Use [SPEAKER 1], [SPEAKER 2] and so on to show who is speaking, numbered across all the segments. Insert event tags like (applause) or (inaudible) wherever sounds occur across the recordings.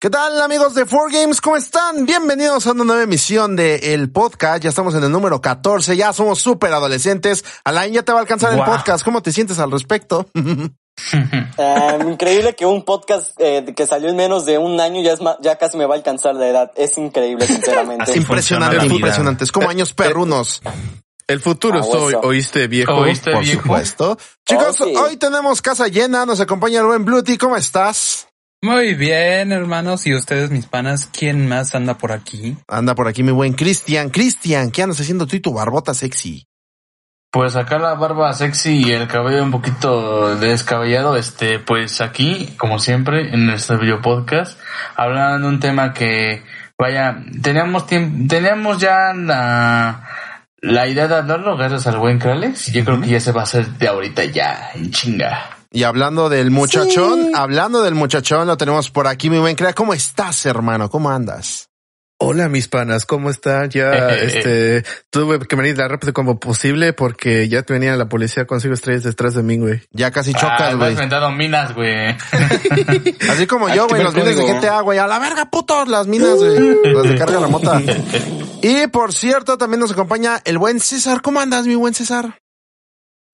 [SPEAKER 1] ¿Qué tal amigos de 4Games? ¿Cómo están? Bienvenidos a una nueva emisión de el podcast. Ya estamos en el número 14, ya somos súper adolescentes. Alain, ya te va a alcanzar
[SPEAKER 2] Guau.
[SPEAKER 1] el podcast. ¿Cómo te sientes al
[SPEAKER 2] (laughs)
[SPEAKER 1] respecto?
[SPEAKER 3] Ah, increíble que un podcast eh, que salió en menos de un año ya, es ma- ya casi me va a alcanzar la edad. Es
[SPEAKER 4] (laughs)
[SPEAKER 3] increíble, sinceramente. Ah,
[SPEAKER 2] Así funciona
[SPEAKER 1] impresionante,
[SPEAKER 2] la vida.
[SPEAKER 1] impresionante. Es como años perrunos.
[SPEAKER 5] El futuro
[SPEAKER 3] Ah,
[SPEAKER 5] es hoy,
[SPEAKER 3] eso.
[SPEAKER 5] oíste viejo.
[SPEAKER 2] ¿Oíste
[SPEAKER 1] Por
[SPEAKER 2] viejo?
[SPEAKER 1] supuesto. Chicos,
[SPEAKER 3] Oh, sí.
[SPEAKER 1] hoy tenemos casa llena. Nos acompaña el buen Bluty. ¿Cómo estás?
[SPEAKER 2] Muy bien, hermanos, y ustedes, mis panas, ¿quién más anda por aquí?
[SPEAKER 1] Anda por aquí mi buen Cristian. Cristian, ¿qué andas haciendo tú y tu barbota sexy?
[SPEAKER 6] Pues acá la barba sexy y el cabello un poquito descabellado, este, pues aquí, como siempre, en nuestro video podcast, hablando de un tema que, vaya, teníamos tiemp- teníamos ya la, la idea de hablarlo gracias al buen Kralex, yo creo que ya se va a hacer de ahorita ya, en chinga.
[SPEAKER 1] Y hablando del muchachón, hablando del muchachón, lo tenemos por aquí, mi buen Crea. ¿Cómo estás, hermano? ¿Cómo andas?
[SPEAKER 5] Hola mis panas, ¿cómo están? Ya este tuve que venir tan rápido como posible porque ya venía la policía con cinco estrellas detrás de mí, güey.
[SPEAKER 1] Ya casi
[SPEAKER 6] Ah,
[SPEAKER 1] chocas,
[SPEAKER 6] me has
[SPEAKER 1] güey.
[SPEAKER 6] inventado minas, güey.
[SPEAKER 1] Así como yo, güey,
[SPEAKER 3] Activa el
[SPEAKER 1] los minas de
[SPEAKER 3] código.
[SPEAKER 1] GTA, güey. A la verga, puto, las minas, güey. Las de carga remota. Y por cierto, también nos acompaña el buen César. ¿Cómo andas, mi buen César?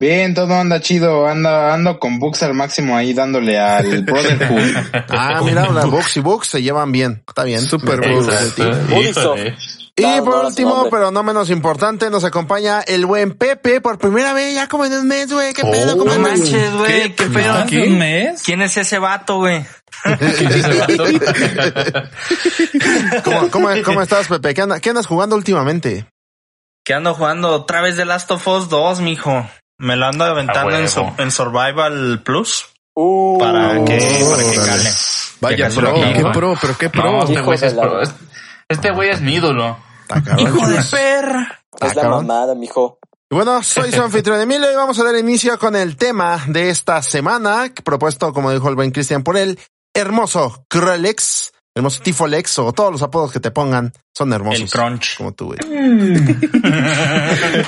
[SPEAKER 7] Bien, todo anda chido, anda, ando con Books al máximo ahí dándole
[SPEAKER 4] (laughs)
[SPEAKER 7] al Brotherhood.
[SPEAKER 1] (laughs) Ah, mira, las Box y Box se llevan bien. Está bien.
[SPEAKER 5] Super
[SPEAKER 1] Me parece.
[SPEAKER 6] Exacto.
[SPEAKER 3] Ubisoft.
[SPEAKER 6] Híjole.
[SPEAKER 1] Y
[SPEAKER 3] Claro,
[SPEAKER 1] por
[SPEAKER 3] no,
[SPEAKER 1] último,
[SPEAKER 3] hombre.
[SPEAKER 1] pero no menos importante, nos acompaña el buen Pepe por primera vez ya como en un mes, güey. ¿Qué
[SPEAKER 6] Oh,
[SPEAKER 1] pedo? ¿Cómo
[SPEAKER 4] No
[SPEAKER 1] andas?
[SPEAKER 4] manches, güey, qué pedo.
[SPEAKER 2] ¿Más de un mes?
[SPEAKER 4] ¿Quién es ese vato, güey?
[SPEAKER 6] ¿Qué es ese vato?
[SPEAKER 1] ¿Cómo, cómo, cómo estás, Pepe? ¿Qué, anda- qué andas jugando últimamente?
[SPEAKER 4] Que ando jugando otra vez de Last of Us 2, mijo. Me lo ando aventando
[SPEAKER 6] A
[SPEAKER 4] en,
[SPEAKER 6] huevo.
[SPEAKER 4] Sur- en Survival Plus.
[SPEAKER 3] Uh,
[SPEAKER 4] Para que, para que
[SPEAKER 5] órale.
[SPEAKER 4] cale.
[SPEAKER 5] Vaya
[SPEAKER 6] Que no se lo
[SPEAKER 5] pro,
[SPEAKER 6] quiten,
[SPEAKER 5] qué
[SPEAKER 6] ¿no?
[SPEAKER 5] pro, pero qué pro.
[SPEAKER 6] No, este
[SPEAKER 3] Hijo
[SPEAKER 6] güey sí
[SPEAKER 3] de
[SPEAKER 6] es
[SPEAKER 3] la-
[SPEAKER 6] pro. Este güey es mi ídolo.
[SPEAKER 1] Ah, cabrón.
[SPEAKER 4] Hijo de perra.
[SPEAKER 3] es
[SPEAKER 7] Ah,
[SPEAKER 3] la
[SPEAKER 1] cabrón.
[SPEAKER 3] mamada, mijo.
[SPEAKER 1] Y Bueno, soy su anfitrión Emilio y vamos a dar inicio con el tema de esta semana, propuesto, como dijo el buen Cristian, por el hermoso Crolex, hermoso Tifolex o todos los apodos que te pongan son hermosos.
[SPEAKER 4] El
[SPEAKER 6] (laughs)
[SPEAKER 4] crunch.
[SPEAKER 1] Como tú, güey. Mm.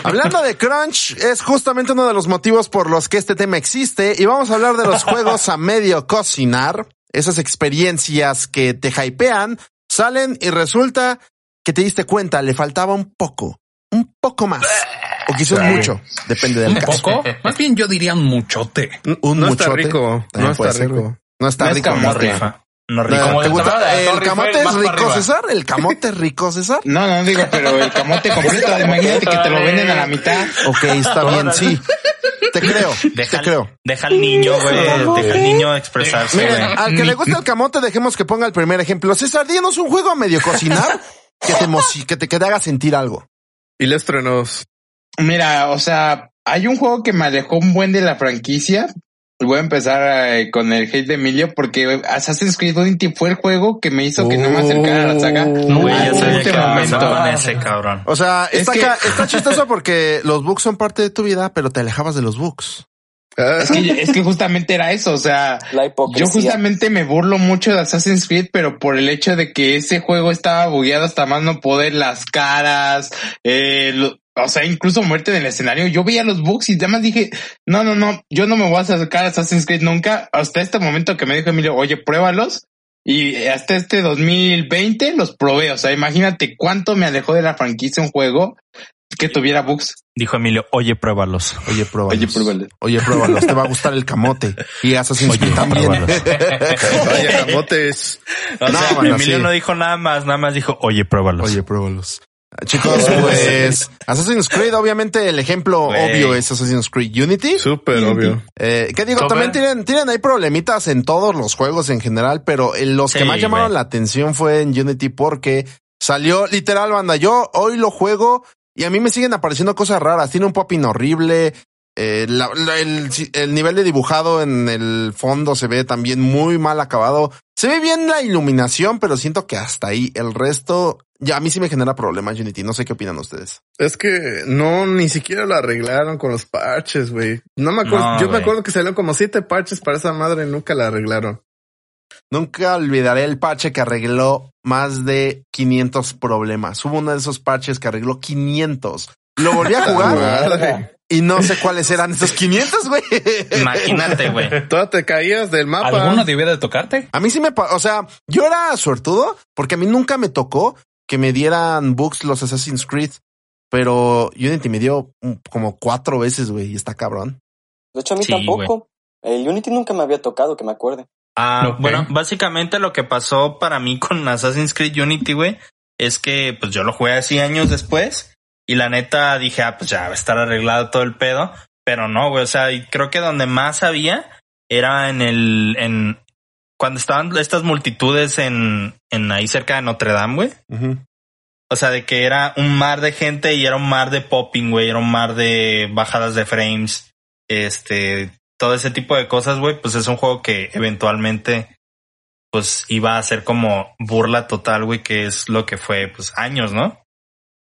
[SPEAKER 1] Hablando de crunch, es justamente uno de los motivos por los que este tema existe y vamos a hablar de los juegos a medio cocinar, esas experiencias que te hypean, salen y resulta que te diste cuenta, le faltaba un poco, un poco más, o quizás mucho, depende del
[SPEAKER 2] ¿Un
[SPEAKER 1] caso.
[SPEAKER 2] poco? Más bien yo diría un muchote.
[SPEAKER 1] Un
[SPEAKER 5] no está
[SPEAKER 1] muchote.
[SPEAKER 5] rico,
[SPEAKER 1] También
[SPEAKER 5] no
[SPEAKER 1] puede
[SPEAKER 5] está
[SPEAKER 1] ser,
[SPEAKER 5] rico.
[SPEAKER 1] güey. No está
[SPEAKER 3] No es
[SPEAKER 1] rico.
[SPEAKER 3] camote.
[SPEAKER 1] no está rico.
[SPEAKER 4] No
[SPEAKER 1] No,
[SPEAKER 4] rico.
[SPEAKER 6] como
[SPEAKER 1] ¿Te
[SPEAKER 6] el tamal
[SPEAKER 1] gusta?
[SPEAKER 6] de la
[SPEAKER 1] ¿El
[SPEAKER 6] Torre
[SPEAKER 1] camote
[SPEAKER 6] Eiffel,
[SPEAKER 1] es
[SPEAKER 6] más para
[SPEAKER 1] rico,
[SPEAKER 6] arriba.
[SPEAKER 1] César? ¿El camote es rico, César?
[SPEAKER 7] No, no digo, pero el camote completo,
[SPEAKER 4] (laughs)
[SPEAKER 7] imagínate que te lo venden a la mitad.
[SPEAKER 1] Ok,
[SPEAKER 6] (laughs)
[SPEAKER 1] está bien, sí. Te creo, te creo.
[SPEAKER 4] Deja al niño, güey. Deja al niño expresarse,
[SPEAKER 1] Miren,
[SPEAKER 4] güey.
[SPEAKER 1] (laughs) al que le gusta el camote, dejemos que ponga el primer ejemplo. César, díganos un juego a medio cocinar
[SPEAKER 7] (laughs)
[SPEAKER 1] que te, emoci- que te, que te haga sentir algo.
[SPEAKER 5] Y les truenos.
[SPEAKER 7] Mira, o sea, hay un juego que me alejó un buen de la franquicia. Voy a empezar eh, con el hate de Emilio porque Assassin's Creed Unity fue el juego que me hizo que no me acercara a la saga.
[SPEAKER 4] Güey,
[SPEAKER 7] al
[SPEAKER 4] ya sabía
[SPEAKER 7] último
[SPEAKER 4] que avanzaba
[SPEAKER 7] momento.
[SPEAKER 4] con ese cabrón.
[SPEAKER 1] O sea,
[SPEAKER 7] Es
[SPEAKER 1] está,
[SPEAKER 7] que- (laughs)
[SPEAKER 1] ca- está chistoso porque los bugs son parte de tu vida, pero te alejabas de los bugs.
[SPEAKER 5] Ah,
[SPEAKER 7] Es que, es que justamente era eso, o sea,
[SPEAKER 3] La
[SPEAKER 7] Yo
[SPEAKER 3] hipocresía.
[SPEAKER 7] justamente me burlo mucho de Assassin's Creed, pero por el hecho de que ese juego estaba bugueado hasta más no poder, las caras, eh, lo- o sea, incluso muerte en el escenario. Yo veía los bugs y además dije, no, no, no, yo no me voy a acercar a Assassin's Creed nunca. Hasta este momento que me dijo Emilio, oye, pruébalos. Y hasta este 2020 los probé. O sea, imagínate cuánto me alejó de la franquicia un juego que tuviera bugs.
[SPEAKER 4] Dijo Emilio, oye, pruébalos.
[SPEAKER 1] Oye, pruébalos.
[SPEAKER 7] Oye, pruébalos.
[SPEAKER 1] Oye, pruébalos. Te va a gustar el camote. Y Assassin's Creed también. (laughs)
[SPEAKER 5] Vaya camotes.
[SPEAKER 4] O
[SPEAKER 1] No,
[SPEAKER 4] sea,
[SPEAKER 1] bueno,
[SPEAKER 4] Emilio
[SPEAKER 1] sí.
[SPEAKER 4] no dijo nada más, nada más dijo, oye, pruébalos.
[SPEAKER 1] Oye,
[SPEAKER 7] (laughs)
[SPEAKER 1] pruébalos. Chicos, pues Assassin's Creed, obviamente el ejemplo
[SPEAKER 4] Güey.
[SPEAKER 1] obvio es Assassin's Creed Unity.
[SPEAKER 5] Súper obvio.
[SPEAKER 1] Eh, ¿Qué digo?
[SPEAKER 6] Tope.
[SPEAKER 1] También tienen, tienen ahí problemitas en todos los juegos en general, pero en los que
[SPEAKER 4] Sí,
[SPEAKER 1] más llamaron
[SPEAKER 4] güey.
[SPEAKER 1] la atención fue en Unity porque salió literal, banda. Yo hoy lo juego Y a mí me siguen apareciendo cosas raras. Tiene un popping horrible. eh, la- la- el, el nivel de dibujado en el fondo se ve también muy mal acabado. Se ve bien la iluminación, pero siento que hasta ahí el resto ya a mí sí me genera problemas Unity. No sé qué opinan ustedes.
[SPEAKER 5] Es que no, ni siquiera lo arreglaron con los parches, güey. No me acuerdo,
[SPEAKER 4] No,
[SPEAKER 5] yo me
[SPEAKER 4] güey.
[SPEAKER 5] acuerdo que salieron como siete parches para esa madre y nunca la arreglaron.
[SPEAKER 1] Nunca olvidaré el parche que arregló más de 500 problemas. Hubo uno de esos parches que arregló 500. Lo volví a jugar
[SPEAKER 5] Madre.
[SPEAKER 1] y no sé cuáles eran esos 500, güey. (laughs)
[SPEAKER 4] Imagínate, güey.
[SPEAKER 5] Toda te caías del mapa.
[SPEAKER 2] ¿Alguno debía de tocarte?
[SPEAKER 1] A mí sí me, pa- o sea, yo era suertudo porque a mí nunca me tocó que me dieran bugs los Assassin's Creed, pero Unity me dio mm, como cuatro veces, güey, y está cabrón.
[SPEAKER 3] De hecho, a mí
[SPEAKER 4] Sí,
[SPEAKER 3] tampoco. El Unity nunca me había tocado, que me acuerde.
[SPEAKER 4] Ah,
[SPEAKER 6] Ok.
[SPEAKER 4] bueno, básicamente lo que pasó para mí con Assassin's Creed Unity, güey, es que pues yo lo jugué así años después y la neta dije, ah, pues ya va a estar arreglado todo el pedo, pero no, güey, o sea, y creo que donde más había era en el, en, cuando estaban estas multitudes en, en ahí cerca de Notre Dame, güey. O sea, de que era un mar de gente y era un mar de popping, güey. Era un mar de bajadas de frames. Este, todo ese tipo de cosas, güey. Pues es un juego que eventualmente, pues iba a ser como burla total, güey, que es lo que fue, pues años, ¿no?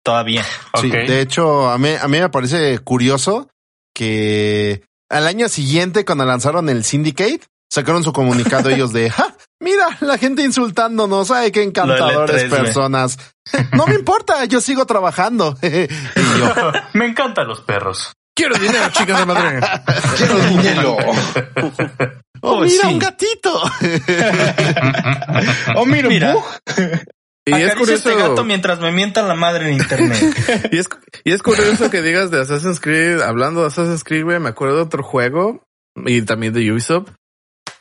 [SPEAKER 4] Todavía.
[SPEAKER 1] Sí,
[SPEAKER 6] Ok.
[SPEAKER 1] de hecho, a mí, a mí me parece curioso que al año siguiente, cuando lanzaron el Syndicate, sacaron su comunicado ellos de, ¡Ja! Mira, la gente insultándonos, ay, qué encantadores
[SPEAKER 4] L3, güey.
[SPEAKER 1] personas. No me importa, yo sigo trabajando. y yo,
[SPEAKER 6] Me encantan los
[SPEAKER 5] (laughs)
[SPEAKER 6] perros.
[SPEAKER 5] Quiero dinero, chicas de madre.
[SPEAKER 7] Quiero dinero.
[SPEAKER 1] (laughs) ¡Oh,
[SPEAKER 4] Oh,
[SPEAKER 1] mira,
[SPEAKER 4] sí.
[SPEAKER 1] un gatito!
[SPEAKER 7] Oh, mira,
[SPEAKER 4] Mira.
[SPEAKER 7] bug.
[SPEAKER 5] Y es
[SPEAKER 4] Acaricia
[SPEAKER 5] curioso.
[SPEAKER 4] este gato mientras me mienta la madre en
[SPEAKER 3] (laughs)
[SPEAKER 4] internet.
[SPEAKER 5] Y es, y es curioso que digas de Assassin's Creed, hablando de Assassin's Creed, güey, me acuerdo de otro juego y también de Ubisoft,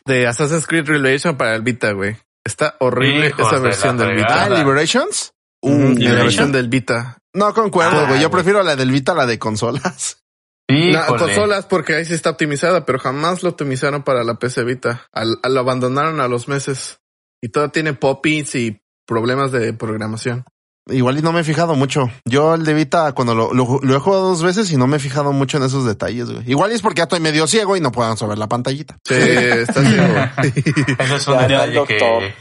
[SPEAKER 5] de Assassin's Creed Relation para el Vita, güey. Está horrible
[SPEAKER 6] Hijos
[SPEAKER 5] esa
[SPEAKER 6] de
[SPEAKER 5] versión
[SPEAKER 6] la
[SPEAKER 5] del
[SPEAKER 6] fregada.
[SPEAKER 5] Vita.
[SPEAKER 1] Ah, Liberations.
[SPEAKER 5] Mm,
[SPEAKER 1] Uh,
[SPEAKER 5] la
[SPEAKER 4] ¿Liberation?
[SPEAKER 5] versión del Vita.
[SPEAKER 1] no concuerdo,
[SPEAKER 6] Ah,
[SPEAKER 1] güey. Yo
[SPEAKER 6] güey.
[SPEAKER 1] prefiero la del Vita a la de consolas. (laughs)
[SPEAKER 6] (laughs)
[SPEAKER 5] No,
[SPEAKER 6] Híjole.
[SPEAKER 5] consolas porque ahí sí está optimizada, pero jamás lo optimizaron para la PC Vita. Al, al- lo abandonaron a los meses. Y todo tiene popis y problemas de programación.
[SPEAKER 1] Igual y no me he fijado mucho. Yo el de Vita, cuando lo, lo- lo he jugado dos veces y no me he fijado mucho en esos detalles, güey. Igual y es porque ya estoy medio ciego y no puedo saber la pantallita.
[SPEAKER 5] Sí, está ciego.
[SPEAKER 6] Ese es un
[SPEAKER 3] Ya, ya,
[SPEAKER 6] detalle
[SPEAKER 3] doctor.
[SPEAKER 6] que...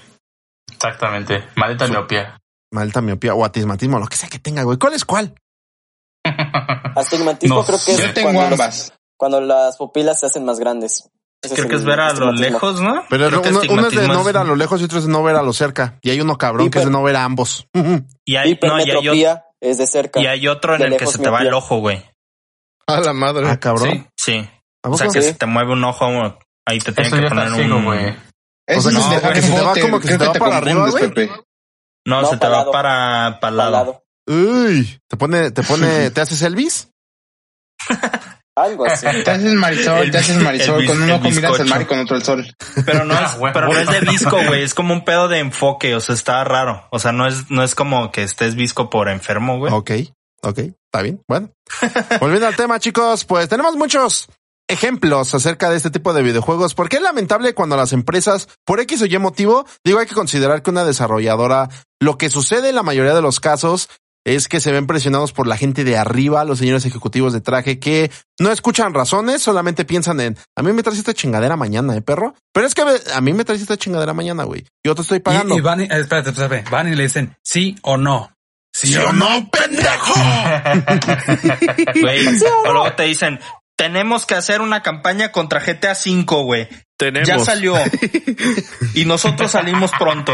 [SPEAKER 6] Exactamente. Maldita miopía. (laughs)
[SPEAKER 1] Malta miopía o atismatismo, lo que sea que tenga, güey. ¿Cuál es cuál?
[SPEAKER 3] Astigmatismo
[SPEAKER 6] No
[SPEAKER 3] creo que es
[SPEAKER 6] sé.
[SPEAKER 7] Yo tengo
[SPEAKER 3] cuando, los-
[SPEAKER 7] ambas.
[SPEAKER 3] cuando las pupilas se hacen más grandes. Ese
[SPEAKER 4] Creo
[SPEAKER 3] el
[SPEAKER 4] que es ver a lo
[SPEAKER 3] astigmatismo.
[SPEAKER 4] lejos, ¿no?
[SPEAKER 1] Pero
[SPEAKER 4] Creo que
[SPEAKER 1] uno, uno es de
[SPEAKER 4] astigmatismo
[SPEAKER 1] no
[SPEAKER 4] es-
[SPEAKER 1] ver a lo lejos y otro es de no ver a lo cerca. Y hay uno cabrón que es de no ver a (laughs) ambos.
[SPEAKER 4] Y hay, no, y hay, otro,
[SPEAKER 3] Hipermetropía es de cerca.
[SPEAKER 4] y hay otro en
[SPEAKER 3] De
[SPEAKER 4] el que
[SPEAKER 3] lejos
[SPEAKER 4] se te va el
[SPEAKER 3] miopía.
[SPEAKER 4] ojo, güey.
[SPEAKER 5] A la madre.
[SPEAKER 1] ah, cabrón.
[SPEAKER 4] Sí. Sí.
[SPEAKER 1] ¿A
[SPEAKER 4] O sea,
[SPEAKER 1] poco?
[SPEAKER 4] que
[SPEAKER 3] Sí.
[SPEAKER 4] se te mueve un ojo, ahí te tienen
[SPEAKER 6] Eso
[SPEAKER 4] que
[SPEAKER 6] ya está
[SPEAKER 4] poner
[SPEAKER 6] ciego,
[SPEAKER 4] un...
[SPEAKER 6] güey.
[SPEAKER 2] (laughs)
[SPEAKER 7] Eso
[SPEAKER 1] O sea,
[SPEAKER 7] es
[SPEAKER 4] que
[SPEAKER 7] de
[SPEAKER 4] se-
[SPEAKER 1] que se te va
[SPEAKER 7] rebote,
[SPEAKER 1] como que se
[SPEAKER 7] creo
[SPEAKER 1] te va
[SPEAKER 7] te
[SPEAKER 1] para arriba,
[SPEAKER 7] confundes,
[SPEAKER 1] güey.
[SPEAKER 7] Pepe.
[SPEAKER 4] No,
[SPEAKER 3] No,
[SPEAKER 4] se te
[SPEAKER 3] para
[SPEAKER 4] va
[SPEAKER 3] lado.
[SPEAKER 4] para, para
[SPEAKER 3] Al
[SPEAKER 4] lado.
[SPEAKER 3] lado.
[SPEAKER 1] Uy, te pone, te pone, te haces Elvis.
[SPEAKER 3] Algo así.
[SPEAKER 7] (laughs)
[SPEAKER 4] (laughs)
[SPEAKER 7] Te haces marisol,
[SPEAKER 4] El-
[SPEAKER 7] te haces
[SPEAKER 4] el
[SPEAKER 7] marisol.
[SPEAKER 4] bis-
[SPEAKER 7] Con un
[SPEAKER 4] el
[SPEAKER 7] ojo miras al
[SPEAKER 4] bizcocho.
[SPEAKER 7] mar y con otro al sol.
[SPEAKER 4] Pero no es,
[SPEAKER 6] (laughs) Ah, huevo.
[SPEAKER 4] pero no es de visco, güey. Es como un pedo de enfoque. O sea, está raro. O sea, no es, no es como que estés visco por enfermo, güey.
[SPEAKER 1] Ok, ok, está bien. Bueno, (laughs) volviendo al tema, chicos, pues tenemos muchos ejemplos acerca de este tipo de videojuegos, porque es lamentable cuando las empresas, por X o Y motivo, digo, hay que considerar que una desarrolladora, lo que sucede en la mayoría de los casos es que se ven presionados por la gente de arriba, los señores ejecutivos de traje que no escuchan razones, solamente piensan en, a mí me traes esta chingadera mañana, eh, perro. Pero es que a mí me traes esta chingadera mañana, güey. Yo te estoy pagando.
[SPEAKER 2] Y, y van y, eh, espérate, espérate, van y le dicen sí o no. Sí o no, pendejo.
[SPEAKER 1] (laughs)
[SPEAKER 4] Güey. O luego te dicen, tenemos que hacer una campaña contra GTA V, güey.
[SPEAKER 5] Tenemos.
[SPEAKER 4] Ya salió. Y nosotros salimos pronto.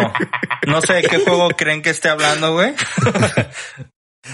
[SPEAKER 4] No sé de qué juego creen que esté hablando, güey.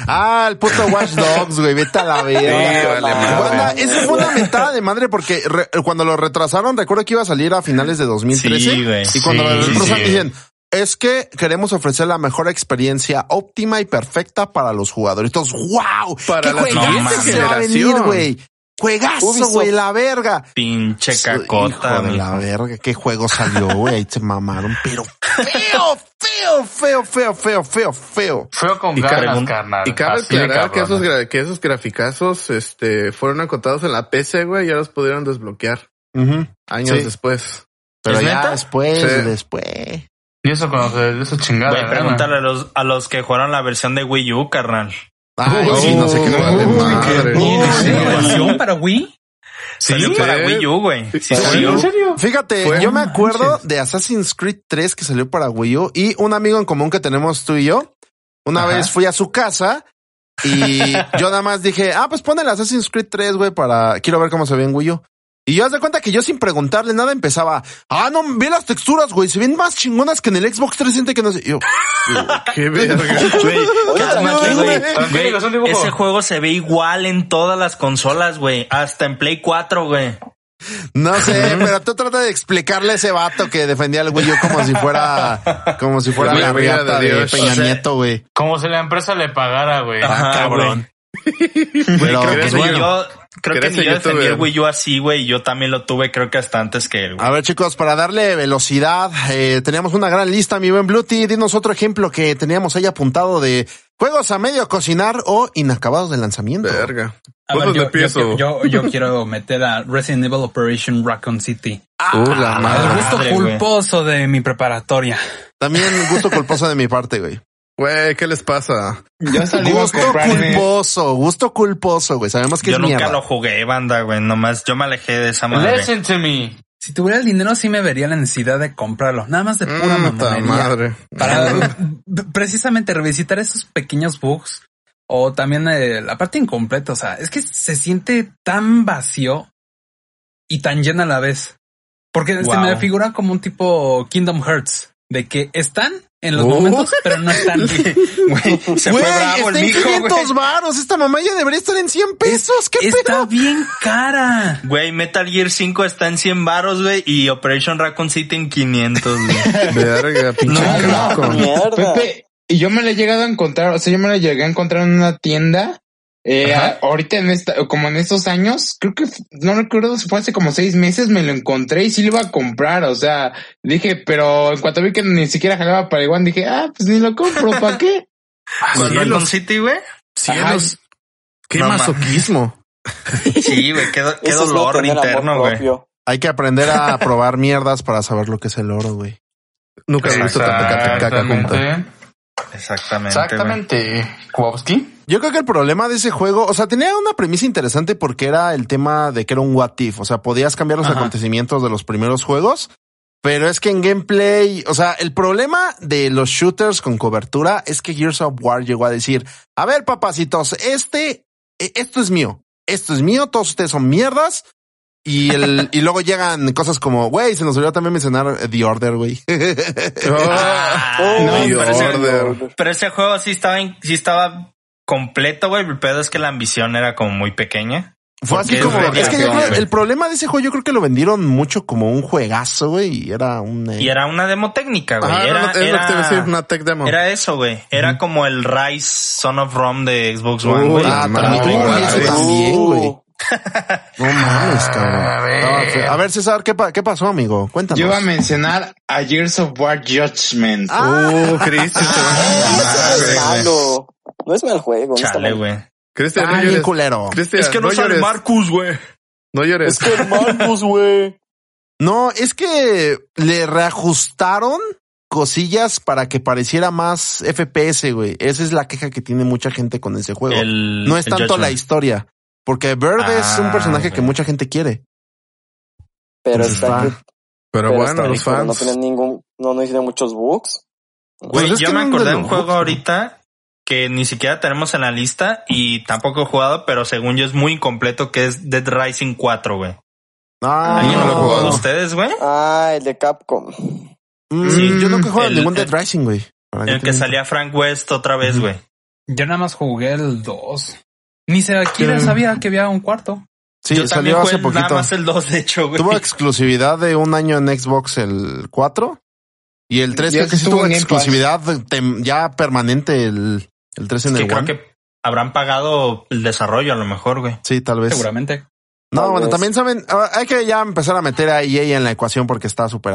[SPEAKER 1] Ah, el puto Watch Dogs, güey, vete a la verga.
[SPEAKER 5] Sí, vale, madre.
[SPEAKER 1] Banda, Eso fue una mentada de madre porque re- cuando lo retrasaron, recuerdo que iba a salir a finales de 2013.
[SPEAKER 4] Sí, güey.
[SPEAKER 1] y cuando
[SPEAKER 6] Sí,
[SPEAKER 1] lo retrasaron,
[SPEAKER 6] sí.
[SPEAKER 1] dicen, es que queremos ofrecer la mejor experiencia óptima y perfecta para los jugadores. Entonces, wow,
[SPEAKER 5] Para
[SPEAKER 1] qué
[SPEAKER 5] la
[SPEAKER 1] juegazo
[SPEAKER 4] siguiente
[SPEAKER 1] se va a venir,
[SPEAKER 5] generación.
[SPEAKER 1] güey. Juegazo,
[SPEAKER 3] Ubisoft.
[SPEAKER 1] güey, la verga.
[SPEAKER 4] Pinche
[SPEAKER 1] Hijo
[SPEAKER 4] cacota,
[SPEAKER 1] de
[SPEAKER 4] güey.
[SPEAKER 1] la verga, qué juego salió, güey. Ahí se mamaron, pero feo, feo, feo, feo, feo, feo, feo.
[SPEAKER 6] Feo con
[SPEAKER 5] Y
[SPEAKER 6] ganas,
[SPEAKER 5] cabe-
[SPEAKER 6] carnal.
[SPEAKER 5] Y cabe
[SPEAKER 6] Así de
[SPEAKER 5] aclarar que esos,
[SPEAKER 6] cabrón.
[SPEAKER 5] gra- que esos graficazos este, fueron acotados en la PC, güey, y ya los pudieron desbloquear
[SPEAKER 1] Ujú.
[SPEAKER 5] años
[SPEAKER 1] Sí.
[SPEAKER 5] después.
[SPEAKER 1] Pero
[SPEAKER 6] ¿Es
[SPEAKER 1] ya
[SPEAKER 6] neta?
[SPEAKER 1] después,
[SPEAKER 5] Sí.
[SPEAKER 1] después.
[SPEAKER 6] Y eso cuando se... Eso chingada.
[SPEAKER 4] Güey,
[SPEAKER 6] gana.
[SPEAKER 4] pregúntale a los, a los que jugaron la versión de Wii U, carnal.
[SPEAKER 1] Ay, sí, no sé qué
[SPEAKER 5] Uy,
[SPEAKER 1] vale madre.
[SPEAKER 5] qué-
[SPEAKER 2] Oye, ¿es
[SPEAKER 5] Sí,
[SPEAKER 2] una versión para Wii?
[SPEAKER 4] Sí,
[SPEAKER 5] Sí.
[SPEAKER 4] para Wii U, güey.
[SPEAKER 5] Sí,
[SPEAKER 4] Wii U.
[SPEAKER 5] ¿En
[SPEAKER 6] serio?
[SPEAKER 1] Fíjate,
[SPEAKER 5] Fue-
[SPEAKER 1] yo me
[SPEAKER 5] manches.
[SPEAKER 1] acuerdo de Assassin's Creed 3 que salió para Wii U y un amigo en común que tenemos tú y yo. Una
[SPEAKER 2] Ajá.
[SPEAKER 1] vez fui a su casa y yo nada más dije, ah, pues pon el Assassin's Creed 3, güey, para quiero ver cómo se ve en Wii U. Y yo haz de cuenta que yo sin preguntarle nada empezaba, ah, no, ve las texturas, güey, se ven más chingonas que en el Xbox 360 que no sé. Y yo,
[SPEAKER 5] Qué verga.
[SPEAKER 4] Güey,
[SPEAKER 3] Oye,
[SPEAKER 4] cálmate,
[SPEAKER 3] tranquilo,
[SPEAKER 4] güey.
[SPEAKER 1] güey.
[SPEAKER 6] Tranquilo, es un
[SPEAKER 4] Güey,
[SPEAKER 6] dibujo.
[SPEAKER 4] Ese juego se ve igual en todas las consolas, güey. Hasta en Play 4, güey.
[SPEAKER 1] No sé, pero tú trata de explicarle a ese vato que defendía al Wii U como si fuera, como si fuera
[SPEAKER 5] La
[SPEAKER 1] la
[SPEAKER 5] vida de
[SPEAKER 1] regata de,
[SPEAKER 5] Dios.
[SPEAKER 1] Peña
[SPEAKER 4] O sea,
[SPEAKER 1] Nieto, güey.
[SPEAKER 6] Como si la empresa le pagara, güey.
[SPEAKER 4] Ajá,
[SPEAKER 1] cabrón.
[SPEAKER 4] Pero,
[SPEAKER 1] Pero,
[SPEAKER 4] creo
[SPEAKER 1] pues,
[SPEAKER 4] que ni
[SPEAKER 1] bueno.
[SPEAKER 4] yo, creo que
[SPEAKER 5] Eres
[SPEAKER 4] ni yo
[SPEAKER 5] el
[SPEAKER 4] defendí
[SPEAKER 5] youtuber.
[SPEAKER 4] el Wii U así, güey. y Yo también lo tuve, creo que hasta antes que él, güey.
[SPEAKER 1] A ver, chicos, para darle velocidad, eh, teníamos una gran lista, mi buen Bluti. Dinos otro ejemplo que teníamos ahí apuntado de juegos a medio cocinar o inacabados de lanzamiento.
[SPEAKER 5] Verga.
[SPEAKER 2] A ver,
[SPEAKER 5] ¿Cuándo
[SPEAKER 2] yo,
[SPEAKER 5] le empiezo?
[SPEAKER 2] yo- yo- yo quiero meter a Resident Evil Operation Raccoon City.
[SPEAKER 1] Uh, la
[SPEAKER 4] Ah,
[SPEAKER 2] El
[SPEAKER 1] madre.
[SPEAKER 2] gusto
[SPEAKER 4] madre, güey.
[SPEAKER 2] culposo de mi preparatoria.
[SPEAKER 1] También gusto culposo de mi parte, güey.
[SPEAKER 5] Güey, ¿qué les pasa?
[SPEAKER 7] Yo salí a
[SPEAKER 1] Gusto
[SPEAKER 7] comprarme.
[SPEAKER 1] culposo, gusto culposo, güey. Sabemos que
[SPEAKER 4] Yo
[SPEAKER 1] es
[SPEAKER 4] nunca
[SPEAKER 1] mierda.
[SPEAKER 4] lo jugué, banda, güey. Nomás yo me alejé de esa madre.
[SPEAKER 6] Listen to me.
[SPEAKER 4] (laughs)
[SPEAKER 2] Si tuviera el dinero, sí me vería la necesidad de comprarlo. Nada más de pura
[SPEAKER 5] Mm, ta
[SPEAKER 2] mamonería.
[SPEAKER 5] madre.
[SPEAKER 2] Para precisamente revisitar esos pequeños bugs o también eh, la parte incompleta. O sea, es que se siente tan vacío y tan llena a la vez. Porque se
[SPEAKER 4] Wow.
[SPEAKER 2] me figura como un tipo Kingdom Hearts, de que están en los
[SPEAKER 4] Uh.
[SPEAKER 5] Oh.
[SPEAKER 2] momentos,
[SPEAKER 4] (laughs)
[SPEAKER 2] pero no están.
[SPEAKER 4] Se
[SPEAKER 1] Güey,
[SPEAKER 4] fue bravo el
[SPEAKER 1] está en
[SPEAKER 4] mijo, güey.
[SPEAKER 1] 500 varos. Esta mamá ya debería estar en 100 pesos. ¿Qué
[SPEAKER 2] Está
[SPEAKER 1] pedo?
[SPEAKER 2] bien cara.
[SPEAKER 4] Güey, Metal Gear 5 está en 100 baros, güey, y Operation Raccoon City en 500, güey.
[SPEAKER 5] Verga,
[SPEAKER 3] no,
[SPEAKER 5] pinche carajo.
[SPEAKER 3] mierda.
[SPEAKER 7] Pepe, y yo me la he llegado a encontrar, o sea, yo me la llegué a encontrar en una tienda. eh, a- ahorita en esta, como en estos años, creo que f- no recuerdo si fue hace como seis meses, me lo encontré y sí lo iba a comprar. O sea, dije, pero en cuanto vi que ni siquiera jalaba para igual, dije, ah, pues ni lo compro, ¿para qué?
[SPEAKER 4] ¿Con
[SPEAKER 5] cielos.
[SPEAKER 4] Raccoon City, güey?
[SPEAKER 5] Cielos. Qué
[SPEAKER 4] No, ma.
[SPEAKER 5] masoquismo.
[SPEAKER 4] Sí, güey, qué, do- qué
[SPEAKER 3] Eso es
[SPEAKER 4] dolor
[SPEAKER 3] no tener amor
[SPEAKER 4] interno, güey.
[SPEAKER 3] propio.
[SPEAKER 1] Hay que aprender a probar mierdas para saber lo que es el oro, güey.
[SPEAKER 5] Nunca he visto tanta caca, caca junta.
[SPEAKER 6] Exactamente.
[SPEAKER 4] Exactamente. güey.
[SPEAKER 6] Exactamente. Kowalski.
[SPEAKER 1] Yo creo que el problema de ese juego, o sea, tenía una premisa interesante porque era el tema de que era un what if, o sea, podías cambiar los
[SPEAKER 4] Ajá.
[SPEAKER 1] acontecimientos de los primeros juegos, pero es que en gameplay, o sea, el problema de los shooters con cobertura es que Gears of War llegó a decir, a ver, papacitos, este, e- esto es mío, esto es mío, todos ustedes son mierdas. Y, el, y luego llegan cosas como, güey, se nos olvidó también mencionar eh, The Order, güey.
[SPEAKER 5] Ah,
[SPEAKER 4] Ah,
[SPEAKER 3] Oh,
[SPEAKER 4] no,
[SPEAKER 5] The
[SPEAKER 4] pero, ese,
[SPEAKER 5] Order.
[SPEAKER 4] pero ese juego sí estaba, en- sí estaba completo, güey. El pedo es que la ambición era como muy pequeña.
[SPEAKER 1] Fue así
[SPEAKER 4] Porque
[SPEAKER 1] como.
[SPEAKER 4] es
[SPEAKER 1] Es, que yo
[SPEAKER 4] recreación,
[SPEAKER 1] creo-
[SPEAKER 4] güey.
[SPEAKER 1] el problema de ese juego, yo creo que lo vendieron mucho como un juegazo, güey, y era un. eh,
[SPEAKER 4] Y era una demo técnica, güey.
[SPEAKER 5] Ajá,
[SPEAKER 4] era,
[SPEAKER 5] Ah, no, es lo que te iba a decir,
[SPEAKER 4] era-
[SPEAKER 5] una tech demo.
[SPEAKER 4] era eso, güey. Era como el Rise Son of Rome de Xbox One,
[SPEAKER 5] Uh,
[SPEAKER 4] güey.
[SPEAKER 5] la
[SPEAKER 1] Ah,
[SPEAKER 5] madre,
[SPEAKER 1] Tamitún,
[SPEAKER 5] güey.
[SPEAKER 1] ese también,
[SPEAKER 3] Uh,
[SPEAKER 1] güey. No mames, cabrón.
[SPEAKER 6] A ver.
[SPEAKER 1] Estaba feo. A ver, César, ¿qué, pa- qué pasó, amigo? Cuéntanos.
[SPEAKER 7] Yo iba a mencionar a Gears of War Judgment.
[SPEAKER 6] Ah,
[SPEAKER 3] Ah.
[SPEAKER 5] Uh, Cristian. se va.
[SPEAKER 3] ese
[SPEAKER 5] Madre,
[SPEAKER 3] es
[SPEAKER 5] güey.
[SPEAKER 3] malo. No es mal juego. no está
[SPEAKER 4] Chale,
[SPEAKER 3] mal.
[SPEAKER 4] güey.
[SPEAKER 5] Cristian,
[SPEAKER 1] Ah,
[SPEAKER 5] no
[SPEAKER 1] bien
[SPEAKER 5] llores.
[SPEAKER 1] culero.
[SPEAKER 5] Cristian, llores.
[SPEAKER 4] Marcus, güey.
[SPEAKER 5] No llores.
[SPEAKER 3] Es que el Marcus, güey.
[SPEAKER 1] No, es que le reajustaron cosillas para que pareciera más FPS, güey. Esa es la queja que tiene mucha gente con ese juego.
[SPEAKER 4] El-
[SPEAKER 1] no es
[SPEAKER 4] el
[SPEAKER 1] tanto la
[SPEAKER 4] Judgment.
[SPEAKER 1] historia, porque Bird es un
[SPEAKER 4] Ah,
[SPEAKER 1] personaje que
[SPEAKER 4] güey.
[SPEAKER 1] mucha gente quiere.
[SPEAKER 3] Pero
[SPEAKER 1] Pues
[SPEAKER 3] está
[SPEAKER 1] va.
[SPEAKER 3] que-
[SPEAKER 5] Pero
[SPEAKER 3] pero
[SPEAKER 5] bueno,
[SPEAKER 3] está
[SPEAKER 5] los
[SPEAKER 3] rico, No
[SPEAKER 5] fans.
[SPEAKER 3] tienen ningún, no, no hicieron muchos bugs.
[SPEAKER 4] Güey,
[SPEAKER 1] Pues es
[SPEAKER 4] yo
[SPEAKER 1] que
[SPEAKER 4] me
[SPEAKER 1] eran
[SPEAKER 4] acordé
[SPEAKER 1] de
[SPEAKER 4] de un
[SPEAKER 1] los
[SPEAKER 4] juego
[SPEAKER 1] juegos,
[SPEAKER 4] ahorita que ni siquiera tenemos en la lista y tampoco he jugado, pero según yo es muy incompleto, que es Dead Rising 4, güey.
[SPEAKER 1] Ah,
[SPEAKER 4] ¿Alguien
[SPEAKER 3] no
[SPEAKER 4] lo
[SPEAKER 3] lo he
[SPEAKER 4] ha jugado
[SPEAKER 3] jugado.
[SPEAKER 4] ustedes, güey?
[SPEAKER 3] Ah, el de Capcom.
[SPEAKER 1] Mm,
[SPEAKER 4] Sí.
[SPEAKER 1] yo nunca he jugado
[SPEAKER 4] El-
[SPEAKER 1] ningún
[SPEAKER 4] el-
[SPEAKER 1] Dead Rising, güey. Para
[SPEAKER 4] El que
[SPEAKER 1] tenga-
[SPEAKER 4] salía Frank West otra vez, güey.
[SPEAKER 2] Yo nada más jugué el 2. Ni siquiera sabía que había un cuarto.
[SPEAKER 1] Sí,
[SPEAKER 4] yo
[SPEAKER 1] salió
[SPEAKER 4] también jugué
[SPEAKER 1] hace
[SPEAKER 4] el- nada
[SPEAKER 1] poquito.
[SPEAKER 4] más el 2, de hecho, güey.
[SPEAKER 1] Tuvo exclusividad de un año en Xbox el 4 y el 3
[SPEAKER 7] Ya
[SPEAKER 1] creo que sí
[SPEAKER 7] estuvo
[SPEAKER 1] tuvo
[SPEAKER 7] en Game Pass.
[SPEAKER 1] exclusividad tem- ya permanente el, el 3 en
[SPEAKER 4] Es que
[SPEAKER 1] el
[SPEAKER 4] creo
[SPEAKER 1] One.
[SPEAKER 4] que habrán pagado el desarrollo a lo mejor, güey.
[SPEAKER 1] Sí, tal vez.
[SPEAKER 2] Seguramente.
[SPEAKER 1] No,
[SPEAKER 3] Tal
[SPEAKER 1] bueno,
[SPEAKER 3] vez.
[SPEAKER 1] también saben, ah, hay que ya empezar a meter a EA en la ecuación porque está súper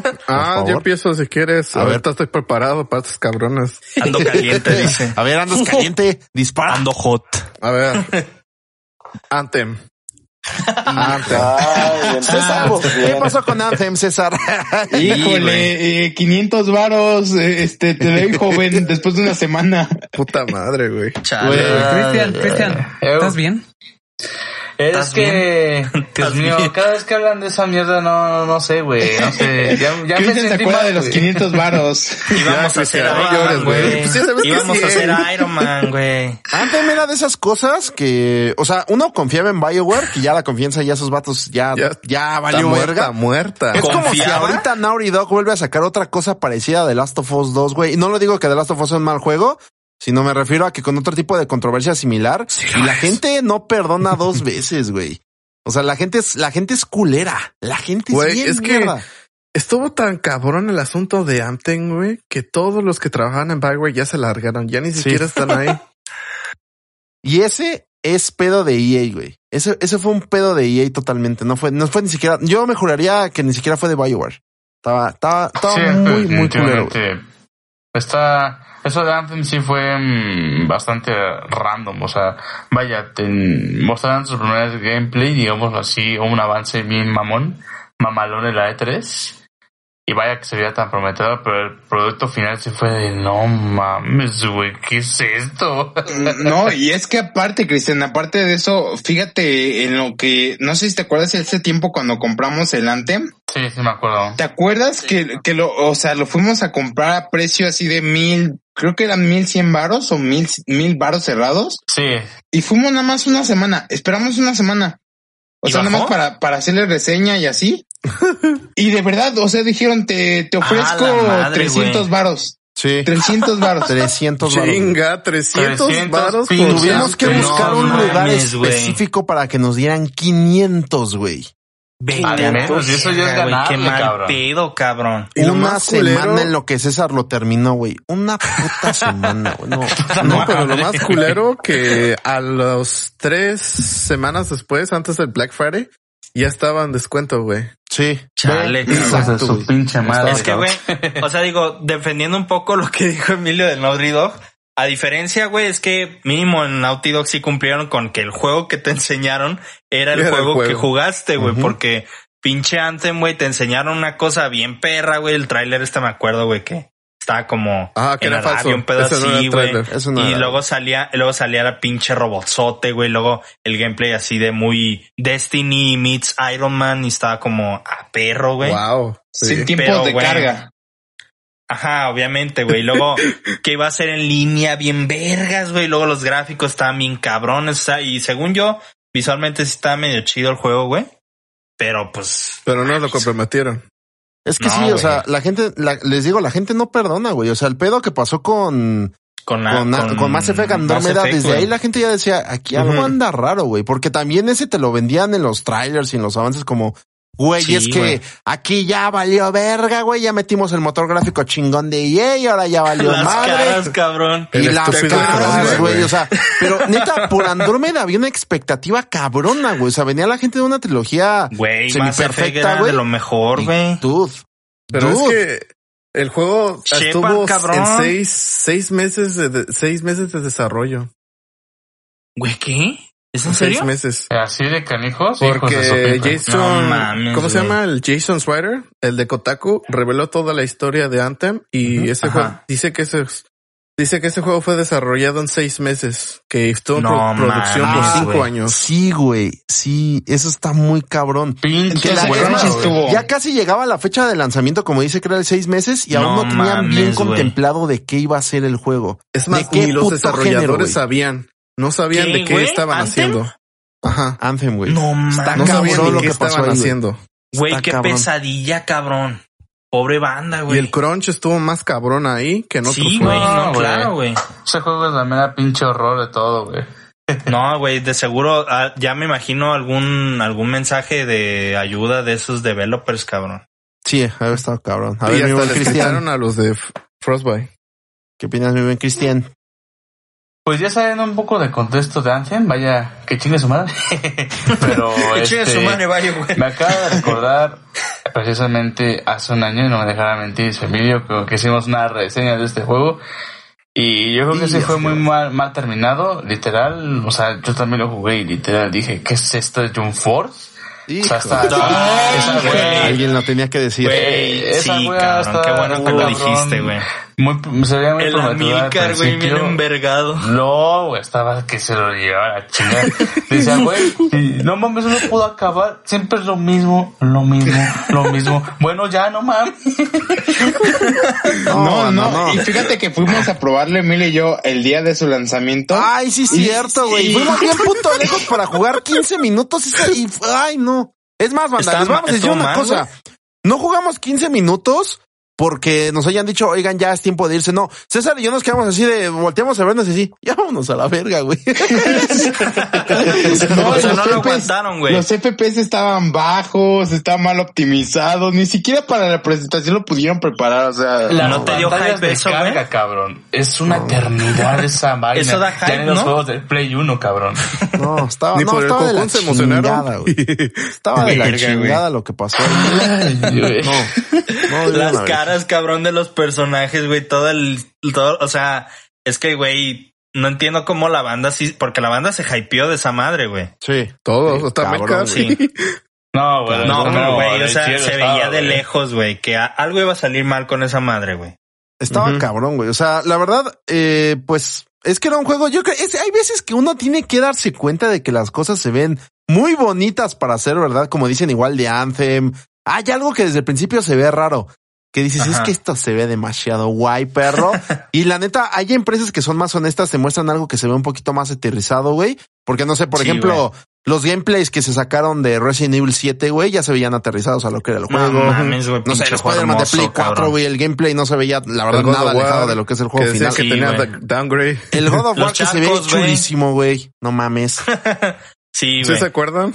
[SPEAKER 1] asqueroso. Por
[SPEAKER 5] Ah,
[SPEAKER 1] favor.
[SPEAKER 5] yo empiezo si quieres.
[SPEAKER 1] A ver.
[SPEAKER 5] Ahorita estoy preparado para estos cabrones. (laughs)
[SPEAKER 4] Ando caliente, dice.
[SPEAKER 1] A ver,
[SPEAKER 4] (laughs)
[SPEAKER 1] andas caliente, dispara.
[SPEAKER 4] Ando hot. (laughs)
[SPEAKER 5] A ver. Anthem.
[SPEAKER 3] Ay, empezamos
[SPEAKER 1] ¿Qué
[SPEAKER 3] bien.
[SPEAKER 1] pasó con Anthem,
[SPEAKER 5] (laughs)
[SPEAKER 1] César?
[SPEAKER 7] Híjole, eh, 500 varos, eh, este, te doy joven después de una semana.
[SPEAKER 5] Puta madre, güey.
[SPEAKER 4] Chale.
[SPEAKER 2] Eh, Cristian, Cristian,
[SPEAKER 6] Eh,
[SPEAKER 2] ¿estás bien?
[SPEAKER 6] Es
[SPEAKER 4] ¿Estás
[SPEAKER 6] que, Dios mío,
[SPEAKER 4] bien?
[SPEAKER 6] cada vez que hablan de esa mierda, no, no sé, güey, no sé. Ya, ya me
[SPEAKER 7] Cristian se
[SPEAKER 6] sentí
[SPEAKER 7] acuerda
[SPEAKER 6] mal,
[SPEAKER 7] de los
[SPEAKER 6] güey.
[SPEAKER 7] 500 varos.
[SPEAKER 6] (laughs)
[SPEAKER 4] Íbamos
[SPEAKER 5] Ya,
[SPEAKER 4] a hacer
[SPEAKER 5] Cristian, no llores,
[SPEAKER 4] Iron
[SPEAKER 5] güey.
[SPEAKER 4] Man, güey.
[SPEAKER 5] Pues ya sabes que
[SPEAKER 4] Íbamos
[SPEAKER 5] sí,
[SPEAKER 4] a hacer
[SPEAKER 5] eh.
[SPEAKER 4] Iron Man, güey.
[SPEAKER 1] Anthem era de esas cosas que, o sea, uno confiaba en Bioware, que ya la confianza ya esos vatos ya, ya,
[SPEAKER 5] Ya- Está
[SPEAKER 1] valió
[SPEAKER 5] muerta,
[SPEAKER 1] verga.
[SPEAKER 5] muerta.
[SPEAKER 1] Es como si
[SPEAKER 4] ¿Confiaba?
[SPEAKER 1] ahorita Naughty Dog vuelve a sacar otra cosa parecida de Last of Us 2, güey. Y no lo digo que The Last of Us sea un mal juego, sino me refiero a que con otro tipo de controversia similar, y la gente no perdona dos (laughs) veces, güey. O sea, la gente es, la gente es culera. La gente es
[SPEAKER 5] Güey,
[SPEAKER 1] bien
[SPEAKER 5] es que-
[SPEAKER 1] mierda.
[SPEAKER 5] Estuvo tan cabrón el asunto de Amten, güey, que todos los que trabajaban en Bioware ya se largaron, ya ni siquiera están
[SPEAKER 4] (laughs)
[SPEAKER 5] ahí.
[SPEAKER 1] Y ese es pedo de EA, güey. Ese, ese fue un pedo de EA totalmente. No fue, no fue ni siquiera, yo me juraría que ni siquiera fue de Bioware. Estaba, estaba, estaba
[SPEAKER 6] Sí,
[SPEAKER 1] muy, muy culero. güey.
[SPEAKER 6] definitivamente. Está, eso de Anthem sí fue mm, bastante random, o sea, vaya, te mostraron sus primeras gameplay, digámoslo así, un avance bien mamón, mamalón en la E3, y vaya que se veía tan prometedor, pero el producto final sí fue de, no mames, güey, ¿qué es esto? (laughs)
[SPEAKER 7] Mm, No, y es que aparte, Cristian, aparte de eso, fíjate en lo que, no sé si te acuerdas ese tiempo cuando compramos el Anthem.
[SPEAKER 6] sí, sí me acuerdo.
[SPEAKER 7] ¿Te acuerdas que, que lo, o sea, lo fuimos a comprar a precio así de mil, creo que eran mil cien varos o mil, mil varos cerrados?
[SPEAKER 6] Sí,
[SPEAKER 7] Y fuimos nada más una semana, esperamos una semana. O
[SPEAKER 4] ¿Y
[SPEAKER 7] sea, nada más
[SPEAKER 4] bajó?
[SPEAKER 7] para, para hacerle reseña y así. y de verdad, o sea, dijeron, te, te ofrezco
[SPEAKER 4] Ah, la madre,
[SPEAKER 7] 300
[SPEAKER 4] güey.
[SPEAKER 7] varos,
[SPEAKER 1] Sí.
[SPEAKER 7] 300 varos.
[SPEAKER 1] 300 varos.
[SPEAKER 5] Chinga, 300
[SPEAKER 6] 300
[SPEAKER 5] varos por
[SPEAKER 6] pinches.
[SPEAKER 1] Tuvimos que
[SPEAKER 6] No
[SPEAKER 1] buscar un
[SPEAKER 6] mames,
[SPEAKER 1] lugar
[SPEAKER 4] güey.
[SPEAKER 1] específico para que nos dieran 500, güey.
[SPEAKER 4] Vete
[SPEAKER 6] Al
[SPEAKER 4] a la
[SPEAKER 6] menos, y eso ya es
[SPEAKER 4] verga, güey.
[SPEAKER 6] ganable,
[SPEAKER 4] Qué mal
[SPEAKER 6] cabrón.
[SPEAKER 4] pedo, cabrón.
[SPEAKER 5] Y lo
[SPEAKER 1] Una
[SPEAKER 5] más culero-
[SPEAKER 1] semana en lo que César lo terminó, güey. Una puta semana, güey. No.
[SPEAKER 5] No, pero lo
[SPEAKER 4] (laughs)
[SPEAKER 5] más culero que a los tres semanas después, antes del Black Friday, ya estaba en descuento, güey.
[SPEAKER 1] Sí. Ve,
[SPEAKER 4] Chale, cabrón.
[SPEAKER 6] hijos de
[SPEAKER 1] exacto,
[SPEAKER 6] su
[SPEAKER 1] güey.
[SPEAKER 6] pinche madre.
[SPEAKER 4] Es que, güey, o sea, digo, defendiendo un poco lo que (laughs) dijo Emilio del Naughty Dog, a diferencia, güey, es que mínimo en Naughty Dog sí cumplieron con que el juego que te enseñaron era el,
[SPEAKER 5] Era el
[SPEAKER 4] juego, que
[SPEAKER 5] juego.
[SPEAKER 4] jugaste, güey, porque pinche Anthem, güey, te enseñaron una cosa bien perra, güey, el tráiler este me acuerdo, güey, que estaba como
[SPEAKER 5] Ah, que
[SPEAKER 4] en
[SPEAKER 5] era
[SPEAKER 4] la radio,
[SPEAKER 5] falso.
[SPEAKER 4] un pedo
[SPEAKER 5] Ese no
[SPEAKER 4] así,
[SPEAKER 5] era el
[SPEAKER 4] güey.
[SPEAKER 5] tráiler.
[SPEAKER 1] Eso no
[SPEAKER 4] y
[SPEAKER 1] era.
[SPEAKER 4] luego salía, luego salía la pinche robotzote, güey. Luego el gameplay así de muy Destiny meets Iron Man y estaba como a perro, güey.
[SPEAKER 5] Wow.
[SPEAKER 7] Sin
[SPEAKER 5] Sí.
[SPEAKER 7] tiempos
[SPEAKER 4] Pero,
[SPEAKER 7] de
[SPEAKER 4] güey,
[SPEAKER 7] carga.
[SPEAKER 4] Ajá, obviamente,
[SPEAKER 1] (laughs)
[SPEAKER 4] güey. Luego que iba a ser en línea bien vergas, güey. Luego los gráficos estaban bien cabrones. o sea, y según yo, visualmente sí estaba medio chido el juego, güey. Pero pues,
[SPEAKER 5] Pero no lo comprometieron.
[SPEAKER 1] Es que
[SPEAKER 4] No,
[SPEAKER 1] sí, o
[SPEAKER 4] güey.
[SPEAKER 1] sea, la gente, la- les digo, la gente no perdona, güey. O sea, el pedo que pasó con,
[SPEAKER 4] Ah, con, la-
[SPEAKER 1] con, con Mass Effect Andrómeda,
[SPEAKER 4] Mass Effect,
[SPEAKER 1] desde
[SPEAKER 4] güey.
[SPEAKER 1] ahí
[SPEAKER 4] (laughs)
[SPEAKER 1] la gente ya decía, aquí algo
[SPEAKER 5] Ujú.
[SPEAKER 1] anda raro, güey, porque también ese te lo vendían en los trailers y en los avances como, güey,
[SPEAKER 4] Sí,
[SPEAKER 1] es que
[SPEAKER 4] güey.
[SPEAKER 1] aquí ya valió verga, güey, ya metimos el motor gráfico chingón de EA y ahora ya valió
[SPEAKER 4] (laughs) Las
[SPEAKER 1] madre.
[SPEAKER 4] caras, cabrón.
[SPEAKER 1] Y
[SPEAKER 5] El
[SPEAKER 1] las
[SPEAKER 5] estúpido
[SPEAKER 1] caras,
[SPEAKER 5] Frostbite,
[SPEAKER 1] güey,
[SPEAKER 5] güey.
[SPEAKER 1] o sea, pero neta, por Andrómeda había una expectativa cabrona, güey, o sea, venía la gente de una trilogía
[SPEAKER 4] Güey, Mass Effect
[SPEAKER 1] semiperfecta,
[SPEAKER 4] era
[SPEAKER 1] güey.
[SPEAKER 4] de lo mejor,
[SPEAKER 1] Y,
[SPEAKER 4] güey.
[SPEAKER 1] Dude,
[SPEAKER 5] Pero
[SPEAKER 1] dude.
[SPEAKER 5] es que el juego
[SPEAKER 4] Shepard,
[SPEAKER 5] estuvo
[SPEAKER 4] cabrón.
[SPEAKER 5] en seis, seis meses de, de- seis meses de desarrollo.
[SPEAKER 4] Güey, ¿qué? ¿Es en
[SPEAKER 5] Seis
[SPEAKER 4] serio?
[SPEAKER 5] meses.
[SPEAKER 6] Así de canijos, hijos de su
[SPEAKER 5] Porque
[SPEAKER 6] pinche-
[SPEAKER 5] Jason,
[SPEAKER 4] No mames,
[SPEAKER 5] ¿cómo se
[SPEAKER 4] güey.
[SPEAKER 5] llama? El Jason Swider, el de Kotaku, reveló toda la historia de Anthem y ese
[SPEAKER 4] Ajá.
[SPEAKER 5] juego, dice que ese, dice que ese juego fue desarrollado en seis meses, que estuvo en
[SPEAKER 4] No
[SPEAKER 5] pro- producción
[SPEAKER 4] mames,
[SPEAKER 5] por cinco
[SPEAKER 4] güey.
[SPEAKER 5] años.
[SPEAKER 1] Sí, güey, sí, eso está muy cabrón.
[SPEAKER 6] Pinches
[SPEAKER 1] Que la
[SPEAKER 7] Entonces,
[SPEAKER 1] gente
[SPEAKER 7] ¿qué
[SPEAKER 6] huevos,
[SPEAKER 7] más
[SPEAKER 1] sí
[SPEAKER 6] güey.
[SPEAKER 7] estuvo?
[SPEAKER 1] Ya casi llegaba la fecha de lanzamiento, como dice que era el seis meses, y aún
[SPEAKER 4] No
[SPEAKER 1] no, tenían
[SPEAKER 4] mames,
[SPEAKER 1] bien
[SPEAKER 4] güey.
[SPEAKER 1] contemplado de qué iba a ser el juego.
[SPEAKER 5] Es
[SPEAKER 1] ¿De
[SPEAKER 5] más,
[SPEAKER 1] qué
[SPEAKER 5] ni los
[SPEAKER 1] puto
[SPEAKER 5] desarrolladores
[SPEAKER 1] género, güey?
[SPEAKER 5] sabían, no sabían
[SPEAKER 4] ¿Qué,
[SPEAKER 5] de qué
[SPEAKER 4] güey?
[SPEAKER 5] estaban
[SPEAKER 4] ¿Anthem?
[SPEAKER 5] haciendo. Ajá.
[SPEAKER 1] Anthem, güey.
[SPEAKER 4] No mames.
[SPEAKER 5] No sabían
[SPEAKER 1] cabrón
[SPEAKER 5] ni
[SPEAKER 1] lo
[SPEAKER 5] qué
[SPEAKER 1] que pasó ahí,
[SPEAKER 5] estaban
[SPEAKER 1] güey.
[SPEAKER 5] haciendo.
[SPEAKER 4] Güey,
[SPEAKER 1] Está
[SPEAKER 4] qué
[SPEAKER 1] cabrón.
[SPEAKER 4] pesadilla, cabrón. Pobre banda,
[SPEAKER 5] Y
[SPEAKER 4] güey.
[SPEAKER 5] el crunch estuvo más cabrón ahí que en otros
[SPEAKER 4] Sí, güey,
[SPEAKER 5] juegos.
[SPEAKER 4] no,
[SPEAKER 6] No, güey.
[SPEAKER 4] claro, güey.
[SPEAKER 6] Ese juego es la mera pinche horror de todo, güey.
[SPEAKER 4] No, güey, de seguro ah, ya me imagino algún algún mensaje de ayuda de esos developers, cabrón.
[SPEAKER 1] Sí, había estado cabrón. A
[SPEAKER 5] y
[SPEAKER 1] ver, mi
[SPEAKER 5] hasta
[SPEAKER 1] buen
[SPEAKER 5] les
[SPEAKER 1] Cristian.
[SPEAKER 5] quitaron a los de F- Frostbite.
[SPEAKER 1] ¿Qué opinas, mi buen Cristian?
[SPEAKER 6] Pues ya saben un poco de contexto de Anthem, vaya, que chingue su
[SPEAKER 4] (laughs)
[SPEAKER 6] madre. Pero este,
[SPEAKER 4] vaya, güey.
[SPEAKER 6] me acaba de recordar precisamente hace un año, y no me dejará mentir, Emilio, que, que hicimos una reseña de este juego. Y yo creo que sí
[SPEAKER 1] Dios,
[SPEAKER 6] fue muy
[SPEAKER 1] Dios.
[SPEAKER 6] mal, mal terminado, literal. O sea, yo también lo jugué y literal dije, ¿qué es esto de Jump Force? O sea, está-
[SPEAKER 1] Híjole.
[SPEAKER 6] esa
[SPEAKER 4] güey.
[SPEAKER 6] wea-
[SPEAKER 1] Alguien lo tenía que decir.
[SPEAKER 6] Güey, esa
[SPEAKER 4] sí,
[SPEAKER 6] wea
[SPEAKER 4] cabrón,
[SPEAKER 6] está
[SPEAKER 4] qué bueno que lo
[SPEAKER 6] cabrón.
[SPEAKER 4] dijiste, güey.
[SPEAKER 6] Muy, se veía muy
[SPEAKER 4] El
[SPEAKER 6] prometedora al
[SPEAKER 4] Amilcar, güey, bien
[SPEAKER 6] principio.
[SPEAKER 4] envergado.
[SPEAKER 6] No, güey, estaba que se lo llevara chingada.
[SPEAKER 1] (laughs)
[SPEAKER 6] Decía, güey, sí, no mames, no pudo acabar. Siempre es lo mismo, lo mismo, lo mismo. Bueno, ya no mames.
[SPEAKER 1] No,
[SPEAKER 7] No, no,
[SPEAKER 1] no,
[SPEAKER 7] Y
[SPEAKER 1] no.
[SPEAKER 7] fíjate que fuimos a probarlo, Emilio y yo, el día de su lanzamiento.
[SPEAKER 1] Ay, sí, es
[SPEAKER 7] Y-
[SPEAKER 1] cierto, güey.
[SPEAKER 7] y-
[SPEAKER 1] Fuimos bien punto lejos para jugar 15 minutos y, se- y- ay, no. Es más, banda,
[SPEAKER 4] Está
[SPEAKER 1] les vamos
[SPEAKER 4] ma-
[SPEAKER 1] a decir
[SPEAKER 4] estuvo
[SPEAKER 1] una
[SPEAKER 4] mal,
[SPEAKER 1] cosa. No jugamos 15 minutos porque nos hayan dicho, oigan, ya es tiempo de irse. No, César y yo nos quedamos así de, volteamos a vernos y así, ya vámonos a la verga, güey.
[SPEAKER 4] O sea,
[SPEAKER 7] los
[SPEAKER 4] no lo
[SPEAKER 7] FPS
[SPEAKER 4] aguantaron, güey.
[SPEAKER 7] Los FPS estaban bajos, estaban mal optimizados, ni siquiera para la presentación lo pudieron preparar, o sea.
[SPEAKER 4] La- ¿No te dio
[SPEAKER 6] pantallas
[SPEAKER 4] hype
[SPEAKER 6] de
[SPEAKER 4] eso,
[SPEAKER 6] carga,
[SPEAKER 4] güey?
[SPEAKER 6] cabrón. Es una eternidad
[SPEAKER 4] (laughs)
[SPEAKER 6] esa vaina.
[SPEAKER 4] Eso da hype,
[SPEAKER 6] ya ni los
[SPEAKER 4] ¿no?
[SPEAKER 6] juegos de Play 1, cabrón.
[SPEAKER 1] No, estaba,
[SPEAKER 5] Ni
[SPEAKER 1] no,
[SPEAKER 5] por el
[SPEAKER 1] estaba de la
[SPEAKER 5] cocún se emocionaron.
[SPEAKER 1] chingada, güey. Estaba de la
[SPEAKER 7] Verga, güey.
[SPEAKER 1] chingada lo que pasó. No, no, de
[SPEAKER 4] Las
[SPEAKER 1] una vez.
[SPEAKER 4] caras, cabrón, de los personajes, güey, todo el, todo, o sea, es que, güey, no entiendo cómo la banda sí, porque la banda se hypeó de esa madre, güey.
[SPEAKER 1] Sí.
[SPEAKER 5] Todos,
[SPEAKER 1] Sí,
[SPEAKER 5] hasta
[SPEAKER 1] cabrón,
[SPEAKER 5] Melcar.
[SPEAKER 4] Sí.
[SPEAKER 6] No, güey.
[SPEAKER 4] No, pero, güey, o sea,
[SPEAKER 6] el cielo
[SPEAKER 4] se
[SPEAKER 6] estaba,
[SPEAKER 4] veía de
[SPEAKER 6] güey.
[SPEAKER 4] lejos, güey, que a- algo iba a salir mal con esa madre, güey.
[SPEAKER 1] Estaba
[SPEAKER 5] Ujú.
[SPEAKER 1] cabrón, güey. O sea, la verdad, eh, pues es que era un juego. Yo creo es- hay veces que uno tiene que darse cuenta de que las cosas se ven muy bonitas para ser verdad, como dicen igual de Anthem. Hay algo que desde el principio se ve raro. Que dices, es
[SPEAKER 4] Ajá.
[SPEAKER 1] que esto se ve demasiado guay,
[SPEAKER 4] (laughs)
[SPEAKER 1] perro. y la neta, hay empresas que son más honestas, te muestran algo que se ve un poquito más aterrizado, güey. Porque no sé, por
[SPEAKER 4] Sí,
[SPEAKER 1] ejemplo, los gameplays que se sacaron de Resident Evil 7, güey, ya se veían aterrizados a lo que era el
[SPEAKER 4] No
[SPEAKER 1] juego.
[SPEAKER 4] mames, güey.
[SPEAKER 1] No sé, el
[SPEAKER 4] pinche juego
[SPEAKER 1] Spider-Man de
[SPEAKER 4] hermoso,
[SPEAKER 1] Play 4,
[SPEAKER 4] cabrón.
[SPEAKER 1] güey, el gameplay no se veía, la verdad,
[SPEAKER 5] El God
[SPEAKER 1] nada
[SPEAKER 5] of War,
[SPEAKER 1] alejado de lo que es el
[SPEAKER 5] Que
[SPEAKER 1] juego
[SPEAKER 5] decía
[SPEAKER 1] final.
[SPEAKER 5] que
[SPEAKER 4] Sí,
[SPEAKER 5] tenía
[SPEAKER 4] güey.
[SPEAKER 5] downgrade.
[SPEAKER 1] El God of
[SPEAKER 4] Los
[SPEAKER 1] War que se ve
[SPEAKER 4] charcos, güey.
[SPEAKER 1] chulísimo, güey. No mames.
[SPEAKER 4] Sí,
[SPEAKER 5] ¿Sí
[SPEAKER 4] güey.
[SPEAKER 5] se (laughs) acuerdan?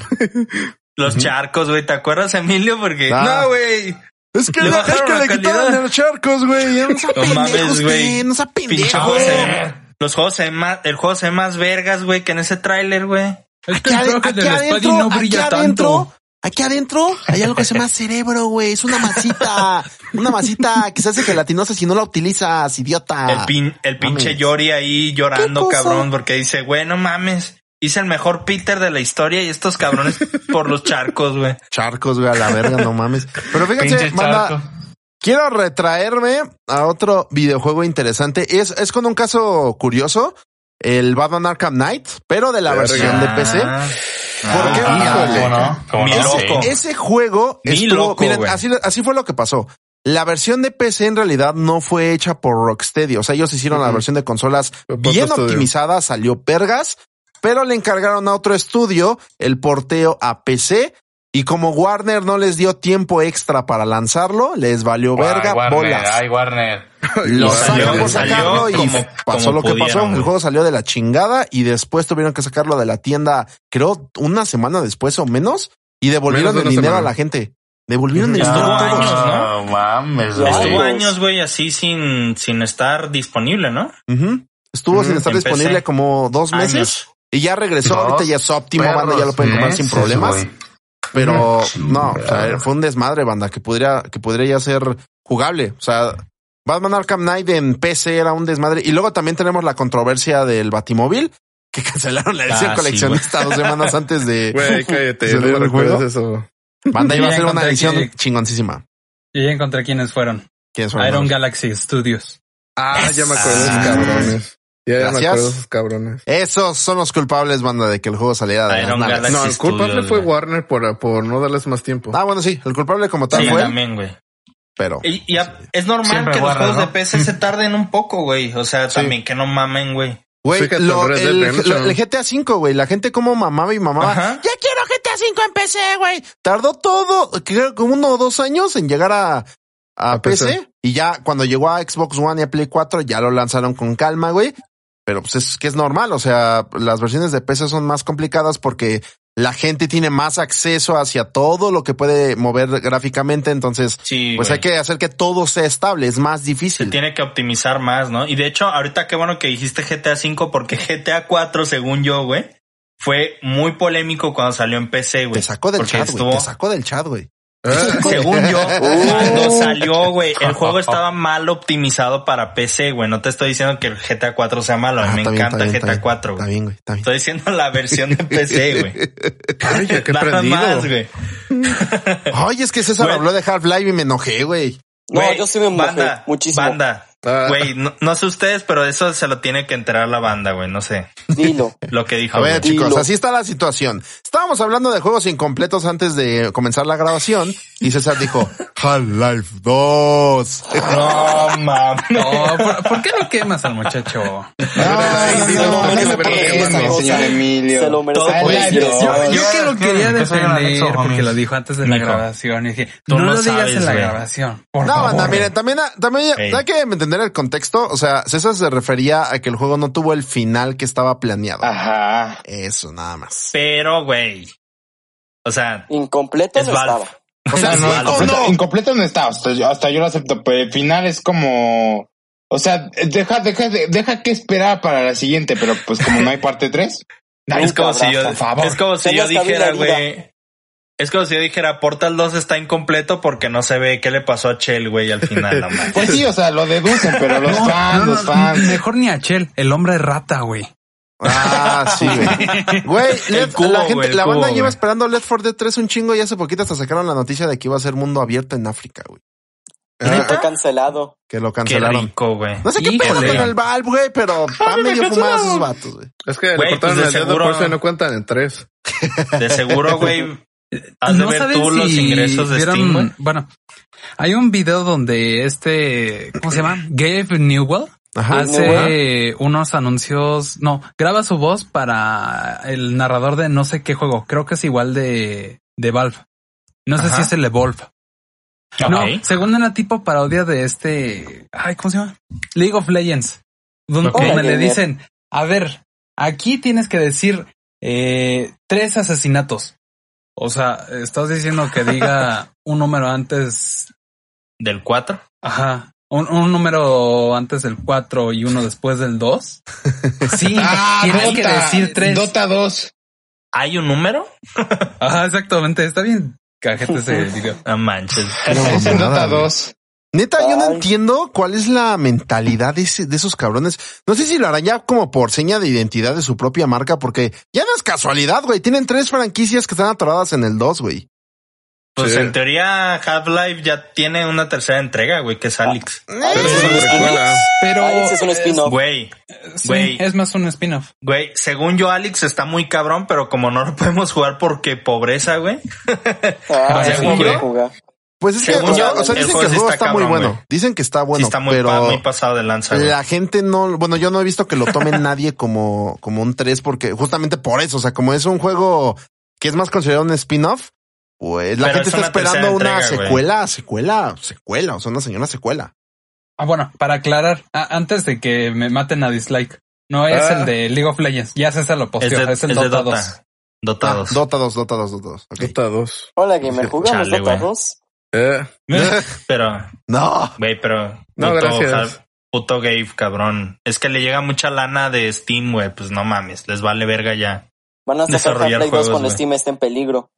[SPEAKER 4] Los charcos, güey. ¿Te acuerdas, Emilio? Porque.
[SPEAKER 1] Ah.
[SPEAKER 4] No, güey.
[SPEAKER 1] Es que
[SPEAKER 4] Le
[SPEAKER 1] la
[SPEAKER 4] bajaron
[SPEAKER 1] que
[SPEAKER 4] la
[SPEAKER 1] le quitaron
[SPEAKER 4] calidad.
[SPEAKER 1] de los charcos, güey. Ya No sea
[SPEAKER 4] No
[SPEAKER 1] pendejo
[SPEAKER 4] mames,
[SPEAKER 1] usted,
[SPEAKER 4] güey.
[SPEAKER 1] No sea
[SPEAKER 4] Pinche
[SPEAKER 1] pendejo.
[SPEAKER 4] juego se ve- Los juegos se ven más, el juego se ve más vergas, güey, que en ese tráiler, güey.
[SPEAKER 2] Es que
[SPEAKER 1] Aquí,
[SPEAKER 2] el
[SPEAKER 1] ade-
[SPEAKER 2] traje
[SPEAKER 1] aquí
[SPEAKER 2] del Spidey
[SPEAKER 1] adentro,
[SPEAKER 2] no
[SPEAKER 1] aquí
[SPEAKER 2] brilla
[SPEAKER 1] adentro,
[SPEAKER 2] tanto.
[SPEAKER 1] aquí adentro hay algo que se llama cerebro, güey. Es una masita, una masita que se hace gelatinosa si no la utilizas, idiota.
[SPEAKER 4] el, pin, el pinche
[SPEAKER 1] mames.
[SPEAKER 4] Yori ahí llorando,
[SPEAKER 1] ¿Qué cosa?
[SPEAKER 4] cabrón, porque dice, güey, no mames. Hice el mejor Peter de la historia y estos cabrones por los charcos,
[SPEAKER 1] (laughs)
[SPEAKER 4] güey.
[SPEAKER 1] Charcos, güey, a la verga, no mames. Pero fíjense,
[SPEAKER 6] Pinche
[SPEAKER 1] manda,
[SPEAKER 6] charco.
[SPEAKER 1] Quiero retraerme a otro videojuego interesante. Es, es con un caso curioso, el Batman Arkham Knight, pero de la
[SPEAKER 5] Verga.
[SPEAKER 1] versión de PC.
[SPEAKER 4] Ah,
[SPEAKER 1] ¿Por qué?
[SPEAKER 6] Ah,
[SPEAKER 1] Híjole.
[SPEAKER 6] ¿Cómo no? ¿Cómo
[SPEAKER 4] Mi
[SPEAKER 6] no?
[SPEAKER 4] loco.
[SPEAKER 6] Sí.
[SPEAKER 1] Ese juego
[SPEAKER 4] Ni
[SPEAKER 1] estuvo-
[SPEAKER 4] loco,
[SPEAKER 1] miren,
[SPEAKER 4] güey.
[SPEAKER 1] así, así fue lo que pasó. La versión de PC en realidad no fue hecha por Rocksteady. O sea, ellos hicieron la
[SPEAKER 5] Ujú.
[SPEAKER 1] versión de consolas (laughs)
[SPEAKER 5] Por
[SPEAKER 1] bien
[SPEAKER 5] otro estudio.
[SPEAKER 1] optimizada, salió pergas, pero le encargaron a otro estudio el porteo a PC. Y como Warner no les dio tiempo extra para lanzarlo, les valió
[SPEAKER 6] Ay,
[SPEAKER 1] verga
[SPEAKER 6] Warner,
[SPEAKER 1] bolas.
[SPEAKER 6] Ay, Warner.
[SPEAKER 1] Lo
[SPEAKER 5] Ay,
[SPEAKER 4] salió,
[SPEAKER 1] sacaron por
[SPEAKER 4] salió
[SPEAKER 1] sacarlo y
[SPEAKER 4] como-
[SPEAKER 1] pasó
[SPEAKER 4] como
[SPEAKER 1] lo que pasó.
[SPEAKER 4] pudieron,
[SPEAKER 1] El
[SPEAKER 4] güey.
[SPEAKER 1] juego salió de la chingada y después tuvieron que sacarlo de la tienda, creo, una semana después o menos, y devolvieron
[SPEAKER 5] Menos de
[SPEAKER 1] el
[SPEAKER 5] una
[SPEAKER 1] dinero
[SPEAKER 5] semana.
[SPEAKER 1] a la gente. Devolvieron el
[SPEAKER 4] Estuvo
[SPEAKER 1] dinero a
[SPEAKER 4] Ah, años,
[SPEAKER 1] todos.
[SPEAKER 4] ¿no?
[SPEAKER 6] No mames,
[SPEAKER 3] Ay,
[SPEAKER 4] Estuvo
[SPEAKER 6] güey.
[SPEAKER 3] güey.
[SPEAKER 4] años, güey, así sin, sin estar disponible, ¿no?
[SPEAKER 1] Ujú. Estuvo sin estar
[SPEAKER 4] en PC.
[SPEAKER 1] disponible como dos meses
[SPEAKER 4] Años.
[SPEAKER 1] y ya regresó.
[SPEAKER 6] Dos
[SPEAKER 1] Ahorita ya es óptimo, banda, ya lo pueden comprar sin
[SPEAKER 6] meses,
[SPEAKER 1] problemas.
[SPEAKER 6] güey.
[SPEAKER 1] Pero no,
[SPEAKER 6] Chingada.
[SPEAKER 1] o sea, fue un desmadre, banda, que podría, que podría ya ser jugable. O sea, Batman Arkham Knight en PC era un desmadre. Y luego también tenemos la controversia del Batimóvil, (laughs) que cancelaron la edición
[SPEAKER 4] Ah, sí,
[SPEAKER 1] coleccionista dos semanas antes de
[SPEAKER 5] Güey,
[SPEAKER 1] ¿Se
[SPEAKER 5] cállate,
[SPEAKER 1] lo
[SPEAKER 5] no recuerdas
[SPEAKER 1] recuerdo?
[SPEAKER 5] eso.
[SPEAKER 1] banda iba a
[SPEAKER 2] Ya
[SPEAKER 1] ser una
[SPEAKER 2] encontré
[SPEAKER 1] edición
[SPEAKER 2] aquí.
[SPEAKER 1] chingoncísima.
[SPEAKER 2] Y ya encontré quiénes fueron.
[SPEAKER 1] ¿Quiénes fueron?
[SPEAKER 2] Iron Galaxy Studios.
[SPEAKER 5] Ah, ya me acuerdo de esos
[SPEAKER 1] Ah.
[SPEAKER 5] cabrones. Ya, ya me
[SPEAKER 1] Gracias.
[SPEAKER 5] acuerdo de esos cabrones.
[SPEAKER 1] Esos son los culpables, banda, de que el juego saliera de las
[SPEAKER 4] Iron
[SPEAKER 1] nalgas.
[SPEAKER 4] Galaxy
[SPEAKER 5] No, el culpable
[SPEAKER 4] Studios,
[SPEAKER 5] fue
[SPEAKER 4] güey.
[SPEAKER 5] Warner por, por no darles más tiempo.
[SPEAKER 1] Ah, bueno, sí, el culpable como tal
[SPEAKER 4] Sí,
[SPEAKER 1] fue,
[SPEAKER 4] también, güey.
[SPEAKER 1] pero
[SPEAKER 4] Y, y a- es normal
[SPEAKER 6] Siempre
[SPEAKER 4] que los
[SPEAKER 6] guarda,
[SPEAKER 4] juegos de
[SPEAKER 6] ¿no?
[SPEAKER 4] PC se tarden un poco, güey. O sea,
[SPEAKER 1] Sí.
[SPEAKER 4] también que no mamen, güey.
[SPEAKER 1] Güey,
[SPEAKER 5] Fíjate,
[SPEAKER 1] lo-
[SPEAKER 5] Red Dead
[SPEAKER 1] el,
[SPEAKER 5] Redemption.
[SPEAKER 1] lo- el GTA V, güey, la gente como mamaba y mamaba.
[SPEAKER 4] Ajá.
[SPEAKER 1] Ah, Ya quiero GTA V en PC, güey. Tardó todo, creo que uno o dos años en llegar a, a,
[SPEAKER 5] A
[SPEAKER 1] PC.
[SPEAKER 5] PC.
[SPEAKER 1] Y ya cuando llegó a Xbox One y a Play 4, ya lo lanzaron con calma, güey. Pero pues es que es normal, o sea, las versiones de PC son más complicadas porque la gente tiene más acceso hacia todo lo que puede mover gráficamente, entonces
[SPEAKER 4] Sí,
[SPEAKER 1] pues
[SPEAKER 4] güey.
[SPEAKER 1] hay que hacer que todo sea estable, es más
[SPEAKER 4] se
[SPEAKER 1] difícil.
[SPEAKER 4] tiene que optimizar más, ¿no? Y de hecho, ahorita qué bueno que dijiste GTA 5 porque GTA 4, según yo, güey, fue muy polémico cuando salió en PC, güey.
[SPEAKER 1] Te sacó del
[SPEAKER 4] Porque
[SPEAKER 1] chat, güey.
[SPEAKER 4] estuvo-
[SPEAKER 1] Te sacó del chat, Uh. güey.
[SPEAKER 4] (laughs) Según yo, cuando salió, güey, el
[SPEAKER 1] (laughs)
[SPEAKER 4] juego estaba mal optimizado para PC, güey. No te estoy diciendo que el GTA 4 sea malo. A mí
[SPEAKER 1] Ah,
[SPEAKER 4] me
[SPEAKER 1] está bien,
[SPEAKER 4] encanta
[SPEAKER 1] está bien, está
[SPEAKER 4] GTA
[SPEAKER 1] bien.
[SPEAKER 4] 4,
[SPEAKER 1] Está
[SPEAKER 4] güey.
[SPEAKER 1] bien, güey, está
[SPEAKER 4] (laughs)
[SPEAKER 1] bien.
[SPEAKER 4] Estoy diciendo la versión de
[SPEAKER 1] (laughs)
[SPEAKER 4] PC, güey.
[SPEAKER 5] Ay, ya que
[SPEAKER 4] Nada
[SPEAKER 5] prendido.
[SPEAKER 4] más, güey.
[SPEAKER 1] Ay, es que César
[SPEAKER 4] Güey.
[SPEAKER 1] habló de Half-Life y me enojé, güey.
[SPEAKER 3] No,
[SPEAKER 4] Güey,
[SPEAKER 3] yo sí me mojé
[SPEAKER 4] banda,
[SPEAKER 3] muchísimo.
[SPEAKER 4] Banda.
[SPEAKER 5] Ah.
[SPEAKER 4] Güey, no, no sé ustedes, pero eso se lo tiene que enterar la banda, güey. No sé
[SPEAKER 5] (laughs)
[SPEAKER 3] Dilo.
[SPEAKER 4] lo que dijo.
[SPEAKER 1] A ver,
[SPEAKER 4] güey.
[SPEAKER 3] Dilo.
[SPEAKER 1] chicos, así está la situación. Estábamos hablando de juegos incompletos antes de comenzar la grabación y César dijo Half-Life 2.
[SPEAKER 4] No, mames.
[SPEAKER 2] No, Oh, ¿por, por qué lo quemas al muchacho?
[SPEAKER 3] Se lo merece por
[SPEAKER 7] pero
[SPEAKER 3] esa
[SPEAKER 7] mames,
[SPEAKER 3] cosa.
[SPEAKER 7] señor Emilio.
[SPEAKER 3] Se lo merece
[SPEAKER 7] Todo
[SPEAKER 3] por
[SPEAKER 7] bien,
[SPEAKER 3] decir
[SPEAKER 7] yo-
[SPEAKER 3] eso.
[SPEAKER 2] Yo que lo quería
[SPEAKER 6] que soy un
[SPEAKER 2] defender
[SPEAKER 6] anexo,
[SPEAKER 2] porque
[SPEAKER 6] homies.
[SPEAKER 2] lo dijo antes de la
[SPEAKER 6] Nico.
[SPEAKER 2] grabación. Y dije,
[SPEAKER 4] Tú
[SPEAKER 2] no,
[SPEAKER 4] no
[SPEAKER 2] lo digas
[SPEAKER 4] sabes,
[SPEAKER 2] en la
[SPEAKER 4] güey.
[SPEAKER 2] grabación. Por
[SPEAKER 1] No,
[SPEAKER 2] favor.
[SPEAKER 1] banda, miren, también, también
[SPEAKER 4] Ey.
[SPEAKER 1] hay que entender el contexto. O sea, César se refería a que el juego no tuvo el final que estaba planeado.
[SPEAKER 4] Ah.
[SPEAKER 7] Ajá.
[SPEAKER 1] Eso, nada más.
[SPEAKER 4] Pero, güey. O sea,
[SPEAKER 3] Incompleto
[SPEAKER 4] Es
[SPEAKER 3] no
[SPEAKER 4] Valve.
[SPEAKER 3] estaba.
[SPEAKER 1] O sea,
[SPEAKER 4] (laughs) Es
[SPEAKER 1] sí
[SPEAKER 4] malo.
[SPEAKER 1] o no.
[SPEAKER 7] Incompleto Pues, no está, hasta yo, hasta yo lo acepto, pero el final es como... O sea, deja, deja, deja que esperar para la siguiente, pero pues como no hay parte 3...
[SPEAKER 4] es como si yo,
[SPEAKER 3] por favor.
[SPEAKER 4] es como si
[SPEAKER 3] Tengas
[SPEAKER 4] yo
[SPEAKER 3] cabida
[SPEAKER 4] dijera,
[SPEAKER 3] herida.
[SPEAKER 4] güey. Es como si yo dijera, Portal 2 está incompleto porque no se ve qué le pasó a Chell, güey, al final. no (laughs) mames.
[SPEAKER 7] Pues sí, o sea, lo deducen, pero los
[SPEAKER 2] (laughs) No,
[SPEAKER 7] fans,
[SPEAKER 2] no, no,
[SPEAKER 7] los fans...
[SPEAKER 2] Mejor ni a Chel, el hombre rata, güey.
[SPEAKER 1] Ah, sí, güey.
[SPEAKER 4] (laughs)
[SPEAKER 1] Güey, Left-
[SPEAKER 4] cubo,
[SPEAKER 1] la, gente,
[SPEAKER 4] güey, el
[SPEAKER 1] la
[SPEAKER 4] cubo,
[SPEAKER 1] banda lleva
[SPEAKER 4] güey.
[SPEAKER 1] esperando Left 4 Dead 3 un chingo y hace poquito hasta sacaron la noticia de que iba a ser mundo abierto en África, güey.
[SPEAKER 3] Y Fue cancelado.
[SPEAKER 1] Que lo
[SPEAKER 4] Qué
[SPEAKER 1] cancelaron.
[SPEAKER 4] rico, (laughs) güey.
[SPEAKER 1] No sé qué pedo
[SPEAKER 4] Híjole.
[SPEAKER 1] con el Valve, güey, pero están medio fumados esos vatos, güey.
[SPEAKER 5] Es que
[SPEAKER 4] Güey,
[SPEAKER 5] le cortaron
[SPEAKER 4] pues de
[SPEAKER 5] el dedo,
[SPEAKER 4] seguro-
[SPEAKER 5] por eso no cuentan en tres.
[SPEAKER 4] De seguro, güey. Has de
[SPEAKER 2] No
[SPEAKER 4] ver
[SPEAKER 2] saben
[SPEAKER 4] tú los
[SPEAKER 2] si
[SPEAKER 4] ingresos de
[SPEAKER 2] vieron-
[SPEAKER 4] Steam, güey.
[SPEAKER 2] Bueno, hay un video donde este, ¿cómo se llama? Gabe Newell
[SPEAKER 1] Ajá.
[SPEAKER 2] hace unos anuncios, no, graba su voz para el narrador de no sé qué juego, creo que es igual de, de Valve. No sé
[SPEAKER 4] Ajá.
[SPEAKER 2] si es el Evolve.
[SPEAKER 4] Ok.
[SPEAKER 2] No, según una tipo parodia de este, ay, ¿cómo se llama? League of Legends. Donde
[SPEAKER 4] Ok.
[SPEAKER 2] donde le
[SPEAKER 3] Órale.
[SPEAKER 2] dicen, a ver, aquí tienes que decir eh, tres asesinatos. O sea, estás diciendo
[SPEAKER 4] (laughs)
[SPEAKER 2] que diga un número antes,
[SPEAKER 4] Del 4.
[SPEAKER 2] ajá, un, un número antes del 4 y uno después del (laughs) 2. Sí, tienes que decir tres.
[SPEAKER 7] Dota 2.
[SPEAKER 4] ¿Hay un número?
[SPEAKER 2] Ajá, exactamente, está bien. Cajete ese video.
[SPEAKER 4] No manches. (laughs)
[SPEAKER 7] Es el Dota 2.
[SPEAKER 1] Neta, yo no
[SPEAKER 3] Ay.
[SPEAKER 1] entiendo cuál es la mentalidad de, ese- de esos cabrones. No sé si lo harán ya como por seña de identidad de su propia marca, porque ya no es casualidad, güey. Tienen tres franquicias que están atoradas en el 2, güey.
[SPEAKER 4] Pues
[SPEAKER 5] Sí.
[SPEAKER 4] en teoría Half-Life ya tiene una tercera entrega, güey, que es Alex.
[SPEAKER 5] Pero es una precuela.
[SPEAKER 2] (laughs) Pero
[SPEAKER 3] Alex es un spin-off.
[SPEAKER 4] Güey,
[SPEAKER 2] sí,
[SPEAKER 4] güey.
[SPEAKER 2] es más un spin-off.
[SPEAKER 4] güey, según yo Alex está muy cabrón, pero como no lo (laughs) podemos jugar porque pobreza, güey.
[SPEAKER 3] Ah,
[SPEAKER 4] O sea,
[SPEAKER 3] sí,
[SPEAKER 4] ¿cómo
[SPEAKER 3] quiere
[SPEAKER 4] no?
[SPEAKER 3] jugar.
[SPEAKER 1] Pues es que,
[SPEAKER 4] Según
[SPEAKER 1] o sea,
[SPEAKER 4] yo,
[SPEAKER 1] o sea,
[SPEAKER 4] el
[SPEAKER 1] dicen
[SPEAKER 4] juego
[SPEAKER 1] que el
[SPEAKER 4] sí
[SPEAKER 1] juego
[SPEAKER 4] está
[SPEAKER 1] está muy
[SPEAKER 4] cabrón,
[SPEAKER 1] bueno.
[SPEAKER 4] güey.
[SPEAKER 1] Dicen que está bueno,
[SPEAKER 4] sí está muy,
[SPEAKER 1] pero
[SPEAKER 4] pa- muy pasado de lanza, güey.
[SPEAKER 1] la gente no, bueno, yo no he visto que lo
[SPEAKER 4] (laughs)
[SPEAKER 1] tome nadie como, como un 3 porque justamente por eso, o sea, como es un juego que es más considerado un spin-off, pues la
[SPEAKER 4] Pero
[SPEAKER 1] gente
[SPEAKER 4] es
[SPEAKER 1] está
[SPEAKER 4] una tercera
[SPEAKER 1] esperando una
[SPEAKER 4] entrega, güey.
[SPEAKER 1] secuela, secuela, secuela, o sea, una señora secuela.
[SPEAKER 2] Ah, bueno, para aclarar, a- antes de que me maten a dislike, no es
[SPEAKER 5] Ah.
[SPEAKER 2] el de League of Legends, ya César lo
[SPEAKER 4] es
[SPEAKER 2] posteó, es,
[SPEAKER 4] de,
[SPEAKER 2] el
[SPEAKER 4] es de
[SPEAKER 2] Dota
[SPEAKER 4] Dota.
[SPEAKER 2] 2.
[SPEAKER 4] Dota
[SPEAKER 1] Ah,
[SPEAKER 4] 2.
[SPEAKER 1] Dota 2, Dota 2, Dota 2. ok.
[SPEAKER 5] Dota 2.
[SPEAKER 3] Hola, gamer, jugamos
[SPEAKER 4] Chale,
[SPEAKER 3] Dota
[SPEAKER 4] güey.
[SPEAKER 3] 2.
[SPEAKER 5] Eh,
[SPEAKER 4] Pero,
[SPEAKER 1] No.
[SPEAKER 4] güey, pero
[SPEAKER 5] No, gracias.
[SPEAKER 4] Hal- puto Gabe, cabrón. Es que le llega mucha lana de Steam, güey, pues no mames, les vale verga ya.
[SPEAKER 3] Van a sacar
[SPEAKER 4] Desarrollar
[SPEAKER 3] Half-Life 2
[SPEAKER 4] juegos,
[SPEAKER 3] cuando
[SPEAKER 4] güey.
[SPEAKER 3] Steam esté en peligro.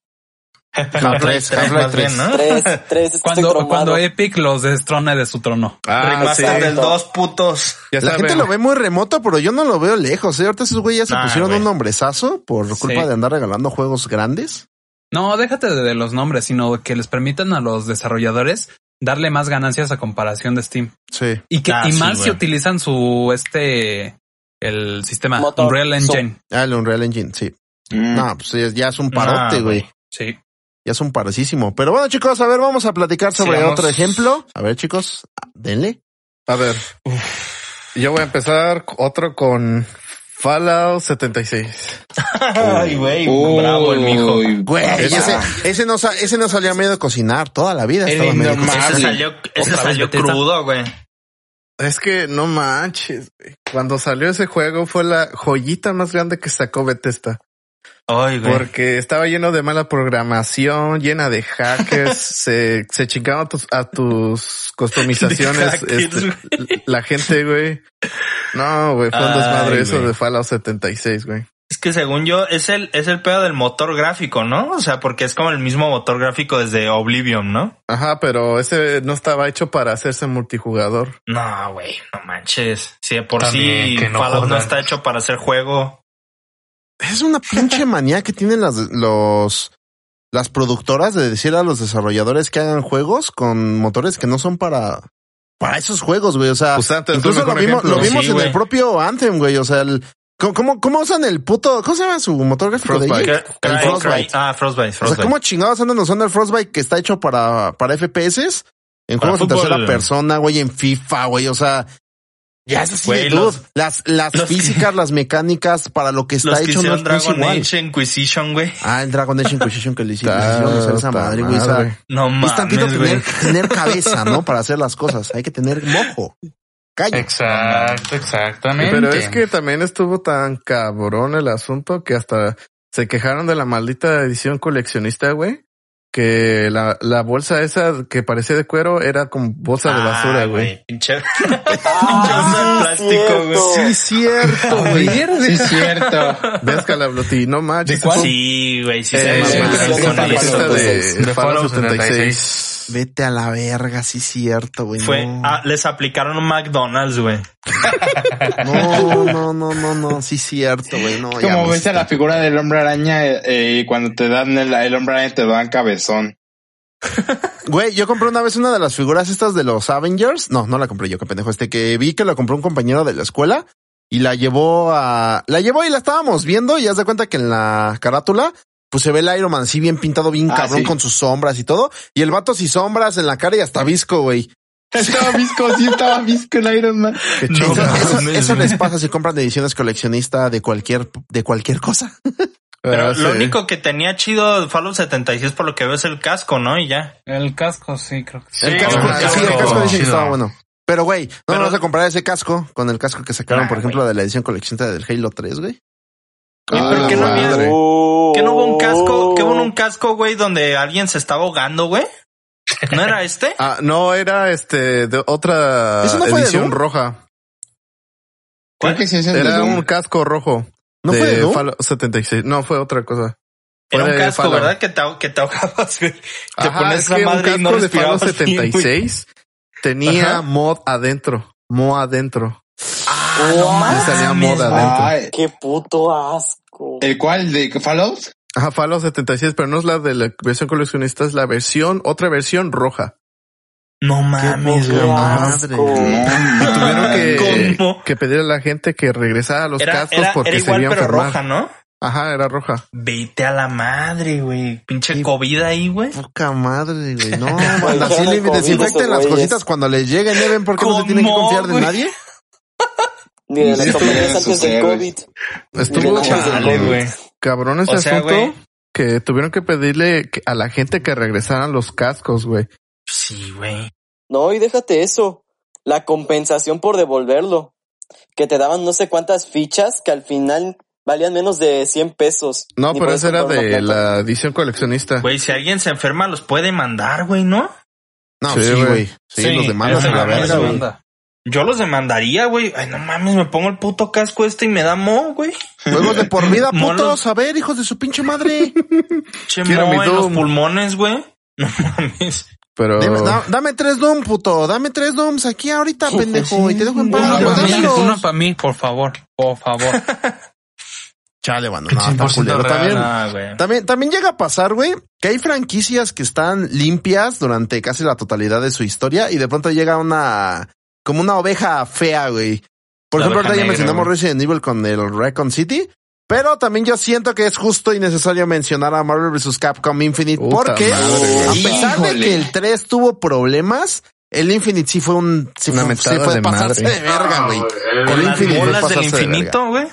[SPEAKER 1] No, tres,
[SPEAKER 4] Half-Life
[SPEAKER 1] Half-Life
[SPEAKER 4] más bien, ¿no?
[SPEAKER 3] Tres, tres, es que estoy
[SPEAKER 2] Cuando,
[SPEAKER 3] traumado.
[SPEAKER 2] cuando Epic los destrone de su trono.
[SPEAKER 5] ah, sí.
[SPEAKER 4] Remaster del
[SPEAKER 3] Exacto.
[SPEAKER 4] 2, putos.
[SPEAKER 5] Ya
[SPEAKER 1] La gente
[SPEAKER 5] saben.
[SPEAKER 1] lo ve muy remoto, pero yo no lo veo lejos. ¿eh? Ahorita esos güeyes ya se
[SPEAKER 4] Nah,
[SPEAKER 1] pusieron
[SPEAKER 4] güey.
[SPEAKER 1] un nombrezazo por culpa
[SPEAKER 2] Sí.
[SPEAKER 1] de andar regalando juegos grandes.
[SPEAKER 2] No, déjate de los nombres, sino que les permitan a los desarrolladores darle más ganancias a comparación de Steam.
[SPEAKER 1] Sí.
[SPEAKER 2] Y que
[SPEAKER 4] Ah,
[SPEAKER 2] y
[SPEAKER 4] sí,
[SPEAKER 2] más si
[SPEAKER 4] güey.
[SPEAKER 2] utilizan su este el sistema
[SPEAKER 3] Motor.
[SPEAKER 2] Unreal Engine.
[SPEAKER 1] Ah, el Unreal Engine, sí.
[SPEAKER 4] Mm.
[SPEAKER 1] No, pues ya- ya es un parote,
[SPEAKER 4] Nah,
[SPEAKER 1] güey.
[SPEAKER 2] Sí.
[SPEAKER 1] Ya es un parosísimo. Pero bueno, chicos, a ver, vamos a platicar sobre
[SPEAKER 4] Sigamos.
[SPEAKER 1] otro ejemplo. A ver, chicos, denle.
[SPEAKER 5] A ver. Yo voy a empezar otro con Fallout 76.
[SPEAKER 4] Ay, güey, bravo el mijo.
[SPEAKER 7] Uy,
[SPEAKER 1] Güey,
[SPEAKER 7] esa-
[SPEAKER 1] ese,
[SPEAKER 4] (laughs)
[SPEAKER 1] ese no, sa- ese no salía medio de cocinar. Toda la vida
[SPEAKER 7] El
[SPEAKER 1] estaba medio de
[SPEAKER 7] indomable.
[SPEAKER 1] cocinar.
[SPEAKER 7] Madre.
[SPEAKER 4] Ese salió, ese
[SPEAKER 2] vez
[SPEAKER 4] salió
[SPEAKER 2] Bethesda.
[SPEAKER 4] crudo, güey.
[SPEAKER 5] Es que no manches. güey. Cuando salió ese juego fue la joyita más grande que sacó Bethesda.
[SPEAKER 4] Ay, güey.
[SPEAKER 5] Porque estaba lleno de mala programación, llena de
[SPEAKER 1] (laughs)
[SPEAKER 5] hackers, se, se chingaban a tus, a tus
[SPEAKER 4] De
[SPEAKER 5] customizaciones,
[SPEAKER 4] hackers,
[SPEAKER 5] este, la gente, güey. No, güey, fue un
[SPEAKER 4] Ay,
[SPEAKER 5] desmadre eso
[SPEAKER 4] güey.
[SPEAKER 5] de Fallout 76, güey.
[SPEAKER 4] Es que según yo, es el, es el pedo del motor gráfico, ¿no? O sea, porque es como el mismo motor gráfico desde Oblivion, ¿no?
[SPEAKER 5] Ajá, pero ese no estaba hecho para hacerse multijugador.
[SPEAKER 4] No, güey, no manches. Si de por
[SPEAKER 6] También,
[SPEAKER 4] sí
[SPEAKER 6] que no
[SPEAKER 4] Fallout no
[SPEAKER 6] jodan.
[SPEAKER 4] está hecho para hacer juego.
[SPEAKER 1] Es una
[SPEAKER 4] (laughs)
[SPEAKER 1] pinche manía que tienen las, los, las productoras de decir a los desarrolladores que hagan juegos con motores que no son para, para esos juegos, güey. O sea,
[SPEAKER 5] Pues Anthem es un
[SPEAKER 1] incluso lo
[SPEAKER 5] mejor
[SPEAKER 1] vimos,
[SPEAKER 5] ejemplo.
[SPEAKER 1] lo vimos
[SPEAKER 4] Sí,
[SPEAKER 1] en
[SPEAKER 4] güey.
[SPEAKER 1] el propio Anthem, güey. O sea, el, ¿cómo- ¿cómo, cómo usan el puto, cómo se llama su motor gráfico de
[SPEAKER 5] Frostbite.
[SPEAKER 1] Jake?
[SPEAKER 4] Cry- Cry-
[SPEAKER 1] Frostbite.
[SPEAKER 4] Ah, Frostbite,
[SPEAKER 1] O sea,
[SPEAKER 4] Frostbite.
[SPEAKER 1] ¿cómo chingados andan usando el Frostbite que está hecho para, para FPS? En
[SPEAKER 4] Para
[SPEAKER 1] juegos en
[SPEAKER 4] fútbol.
[SPEAKER 1] tercera persona, güey, en FIFA, güey, o sea. Ya es así, de,
[SPEAKER 4] Güey,
[SPEAKER 1] dude,
[SPEAKER 4] los-
[SPEAKER 1] las, las
[SPEAKER 4] los que-
[SPEAKER 1] físicas, las mecánicas para lo que
[SPEAKER 4] Los
[SPEAKER 1] está
[SPEAKER 4] que
[SPEAKER 1] hecho no es
[SPEAKER 4] hicieron
[SPEAKER 1] no es
[SPEAKER 4] Dragon
[SPEAKER 1] igual.
[SPEAKER 4] Age Inquisition, güey.
[SPEAKER 1] Ah, el Dragon Age Inquisition que le hicieron.
[SPEAKER 5] Ta-
[SPEAKER 1] hicieron hacer esa
[SPEAKER 5] ta
[SPEAKER 1] madre, güey. o sea,
[SPEAKER 5] madre.
[SPEAKER 4] No
[SPEAKER 1] es tantito
[SPEAKER 4] mames, güey.
[SPEAKER 1] tener, tener cabeza, ¿no? Para hacer las cosas. Hay que tener mojo.
[SPEAKER 6] Eh,
[SPEAKER 1] Calle.
[SPEAKER 6] Exacto, exactamente.
[SPEAKER 5] Pero es que también estuvo tan cabrón el asunto que hasta se quejaron de la maldita edición coleccionista, güey. Que la, la bolsa esa que parecía de cuero era como bolsa de basura,
[SPEAKER 4] Ah,
[SPEAKER 5] güey.
[SPEAKER 1] (laughs)
[SPEAKER 4] Pinche
[SPEAKER 3] Ah,
[SPEAKER 4] Pinche uso de plástico, güey.
[SPEAKER 3] cierto.
[SPEAKER 5] cierto,
[SPEAKER 7] Sí, es cierto.
[SPEAKER 2] (laughs)
[SPEAKER 5] Ves Calablotti, no manches.
[SPEAKER 7] ¿De cuál?
[SPEAKER 4] Sí, güey, sí
[SPEAKER 5] Eh,
[SPEAKER 4] se
[SPEAKER 5] sí,
[SPEAKER 4] mamaron
[SPEAKER 5] sí,
[SPEAKER 3] sí,
[SPEAKER 4] con
[SPEAKER 5] la
[SPEAKER 3] sí,
[SPEAKER 4] eso,
[SPEAKER 3] sí,
[SPEAKER 5] bolsa
[SPEAKER 4] güey.
[SPEAKER 5] de,
[SPEAKER 6] De
[SPEAKER 5] Fallout
[SPEAKER 6] Fallout
[SPEAKER 5] 76.
[SPEAKER 6] 76.
[SPEAKER 1] Vete a la verga, sí cierto, güey.
[SPEAKER 4] Fue,
[SPEAKER 1] no.
[SPEAKER 4] ah, les aplicaron un McDonald's, güey.
[SPEAKER 1] no, no, no, no, no, sí cierto, güey. No, ya
[SPEAKER 7] Como
[SPEAKER 1] me
[SPEAKER 7] ves a la figura del hombre araña eh, y cuando te dan el, el hombre araña te dan cabezón.
[SPEAKER 1] Güey, yo compré una vez una de las figuras estas de los Avengers. No, no la compré yo, qué pendejo. Este que vi que la compró un compañero de la escuela y la llevó a. La llevó y la estábamos viendo y haz de cuenta que en la carátula. Pues se ve el Iron Man así bien pintado, bien
[SPEAKER 7] Ah,
[SPEAKER 1] cabrón
[SPEAKER 7] sí.
[SPEAKER 1] con sus sombras y todo. Y el vato sin sombras en la cara y hasta visco, güey.
[SPEAKER 7] (laughs) Estaba visco, sí estaba visco el Iron Man.
[SPEAKER 1] Qué
[SPEAKER 4] No
[SPEAKER 1] chido. eso,
[SPEAKER 4] mames,
[SPEAKER 1] eso
[SPEAKER 4] güey.
[SPEAKER 1] les pasa si compran ediciones coleccionista de cualquier, de cualquier cosa.
[SPEAKER 4] (laughs)
[SPEAKER 5] Ah,
[SPEAKER 4] Pero lo
[SPEAKER 5] sí.
[SPEAKER 4] único que tenía chido Fallout 76 por lo que veo es el casco, ¿no? Y ya.
[SPEAKER 2] El casco, sí, creo que sí.
[SPEAKER 6] Sí,
[SPEAKER 1] el casco,
[SPEAKER 4] el
[SPEAKER 1] sí, el
[SPEAKER 4] casco
[SPEAKER 1] casco dice que
[SPEAKER 6] chido.
[SPEAKER 1] estaba bueno. Pero güey, no
[SPEAKER 4] Pero-
[SPEAKER 1] nos vas a comprar ese casco con el casco que sacaron,
[SPEAKER 4] Ah,
[SPEAKER 1] por ejemplo, de la edición coleccionista del Halo 3, güey.
[SPEAKER 4] Oye,
[SPEAKER 7] Ah,
[SPEAKER 4] pero
[SPEAKER 7] la
[SPEAKER 4] que no había-
[SPEAKER 7] madre.
[SPEAKER 4] ¿Qué no hubo un casco? ¿Qué hubo
[SPEAKER 5] Oh.
[SPEAKER 4] un casco, güey, donde alguien se estaba ahogando, güey? ¿No
[SPEAKER 5] (laughs)
[SPEAKER 4] era este?
[SPEAKER 5] Ah, no, era este de otra
[SPEAKER 1] ¿Eso no fue de
[SPEAKER 5] edición
[SPEAKER 1] Doom?
[SPEAKER 5] roja.
[SPEAKER 7] Creo que sí es el de
[SPEAKER 5] Era
[SPEAKER 7] Doom.
[SPEAKER 5] un casco rojo.
[SPEAKER 1] ¿No fue de Doom?
[SPEAKER 5] Fallout 76. No, fue otra cosa.
[SPEAKER 4] Era un
[SPEAKER 5] fue de
[SPEAKER 4] casco,
[SPEAKER 5] Fallout.
[SPEAKER 4] ¿verdad? Que te, que te ahogabas, güey. Te
[SPEAKER 5] Ajá,
[SPEAKER 4] pones
[SPEAKER 5] es
[SPEAKER 4] la
[SPEAKER 5] que
[SPEAKER 4] madre y
[SPEAKER 5] un
[SPEAKER 4] no
[SPEAKER 5] casco de Fallout
[SPEAKER 4] respirabas bien, güey.
[SPEAKER 5] 76 tenía
[SPEAKER 4] Ajá.
[SPEAKER 5] mod adentro. Mo adentro.
[SPEAKER 4] Ah, no
[SPEAKER 5] Le salía
[SPEAKER 4] mames,
[SPEAKER 5] mod
[SPEAKER 4] güey.
[SPEAKER 5] adentro.
[SPEAKER 7] Ay,
[SPEAKER 3] Qué puto asco.
[SPEAKER 7] Ah, ¿El cual? ¿De Fallout?
[SPEAKER 5] Ajá, Fallout 76, pero no es la de la versión coleccionista, es la versión, otra versión roja.
[SPEAKER 4] No mames,
[SPEAKER 3] Qué
[SPEAKER 4] güey.
[SPEAKER 3] asco.
[SPEAKER 5] Y
[SPEAKER 1] Ah,
[SPEAKER 5] tuvieron que,
[SPEAKER 4] ¿Cómo?
[SPEAKER 5] que pedir a la gente que regresara a los
[SPEAKER 4] Era,
[SPEAKER 5] cascos
[SPEAKER 4] era,
[SPEAKER 5] porque
[SPEAKER 4] era
[SPEAKER 5] se
[SPEAKER 4] igual,
[SPEAKER 5] iba a
[SPEAKER 4] pero
[SPEAKER 5] enfermar.
[SPEAKER 4] roja, ¿no?
[SPEAKER 5] Ajá, era roja.
[SPEAKER 4] Vete a la madre, güey. Pinche
[SPEAKER 1] Sí.
[SPEAKER 4] COVID ahí, güey.
[SPEAKER 1] Poca madre, güey. No, man, así
[SPEAKER 3] Oigan,
[SPEAKER 1] le-
[SPEAKER 3] COVID,
[SPEAKER 1] desinfecten
[SPEAKER 3] esos
[SPEAKER 1] las
[SPEAKER 3] güeyes.
[SPEAKER 1] cositas cuando les lleguen, ¿eh? ¿Ven por qué no se tienen que
[SPEAKER 4] ¿Cómo,
[SPEAKER 1] confiar de
[SPEAKER 4] güey?
[SPEAKER 1] nadie?
[SPEAKER 3] Ni de las
[SPEAKER 7] Sí,
[SPEAKER 3] compañías antes
[SPEAKER 7] sí,
[SPEAKER 3] del
[SPEAKER 7] güey.
[SPEAKER 3] COVID.
[SPEAKER 5] Estuvo
[SPEAKER 3] Ni de antes del
[SPEAKER 5] chale,
[SPEAKER 3] COVID.
[SPEAKER 4] güey.
[SPEAKER 5] cabrón ese
[SPEAKER 4] O sea,
[SPEAKER 5] asunto
[SPEAKER 4] güey.
[SPEAKER 5] que tuvieron que pedirle que- a la gente que regresaran los cascos, güey.
[SPEAKER 4] Sí, güey.
[SPEAKER 3] No, y déjate eso. La compensación por devolverlo. Que te daban no sé cuántas fichas que al final valían menos de 100 pesos. Ni
[SPEAKER 5] No, pero
[SPEAKER 3] podías
[SPEAKER 5] esa era
[SPEAKER 3] comprar una
[SPEAKER 5] de
[SPEAKER 3] planta.
[SPEAKER 5] la edición coleccionista.
[SPEAKER 4] Güey, si alguien se enferma, los puede mandar, güey, ¿no?
[SPEAKER 1] No,
[SPEAKER 5] Sí,
[SPEAKER 1] sí,
[SPEAKER 5] güey.
[SPEAKER 1] güey. Sí,
[SPEAKER 2] Sí,
[SPEAKER 1] los demandas
[SPEAKER 4] eso
[SPEAKER 1] a la
[SPEAKER 4] no,
[SPEAKER 1] verga,
[SPEAKER 4] eso
[SPEAKER 1] güey.
[SPEAKER 2] banda.
[SPEAKER 4] Yo los demandaría, güey. Ay, no mames, me pongo el puto casco este y me da mo, güey.
[SPEAKER 1] Juegos de por vida,
[SPEAKER 4] Monos.
[SPEAKER 1] putos. A ver, hijos de su pinche madre.
[SPEAKER 4] Che
[SPEAKER 5] Quiero
[SPEAKER 4] mo
[SPEAKER 5] mi
[SPEAKER 4] en los
[SPEAKER 5] Doom.
[SPEAKER 4] pulmones, güey. No mames.
[SPEAKER 5] Pero
[SPEAKER 1] Deme, da- dame tres Doom, puto. Dame tres Dooms aquí ahorita, pendejo. Y te dejo en paz.
[SPEAKER 2] Uno
[SPEAKER 1] güey,
[SPEAKER 2] para mí,
[SPEAKER 1] dámelos.
[SPEAKER 2] uno para mí, por favor, por favor.
[SPEAKER 1] Chale, bueno, no, está
[SPEAKER 6] 100%
[SPEAKER 1] culero.
[SPEAKER 6] real,
[SPEAKER 1] También,
[SPEAKER 4] Ah, güey.
[SPEAKER 1] También, también llega a pasar, güey, que hay franquicias que están limpias durante casi la totalidad de su historia y de pronto llega una, como una oveja fea, güey. Por
[SPEAKER 4] La
[SPEAKER 1] ejemplo, ahorita
[SPEAKER 4] oveja
[SPEAKER 1] ya
[SPEAKER 4] negra,
[SPEAKER 1] mencionamos
[SPEAKER 4] güey.
[SPEAKER 1] Resident Evil con el Recon City, pero también yo siento que es justo y necesario mencionar a Marvel vs. Capcom Infinite
[SPEAKER 5] Puta
[SPEAKER 1] porque
[SPEAKER 5] madre, güey.
[SPEAKER 1] a pesar de
[SPEAKER 7] Híjole.
[SPEAKER 1] que el 3 tuvo problemas, el Infinite sí fue un, sí
[SPEAKER 5] Una
[SPEAKER 1] fue, sí
[SPEAKER 5] mentada
[SPEAKER 1] fue
[SPEAKER 5] de
[SPEAKER 1] pasarse
[SPEAKER 5] madre.
[SPEAKER 1] de verga, güey.
[SPEAKER 4] Con
[SPEAKER 1] El
[SPEAKER 4] las
[SPEAKER 1] Infinite fue
[SPEAKER 4] bolas del
[SPEAKER 1] pasarse de verga.
[SPEAKER 4] infinito, güey.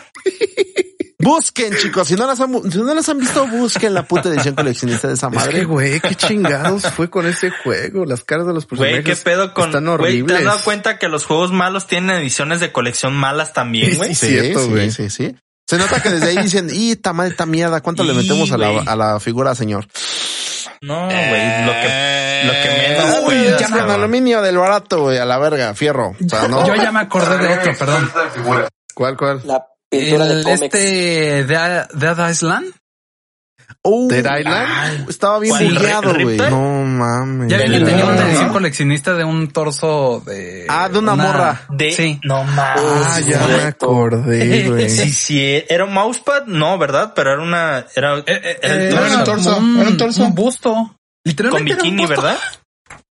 [SPEAKER 1] Busquen, chicos. Si no las han, bu- si no las han visto, busquen la puta edición coleccionista de esa
[SPEAKER 5] es que,
[SPEAKER 1] madre.
[SPEAKER 5] güey, qué chingados fue con ese juego. Las caras de los
[SPEAKER 4] Güey,
[SPEAKER 5] personajes
[SPEAKER 4] qué pedo con.
[SPEAKER 5] están
[SPEAKER 4] Güey, ¿te
[SPEAKER 5] horribles.
[SPEAKER 4] has dado cuenta que los juegos malos tienen ediciones de colección malas también, güey?
[SPEAKER 5] Sí, cierto, güey.
[SPEAKER 1] Sí, sí, sí. Se nota que desde ahí dicen, y ta madre, ta mierda, ¿cuánto le
[SPEAKER 4] Y,
[SPEAKER 1] metemos a la,
[SPEAKER 4] güey.
[SPEAKER 1] a la figura, señor?
[SPEAKER 4] No, güey. Lo que, lo que
[SPEAKER 6] Eh,
[SPEAKER 4] menos,
[SPEAKER 1] Uy,
[SPEAKER 4] güey.
[SPEAKER 1] ya con aluminio del
[SPEAKER 2] (laughs)
[SPEAKER 1] barato, güey, a la verga, fierro. O sea, no.
[SPEAKER 2] Yo ya me acordé de otro, perdón.
[SPEAKER 5] ¿Cuál, cuál?
[SPEAKER 3] La Pintura de
[SPEAKER 2] El,
[SPEAKER 3] cómics.
[SPEAKER 2] este de Dead Island.
[SPEAKER 1] Uh,
[SPEAKER 5] Dead Island.
[SPEAKER 1] ay, estaba bien
[SPEAKER 4] ¿Cuál?
[SPEAKER 1] bugueado,
[SPEAKER 4] ¿Rip-
[SPEAKER 1] güey.
[SPEAKER 4] Riptide?
[SPEAKER 5] No mames.
[SPEAKER 2] Ya vi que
[SPEAKER 7] Del-
[SPEAKER 2] tenía una
[SPEAKER 7] Ah.
[SPEAKER 2] edición coleccionista de un torso de.
[SPEAKER 1] Ah, de una morra.
[SPEAKER 4] De,
[SPEAKER 2] Sí.
[SPEAKER 4] No
[SPEAKER 5] Ah,
[SPEAKER 4] mames.
[SPEAKER 3] sí,
[SPEAKER 5] ya me
[SPEAKER 3] cierto.
[SPEAKER 5] (laughs) acordé, güey.
[SPEAKER 4] Sí, sí, era un mousepad, no, ¿verdad? Pero era una, era, era el
[SPEAKER 2] Eh,
[SPEAKER 4] torso
[SPEAKER 7] era un torso,
[SPEAKER 2] como
[SPEAKER 7] era un torso.
[SPEAKER 2] Un busto.
[SPEAKER 4] con
[SPEAKER 2] Literalmente. era un
[SPEAKER 4] bikini,
[SPEAKER 2] busto.
[SPEAKER 4] ¿verdad?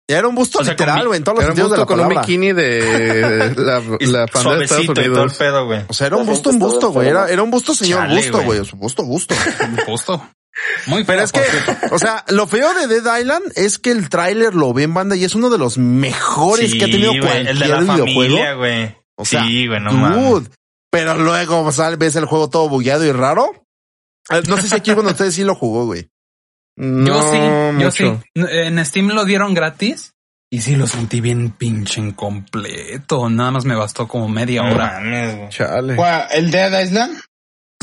[SPEAKER 1] Era un busto
[SPEAKER 4] O sea, con
[SPEAKER 1] literal,
[SPEAKER 4] bi-
[SPEAKER 1] güey, en todos los
[SPEAKER 5] Era un
[SPEAKER 1] sentidos de
[SPEAKER 5] busto
[SPEAKER 1] la
[SPEAKER 5] con un
[SPEAKER 1] palabra.
[SPEAKER 5] bikini de la, la pandera de Estados
[SPEAKER 4] Suavecito y todo el
[SPEAKER 5] Unidos.
[SPEAKER 4] pedo, güey.
[SPEAKER 1] O sea, era un
[SPEAKER 3] La
[SPEAKER 1] busto,
[SPEAKER 3] gente
[SPEAKER 1] un
[SPEAKER 3] está
[SPEAKER 1] busto, güey.
[SPEAKER 3] enferma.
[SPEAKER 1] Era, era un busto, señor
[SPEAKER 4] Chale,
[SPEAKER 1] busto,
[SPEAKER 4] güey.
[SPEAKER 1] güey. Un busto, busto.
[SPEAKER 2] (laughs) Un busto. Muy
[SPEAKER 1] Pero
[SPEAKER 2] feo,
[SPEAKER 1] es que,
[SPEAKER 2] por cierto.
[SPEAKER 1] o sea, lo feo de Dead Island es que el tráiler lo ve en banda y es uno de los mejores
[SPEAKER 4] Sí,
[SPEAKER 1] que ha tenido
[SPEAKER 4] güey,
[SPEAKER 1] cualquier
[SPEAKER 4] El de la
[SPEAKER 1] videojuego.
[SPEAKER 4] familia, güey.
[SPEAKER 1] O sea,
[SPEAKER 4] Sí, güey, no
[SPEAKER 1] dude.
[SPEAKER 4] mames.
[SPEAKER 1] Pero luego o sea, ves el juego todo bugueado y raro. Eh, No sé si aquí uno de ustedes sí lo jugó, güey.
[SPEAKER 2] Yo sí, yo
[SPEAKER 5] mucho.
[SPEAKER 2] sí. N- En Steam lo dieron gratis y sí lo sentí bien pinche incompleto. Nada más me bastó como media
[SPEAKER 4] No
[SPEAKER 2] hora.
[SPEAKER 4] mames, güey.
[SPEAKER 5] Chale.
[SPEAKER 7] Guau, ¿El Dead Island?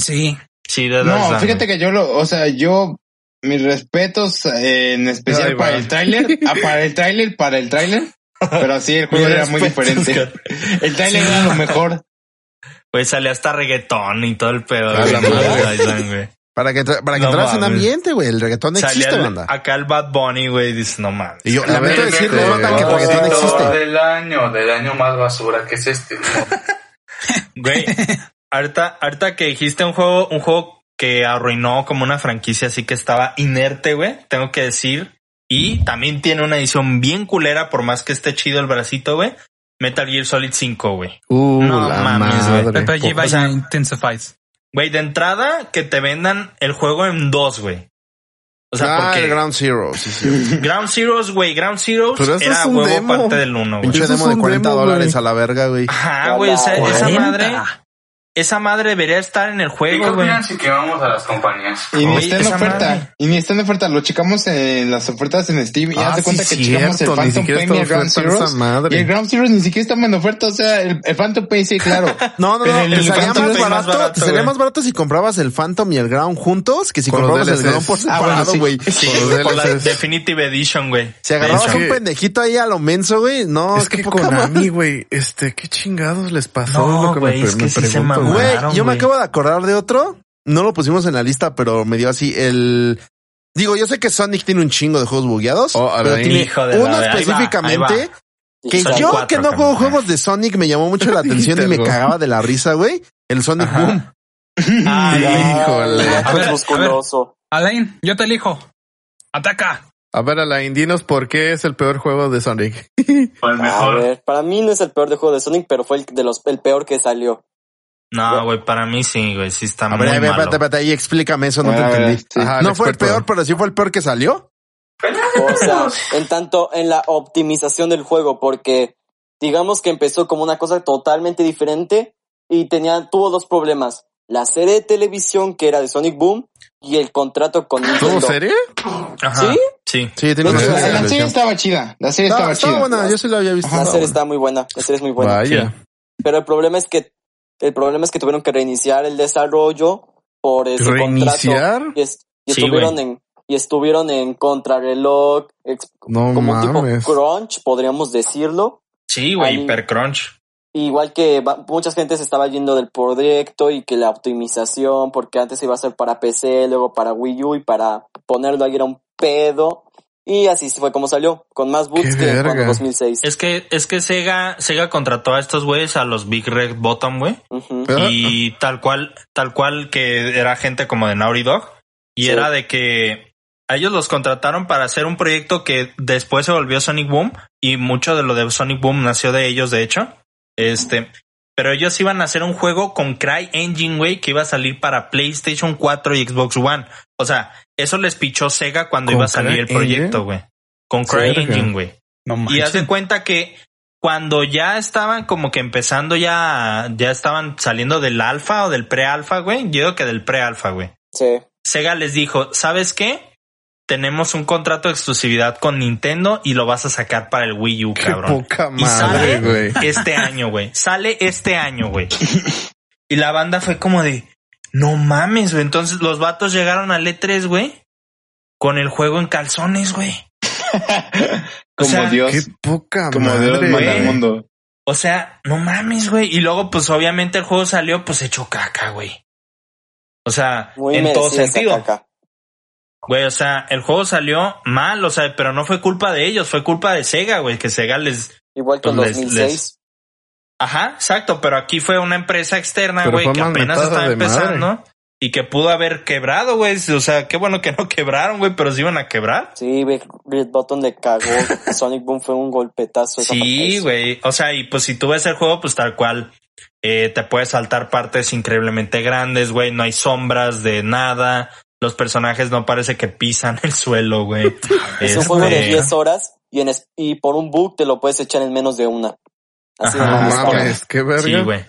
[SPEAKER 2] Sí.
[SPEAKER 4] Sí, de
[SPEAKER 7] No,
[SPEAKER 4] (laughs)
[SPEAKER 7] fíjate que yo lo, o sea, yo, mis respetos eh, en especial
[SPEAKER 5] Ahí va.
[SPEAKER 7] para el tráiler, ah, para el tráiler, para el tráiler, pero así el juego era muy diferente. El tráiler era lo mejor.
[SPEAKER 4] Pues sale hasta reggaetón y todo el pedo.
[SPEAKER 5] A
[SPEAKER 4] güey,
[SPEAKER 5] la
[SPEAKER 4] de
[SPEAKER 5] madre.
[SPEAKER 4] Dead Island, güey.
[SPEAKER 1] Para que, tra- para que
[SPEAKER 4] No
[SPEAKER 1] entras en
[SPEAKER 4] mames.
[SPEAKER 1] ambiente, güey. El reggaetón
[SPEAKER 4] Salía
[SPEAKER 1] existe,
[SPEAKER 4] el-
[SPEAKER 1] banda.
[SPEAKER 4] acá el Bad Bunny, güey, dice, no mames.
[SPEAKER 1] Y yo
[SPEAKER 5] A
[SPEAKER 1] lamento
[SPEAKER 5] ver,
[SPEAKER 1] decirle,
[SPEAKER 5] este,
[SPEAKER 1] banda, que el reggaetón
[SPEAKER 5] no
[SPEAKER 1] existe.
[SPEAKER 6] del año, del año más basura que es este.
[SPEAKER 4] Güey,
[SPEAKER 5] (laughs)
[SPEAKER 4] ahorita, ahorita que dijiste un juego, un juego que arruinó como una franquicia así que estaba inerte, güey, tengo que decir. Y también tiene una edición bien culera, por más que esté chido el bracito, güey. Metal Gear Solid 5, güey.
[SPEAKER 5] Uh,
[SPEAKER 4] No
[SPEAKER 5] la
[SPEAKER 4] mames, güey.
[SPEAKER 5] madre.
[SPEAKER 2] Pepe G.
[SPEAKER 5] Po-
[SPEAKER 2] Vice Intensifies.
[SPEAKER 4] Güey, de entrada, que te vendan el juego en
[SPEAKER 5] (laughs)
[SPEAKER 4] dos, güey. O sea,
[SPEAKER 1] ah, el
[SPEAKER 4] porque Ground,
[SPEAKER 1] Ground Zero. Sí, sí.
[SPEAKER 4] Zeroes, güey, Ground Zeroes
[SPEAKER 5] Pero eso
[SPEAKER 4] era
[SPEAKER 5] es un
[SPEAKER 4] huevo
[SPEAKER 5] demo.
[SPEAKER 4] parte del uno, güey.
[SPEAKER 5] Eso
[SPEAKER 1] Pinche
[SPEAKER 5] es
[SPEAKER 1] demo de
[SPEAKER 5] un
[SPEAKER 1] 40
[SPEAKER 5] demo,
[SPEAKER 1] dólares
[SPEAKER 5] güey.
[SPEAKER 1] a la verga, güey.
[SPEAKER 4] Ajá, güey, o sea, esa
[SPEAKER 2] 40.
[SPEAKER 4] madre, esa madre debería estar en el
[SPEAKER 6] ¿Qué
[SPEAKER 4] juego, güey.
[SPEAKER 6] opinan si que vamos a las compañías?
[SPEAKER 7] Y ni
[SPEAKER 4] Oye,
[SPEAKER 7] está en
[SPEAKER 4] esa
[SPEAKER 7] oferta,
[SPEAKER 4] madre.
[SPEAKER 7] y ni está en oferta, lo checamos en las ofertas en Steam y
[SPEAKER 5] Ah,
[SPEAKER 7] haz de cuenta
[SPEAKER 5] sí,
[SPEAKER 7] que checamos el
[SPEAKER 5] cierto, ni
[SPEAKER 7] Phantom
[SPEAKER 5] siquiera
[SPEAKER 7] Pain y el
[SPEAKER 5] estaba
[SPEAKER 7] Ground
[SPEAKER 5] oferta esa
[SPEAKER 7] Zeros. Y
[SPEAKER 5] madre.
[SPEAKER 7] el Ground Zeros ni siquiera estaba en oferta, o sea, el, el Phantom Pain
[SPEAKER 5] (laughs)
[SPEAKER 7] sí, claro.
[SPEAKER 1] No, no,
[SPEAKER 7] Pero
[SPEAKER 1] no.
[SPEAKER 7] el
[SPEAKER 1] Te salía
[SPEAKER 7] Phantom
[SPEAKER 1] más
[SPEAKER 4] es más
[SPEAKER 1] barato,
[SPEAKER 4] barato,
[SPEAKER 1] te salía
[SPEAKER 4] güey.
[SPEAKER 1] más barato si comprabas el Phantom y el Ground juntos que si
[SPEAKER 5] Con los
[SPEAKER 1] comprabas el
[SPEAKER 5] DLCs.
[SPEAKER 1] Ground por
[SPEAKER 5] Ah, bueno,
[SPEAKER 1] separado,
[SPEAKER 5] sí.
[SPEAKER 1] güey.
[SPEAKER 4] Sí,
[SPEAKER 5] Con los
[SPEAKER 4] güey, por la
[SPEAKER 5] DLCs.
[SPEAKER 4] Definitive Edition, güey.
[SPEAKER 1] Si agarrabas
[SPEAKER 5] hecho.
[SPEAKER 1] un pendejito ahí a lo menso, güey, no,
[SPEAKER 5] es
[SPEAKER 1] qué
[SPEAKER 5] que
[SPEAKER 1] poca madre.
[SPEAKER 5] Konami, güey, este, qué chingados les pasó
[SPEAKER 4] No,
[SPEAKER 5] lo que me
[SPEAKER 4] güey, es
[SPEAKER 5] pre- me
[SPEAKER 4] que sí se
[SPEAKER 5] pregunto,
[SPEAKER 4] mamaron.
[SPEAKER 5] güey.
[SPEAKER 1] Güey,
[SPEAKER 4] Claro,
[SPEAKER 1] yo me
[SPEAKER 4] güey.
[SPEAKER 1] acabo de acordar de otro. No lo pusimos en la lista, pero me dio así el. Digo, yo sé que Sonic tiene un chingo de juegos bugueados,
[SPEAKER 5] Oh, a
[SPEAKER 1] pero
[SPEAKER 5] ver,
[SPEAKER 1] tiene
[SPEAKER 4] hijo de la
[SPEAKER 1] uno
[SPEAKER 4] verga. Ahí va,
[SPEAKER 1] específicamente
[SPEAKER 4] ahí
[SPEAKER 1] que
[SPEAKER 4] Son
[SPEAKER 1] yo
[SPEAKER 4] cuatro,
[SPEAKER 1] que no juego
[SPEAKER 4] cabrón.
[SPEAKER 1] juegos de Sonic me llamó
[SPEAKER 5] (laughs)
[SPEAKER 1] mucho la atención y me
[SPEAKER 5] Dijiste,
[SPEAKER 1] cagaba de la risa, güey. El Sonic
[SPEAKER 2] Ajá.
[SPEAKER 1] Boom.
[SPEAKER 4] Ay,
[SPEAKER 5] Híjole.
[SPEAKER 3] Ay,
[SPEAKER 2] A ver, a ver.
[SPEAKER 3] Ah, musculoso.
[SPEAKER 2] Alain, yo te elijo. Ataca.
[SPEAKER 5] A ver, Alain, dinos por qué es el peor juego de Sonic.
[SPEAKER 6] O
[SPEAKER 1] Ah,
[SPEAKER 6] el
[SPEAKER 3] A
[SPEAKER 6] mejor.
[SPEAKER 3] ver, para mí no es el peor de juego de Sonic, pero fue el de los el peor que salió.
[SPEAKER 4] No, güey, para mí sí, güey, sí está
[SPEAKER 1] A
[SPEAKER 4] Ah, muy
[SPEAKER 1] ver, a ver,
[SPEAKER 4] malo.
[SPEAKER 1] espérate, espérate, ahí explícame eso, no
[SPEAKER 5] Ah,
[SPEAKER 1] te
[SPEAKER 7] A ver,
[SPEAKER 1] entendí.
[SPEAKER 7] sí.
[SPEAKER 5] Ajá,
[SPEAKER 1] no
[SPEAKER 5] el
[SPEAKER 1] fue el
[SPEAKER 5] experto.
[SPEAKER 1] peor, pero sí fue el peor que salió.
[SPEAKER 3] O
[SPEAKER 5] (laughs)
[SPEAKER 3] sea, en tanto en la optimización del juego, porque digamos que empezó como una cosa totalmente diferente y tenía, tuvo dos problemas. La serie de televisión que era de Sonic Boom y el contrato con
[SPEAKER 5] ¿Todo
[SPEAKER 3] Nintendo.
[SPEAKER 5] serio?
[SPEAKER 4] Ajá,
[SPEAKER 3] ¿Sí?
[SPEAKER 4] Sí.
[SPEAKER 1] Sí, tiene
[SPEAKER 3] De
[SPEAKER 1] una
[SPEAKER 3] hecho,
[SPEAKER 1] serie de
[SPEAKER 7] la serie
[SPEAKER 1] televisión.
[SPEAKER 7] estaba chida, la serie
[SPEAKER 1] Estaba,
[SPEAKER 7] estaba
[SPEAKER 1] estaba
[SPEAKER 7] chida.
[SPEAKER 1] buena, yo sí la había visto.
[SPEAKER 3] La
[SPEAKER 1] estaba
[SPEAKER 3] serie
[SPEAKER 1] buena.
[SPEAKER 3] está muy buena, la serie es muy buena.
[SPEAKER 5] Vaya.
[SPEAKER 3] Pero el problema es que el problema es que tuvieron que reiniciar el desarrollo por ese contrato
[SPEAKER 5] ¿Reiniciar?
[SPEAKER 3] y, es- y
[SPEAKER 4] Sí,
[SPEAKER 3] estuvieron en y estuvieron en contrarreloj ex-
[SPEAKER 5] No
[SPEAKER 3] como un
[SPEAKER 5] mames.
[SPEAKER 3] tipo crunch, podríamos decirlo.
[SPEAKER 4] Sí, güey,
[SPEAKER 3] Ahí-
[SPEAKER 4] Hyper Crunch.
[SPEAKER 3] Igual que va- mucha gente se estaba yendo del proyecto y que la optimización, porque antes iba a ser para PC, luego para Wii U y para ponerlo ahí era un pedo. Y así fue como salió, con más bugs
[SPEAKER 5] ¡Qué
[SPEAKER 3] que cuando
[SPEAKER 5] verga!
[SPEAKER 3] 2006.
[SPEAKER 4] Es que, es que Sega, Sega contrató a estos güeyes a los Big Red Bottom, güey.
[SPEAKER 3] Ujú.
[SPEAKER 5] Pero-
[SPEAKER 4] Y tal cual, tal cual que era gente como de Naughty Dog. Y
[SPEAKER 3] Sí.
[SPEAKER 4] era de que a ellos los contrataron para hacer un proyecto que después se volvió Sonic Boom. Y mucho de lo de Sonic Boom nació de ellos, de hecho. Este, pero ellos iban a hacer un juego con Cry Engine, güey, que iba a salir para PlayStation 4 y Xbox One. O sea, eso les pichó Sega cuando
[SPEAKER 5] ¿Con
[SPEAKER 4] iba a salir el
[SPEAKER 5] CryEngine?
[SPEAKER 4] proyecto, güey. Con Cry
[SPEAKER 5] Verga.
[SPEAKER 4] Engine, güey.
[SPEAKER 2] No
[SPEAKER 4] Y haz
[SPEAKER 2] manches.
[SPEAKER 4] de cuenta que cuando ya estaban como que empezando ya, ya estaban saliendo del alfa o del pre-alfa, güey. Yo digo que del pre-alfa, güey.
[SPEAKER 3] Sí.
[SPEAKER 4] Sega les dijo, ¿sabes qué? Tenemos un contrato de exclusividad con Nintendo y lo vas a sacar para el Wii U,
[SPEAKER 5] Qué
[SPEAKER 4] cabrón.
[SPEAKER 5] poca
[SPEAKER 4] Y sale
[SPEAKER 5] madre, güey.
[SPEAKER 4] este año, güey. Sale este año, güey. Y la banda fue como de, no mames, güey. Entonces los vatos llegaron al E3, güey, con el juego en calzones, güey. O
[SPEAKER 7] Como
[SPEAKER 4] sea,
[SPEAKER 7] Dios,
[SPEAKER 5] Qué poca
[SPEAKER 7] como Dios
[SPEAKER 5] madre.
[SPEAKER 7] manda
[SPEAKER 4] güey.
[SPEAKER 7] al mundo.
[SPEAKER 4] O sea, no mames, güey. Y luego, pues obviamente el juego salió, pues hecho caca, güey. O sea,
[SPEAKER 3] Muy
[SPEAKER 4] en todo
[SPEAKER 3] merecida esa
[SPEAKER 4] sentido.
[SPEAKER 3] caca.
[SPEAKER 4] Güey, o sea, el juego salió mal, o sea, pero no fue culpa de ellos, fue culpa de Sega, güey, que Sega les...
[SPEAKER 3] Igual que en
[SPEAKER 4] Pues les-
[SPEAKER 3] 2006.
[SPEAKER 4] les- Ajá, exacto, pero aquí fue una empresa externa,
[SPEAKER 5] Pero
[SPEAKER 4] güey,
[SPEAKER 5] fue
[SPEAKER 4] que apenas
[SPEAKER 5] malmetada
[SPEAKER 4] estaba
[SPEAKER 5] de
[SPEAKER 4] empezando y que pudo haber quebrado, güey. O sea, qué bueno que no (laughs) quebraron, güey, pero sí iban a quebrar.
[SPEAKER 3] Sí, güey, Red Button le
[SPEAKER 4] (laughs)
[SPEAKER 3] cagó. Sonic Boom fue un golpetazo. esa
[SPEAKER 4] Sí,
[SPEAKER 3] franquicia.
[SPEAKER 4] güey. O sea, y pues si tú ves el juego, pues tal cual, eh, te puedes saltar partes increíblemente grandes, güey. No hay sombras de nada. Los personajes no parece que pisan (laughs) el suelo, güey.
[SPEAKER 3] Es un
[SPEAKER 4] Este,
[SPEAKER 3] juego de 10 horas y, en, es- y por un bug te lo puedes echar en menos de una. Así de
[SPEAKER 4] Ajá.
[SPEAKER 3] mamón
[SPEAKER 5] No
[SPEAKER 3] estaba.
[SPEAKER 5] mames, qué
[SPEAKER 4] Sí,
[SPEAKER 5] verga.
[SPEAKER 4] güey.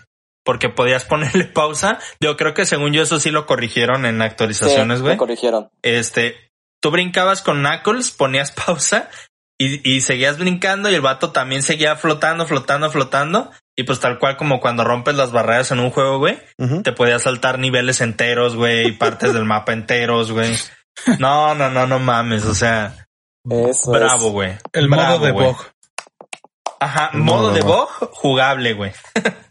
[SPEAKER 4] Porque podías (laughs) ponerle pausa. Yo creo que según yo eso sí lo corrigieron en
[SPEAKER 3] Sí,
[SPEAKER 4] actualizaciones,
[SPEAKER 3] me
[SPEAKER 4] güey.
[SPEAKER 3] corrigieron.
[SPEAKER 4] este, tú brincabas con Knuckles, ponías (laughs) pausa y, y seguías brincando y el vato también seguía flotando, flotando, flotando. Y pues tal cual como cuando rompes las barreras en un juego, güey,
[SPEAKER 1] Ujú.
[SPEAKER 4] te podías saltar niveles enteros, güey, y partes del mapa enteros, güey. No, no, no, no mames, o sea,
[SPEAKER 3] Eso es.
[SPEAKER 4] bravo, güey.
[SPEAKER 2] Pues, El
[SPEAKER 4] Bravo,
[SPEAKER 2] modo de
[SPEAKER 4] güey.
[SPEAKER 2] bug.
[SPEAKER 4] Ajá,
[SPEAKER 5] El
[SPEAKER 4] modo
[SPEAKER 5] modo
[SPEAKER 4] de
[SPEAKER 5] de
[SPEAKER 4] bug jugable, güey.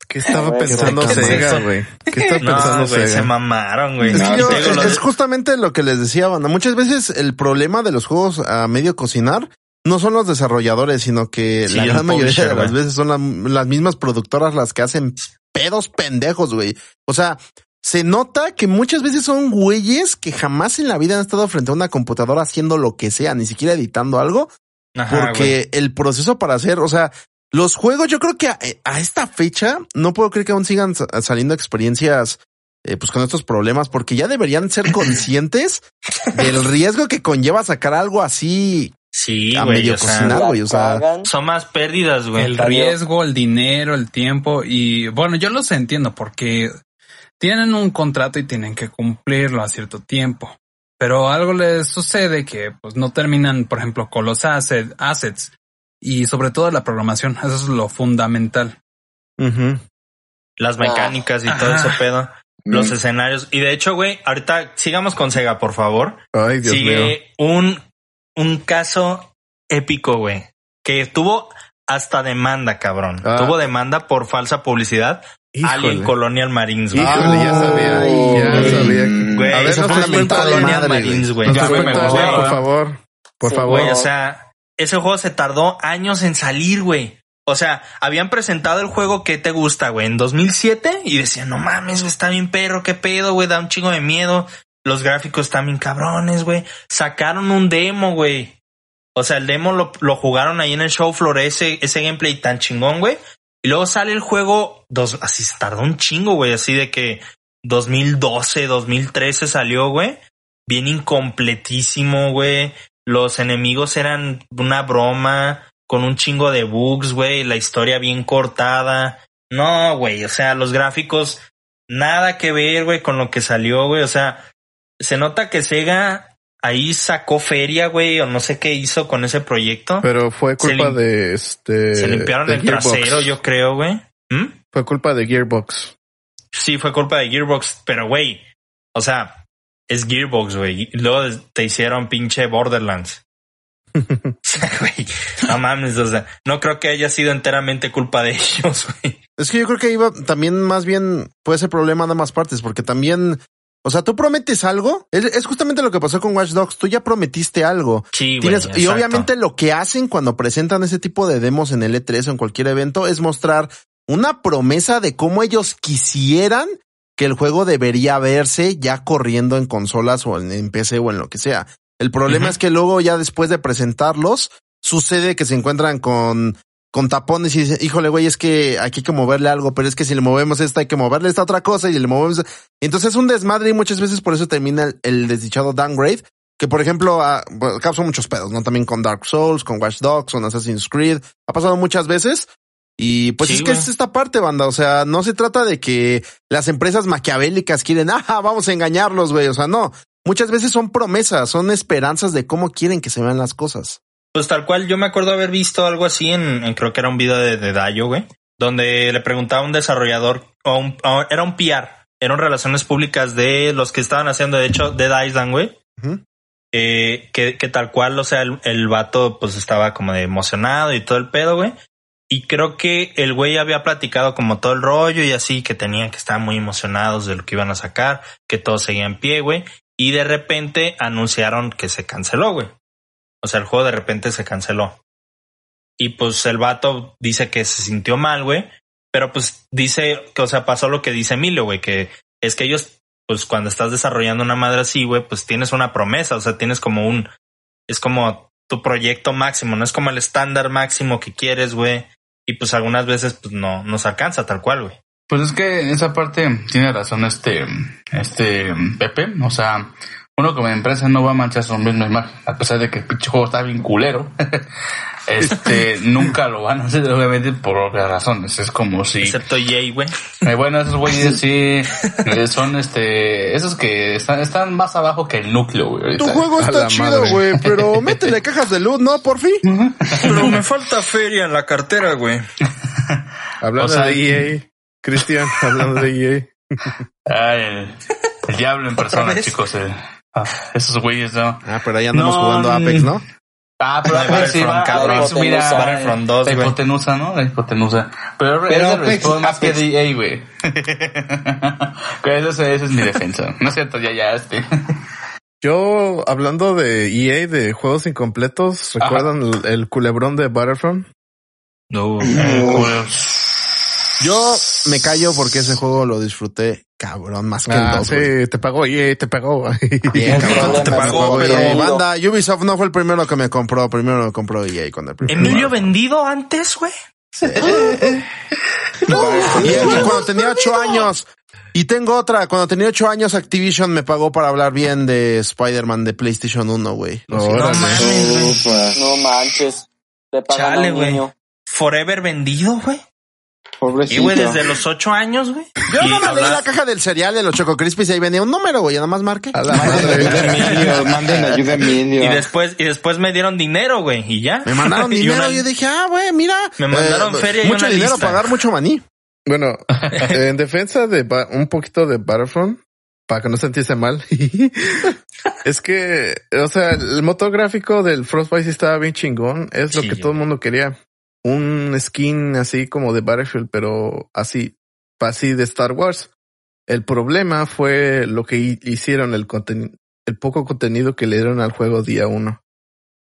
[SPEAKER 5] ¿Qué estaba
[SPEAKER 3] Güey, qué
[SPEAKER 5] pensando
[SPEAKER 4] mal.
[SPEAKER 5] Sega, güey?
[SPEAKER 4] (laughs)
[SPEAKER 5] ¿Qué estaba
[SPEAKER 4] No,
[SPEAKER 5] pensando
[SPEAKER 4] güey, se
[SPEAKER 5] Sega?
[SPEAKER 4] mamaron, güey.
[SPEAKER 1] Es, que
[SPEAKER 7] No,
[SPEAKER 1] yo-
[SPEAKER 4] Te digo,
[SPEAKER 1] es-
[SPEAKER 4] lo
[SPEAKER 1] es
[SPEAKER 4] de-
[SPEAKER 1] justamente lo que les decía, banda. Muchas veces el problema de los juegos a medio cocinar no son los desarrolladores, sino que
[SPEAKER 4] Sí,
[SPEAKER 1] la
[SPEAKER 4] el
[SPEAKER 1] gran mayoría
[SPEAKER 4] publisher,
[SPEAKER 1] de las
[SPEAKER 4] güey.
[SPEAKER 1] veces son la- las mismas productoras las que hacen pedos pendejos, güey. O sea, se nota que muchas veces son güeyes que jamás en la vida han estado frente a una computadora haciendo lo que sea, ni siquiera editando algo,
[SPEAKER 4] Ajá, güey.
[SPEAKER 1] porque el proceso para hacer, o sea, los juegos, yo creo que a, eh, a esta fecha no puedo creer que aún sigan sa- saliendo experiencias eh, pues con estos problemas, porque ya deberían ser conscientes del riesgo que conlleva sacar algo así
[SPEAKER 4] Sí,
[SPEAKER 1] a
[SPEAKER 4] güey,
[SPEAKER 1] medio
[SPEAKER 4] o sea,
[SPEAKER 1] cocinar. güey, o sea,
[SPEAKER 3] cagan.
[SPEAKER 4] son más pérdidas, güey.
[SPEAKER 2] El riesgo, el dinero, el tiempo y bueno, yo los entiendo porque tienen un contrato y tienen que cumplirlo a cierto tiempo. Pero algo les sucede que pues no terminan, por ejemplo, con los asset- assets y sobre todo la programación. (laughs) Eso es lo fundamental.
[SPEAKER 5] Ujú.
[SPEAKER 4] las mecánicas y
[SPEAKER 2] Ajá.
[SPEAKER 4] todo ese pedo, los
[SPEAKER 7] Mm.
[SPEAKER 4] escenarios. Y de hecho, güey, ahorita sigamos con Sega, por favor.
[SPEAKER 5] Ay, Dios mío.
[SPEAKER 4] Sigue un, un caso épico, güey, que tuvo hasta demanda, cabrón.
[SPEAKER 5] Ah.
[SPEAKER 4] Tuvo demanda por falsa publicidad. Alien
[SPEAKER 5] Híjole.
[SPEAKER 4] Colonial Marines, güey.
[SPEAKER 5] Híjole, ya sabía.
[SPEAKER 1] Ay,
[SPEAKER 7] Oh,
[SPEAKER 5] ya sabía.
[SPEAKER 4] Güey,
[SPEAKER 5] A ver,
[SPEAKER 4] esa
[SPEAKER 5] no
[SPEAKER 4] fue
[SPEAKER 5] seas
[SPEAKER 4] una
[SPEAKER 5] mentada
[SPEAKER 4] Colonial
[SPEAKER 1] madre,
[SPEAKER 4] Marines, güey.
[SPEAKER 5] No
[SPEAKER 4] Ya,
[SPEAKER 5] se
[SPEAKER 4] güey, me
[SPEAKER 5] cuenta,
[SPEAKER 4] gustó,
[SPEAKER 5] güey, por
[SPEAKER 4] güey.
[SPEAKER 5] favor. Por
[SPEAKER 3] Sí,
[SPEAKER 5] favor.
[SPEAKER 4] Güey, o sea, ese juego se tardó años en salir, güey. O sea, habían presentado el juego que te gusta, güey, en 2007 y decían, no mames, güey, está bien perro, qué pedo, güey, da un chingo de miedo. Los gráficos están bien cabrones, güey. Sacaron un demo, güey. O sea, el demo lo, lo jugaron ahí en el show floor, ese, ese gameplay tan chingón, güey. Y luego sale el juego, dos, así se tardó un chingo, güey, así de que 2012, 2013 salió, güey. Bien incompletísimo, güey. Los enemigos eran una broma con un chingo de bugs, güey. La historia bien cortada. No, güey. O sea, los gráficos nada que ver, güey, con lo que salió, güey. O sea, se nota que Sega ahí sacó feria, güey, o no sé qué hizo con ese proyecto.
[SPEAKER 5] Pero fue
[SPEAKER 4] se
[SPEAKER 5] culpa
[SPEAKER 4] lim-
[SPEAKER 5] de este.
[SPEAKER 4] se limpiaron
[SPEAKER 5] de
[SPEAKER 4] el
[SPEAKER 5] Gearbox.
[SPEAKER 4] trasero, yo creo, güey. ¿Mm?
[SPEAKER 5] Fue culpa de Gearbox.
[SPEAKER 4] sí fue culpa de Gearbox, pero güey, o sea, es Gearbox, güey. Y Luego te hicieron pinche
[SPEAKER 1] (laughs)
[SPEAKER 4] Borderlands. (laughs) O sea, güey, no mames, o sea, no creo que haya sido enteramente culpa de ellos, güey.
[SPEAKER 1] Es que yo creo que iba también más bien puede ser problema de ambas partes, porque también, o sea, tú prometes algo, es, es justamente lo que pasó con Watch Dogs, tú ya prometiste algo.
[SPEAKER 4] Sí, güey.
[SPEAKER 1] Tienes- y
[SPEAKER 4] exacto.
[SPEAKER 1] obviamente lo que hacen cuando presentan ese tipo de demos en el E3 o en cualquier evento es mostrar una promesa de cómo ellos quisieran que el juego debería verse ya corriendo en consolas o en, en PC o en lo que sea. El problema
[SPEAKER 4] Ujú.
[SPEAKER 1] es que luego ya después de presentarlos sucede que se encuentran con con tapones y dicen, híjole, güey, es que aquí hay que moverle algo, pero es que si le movemos esta hay que moverle esta otra cosa y le movemos. Entonces es un desmadre y muchas veces por eso termina el, el desdichado downgrade. Que por ejemplo, ah, bueno, causó muchos pedos, ¿no? También con Dark Souls, con Watch Dogs, con Assassin's Creed. Ha pasado muchas veces. Y pues
[SPEAKER 4] Sí,
[SPEAKER 1] es que
[SPEAKER 4] güey.
[SPEAKER 1] es esta parte, banda. O sea, no se trata de que las empresas maquiavélicas quieren, ah, vamos a engañarlos, güey. O sea, no. Muchas veces son promesas, son esperanzas de cómo quieren que se vean las cosas.
[SPEAKER 4] Pues tal cual, yo me acuerdo haber visto algo así en, en- creo que era un video de, de Dayo, güey, donde le preguntaba a un desarrollador, o un- o- era un PR, eran relaciones públicas de los que estaban haciendo, de hecho, Dead Island, güey.
[SPEAKER 1] Ujú.
[SPEAKER 4] Eh, que, que tal cual, o sea, el, el vato pues estaba como de emocionado y todo el pedo, güey. Y creo que el güey había platicado como todo el rollo y así, que tenían que estar muy emocionados de lo que iban a sacar, que todo seguía en pie, güey. Y de repente anunciaron que se canceló, güey. O sea, el juego de repente se canceló. Y pues el vato dice que se sintió mal, güey. Pero pues dice que, o sea, pasó lo que dice Emilio, güey, que es que ellos, pues cuando estás desarrollando una madre así, güey, pues tienes una promesa, o sea, tienes como un, es como tu proyecto máximo, no es como el estándar máximo que quieres, güey. Y pues algunas veces, pues no, no se alcanza tal cual, güey.
[SPEAKER 6] Pues es que en esa parte tiene razón este, este Pepe. O sea, uno como empresa no va a manchar su misma imagen. A pesar de que el pinche juego está bien culero, (laughs)
[SPEAKER 5] (laughs)
[SPEAKER 6] este, nunca lo van a hacer, obviamente, por obvias razones. Es como si.
[SPEAKER 4] Excepto Jay, (laughs) güey.
[SPEAKER 6] Eh, bueno, esos güeyes sí eh, son este, esos que están, están más abajo que el núcleo, güey.
[SPEAKER 1] Tu
[SPEAKER 6] ahorita.
[SPEAKER 1] juego
[SPEAKER 5] a
[SPEAKER 1] está
[SPEAKER 5] la
[SPEAKER 1] chido,
[SPEAKER 5] madre.
[SPEAKER 1] güey,
[SPEAKER 5] (laughs)
[SPEAKER 1] pero métele cajas de luz, ¿no? Por fin.
[SPEAKER 4] Pero me falta feria en la cartera, güey.
[SPEAKER 5] Hablando
[SPEAKER 6] O sea,
[SPEAKER 4] E
[SPEAKER 5] de EA, Cristian, hablando de EA.
[SPEAKER 6] Ay, el, el diablo en persona,
[SPEAKER 4] vez?
[SPEAKER 6] chicos. eh. Ah, esos güeyes, ¿no?
[SPEAKER 1] Ah, pero ahí andamos
[SPEAKER 6] No,
[SPEAKER 1] jugando Apex, ¿no?
[SPEAKER 6] Ah, pero
[SPEAKER 4] No,
[SPEAKER 6] Apex sí
[SPEAKER 4] Battlefront,
[SPEAKER 6] va,
[SPEAKER 4] cabrón.
[SPEAKER 6] Apex, mira,
[SPEAKER 4] Battlefront 2,
[SPEAKER 6] la
[SPEAKER 4] güey.
[SPEAKER 6] hipotenusa, ¿no? La hipotenusa. Pero,
[SPEAKER 7] Pero
[SPEAKER 6] es el
[SPEAKER 7] Apex,
[SPEAKER 6] respawn más que
[SPEAKER 7] Apex.
[SPEAKER 6] DA, güey. (laughs) Esa es, esa es mi defensa. No es cierto, ya, ya, este.
[SPEAKER 5] Yo, hablando de EA, de juegos incompletos,
[SPEAKER 6] Ajá.
[SPEAKER 5] ¿recuerdan el, el culebrón de Battlefront?
[SPEAKER 4] No,
[SPEAKER 1] Yo me callo porque ese juego lo disfruté cabrón más que el
[SPEAKER 5] Ah,
[SPEAKER 1] dos,
[SPEAKER 5] sí,
[SPEAKER 1] güey.
[SPEAKER 5] te pagó EA, te pagó. (laughs)
[SPEAKER 1] Bien, cabrón,
[SPEAKER 4] Te
[SPEAKER 1] me
[SPEAKER 4] pagó,
[SPEAKER 1] pagó
[SPEAKER 4] pero-
[SPEAKER 1] EA. Banda, Ubisoft no fue el primero que me compró, primero me compró EA cuando el primero.
[SPEAKER 4] Emilio vendido antes, güey.
[SPEAKER 1] Y es que cuando tenía ocho años. Y tengo otra, cuando tenía ocho años Activision me pagó para hablar bien de Spider-Man de PlayStation 1, güey. Lo siento.
[SPEAKER 5] Órale.
[SPEAKER 7] Ufa.
[SPEAKER 3] No manches. Te pagan
[SPEAKER 4] Chale,
[SPEAKER 3] a un
[SPEAKER 4] güey.
[SPEAKER 3] niño.
[SPEAKER 4] Forever vendido, güey. Y
[SPEAKER 7] Pobrecito.
[SPEAKER 4] güey, desde los ocho años, güey.
[SPEAKER 1] Yo
[SPEAKER 4] Y
[SPEAKER 1] no me leí
[SPEAKER 4] hablar-
[SPEAKER 1] la caja del cereal de los Choco Crispies y ahí venía un número, güey, ya nada más marqué.
[SPEAKER 5] A la madre.
[SPEAKER 7] Ayuda a
[SPEAKER 4] (laughs)
[SPEAKER 7] Emilio, manden ayuda a Emilio.
[SPEAKER 4] Y después, y después me dieron dinero, güey, y ya.
[SPEAKER 1] Me mandaron
[SPEAKER 4] (laughs) Y
[SPEAKER 1] dinero
[SPEAKER 4] una-
[SPEAKER 1] y yo dije, ah, güey, mira. Eh,
[SPEAKER 4] Me mandaron feria y
[SPEAKER 1] Mucho
[SPEAKER 4] una
[SPEAKER 1] dinero,
[SPEAKER 4] lista.
[SPEAKER 1] pagar mucho maní.
[SPEAKER 5] Bueno, en defensa de Ba- un poquito de Battlefront, para que no sentirse mal, (laughs) es que, o sea, el motor gráfico del Frostbite sí estaba bien chingón, es lo
[SPEAKER 4] Sí.
[SPEAKER 5] que todo el mundo quería. Un skin así como de Battlefield, pero así, así de Star Wars. El problema fue lo que hi- hicieron, el conten- el poco contenido que le dieron al juego día uno.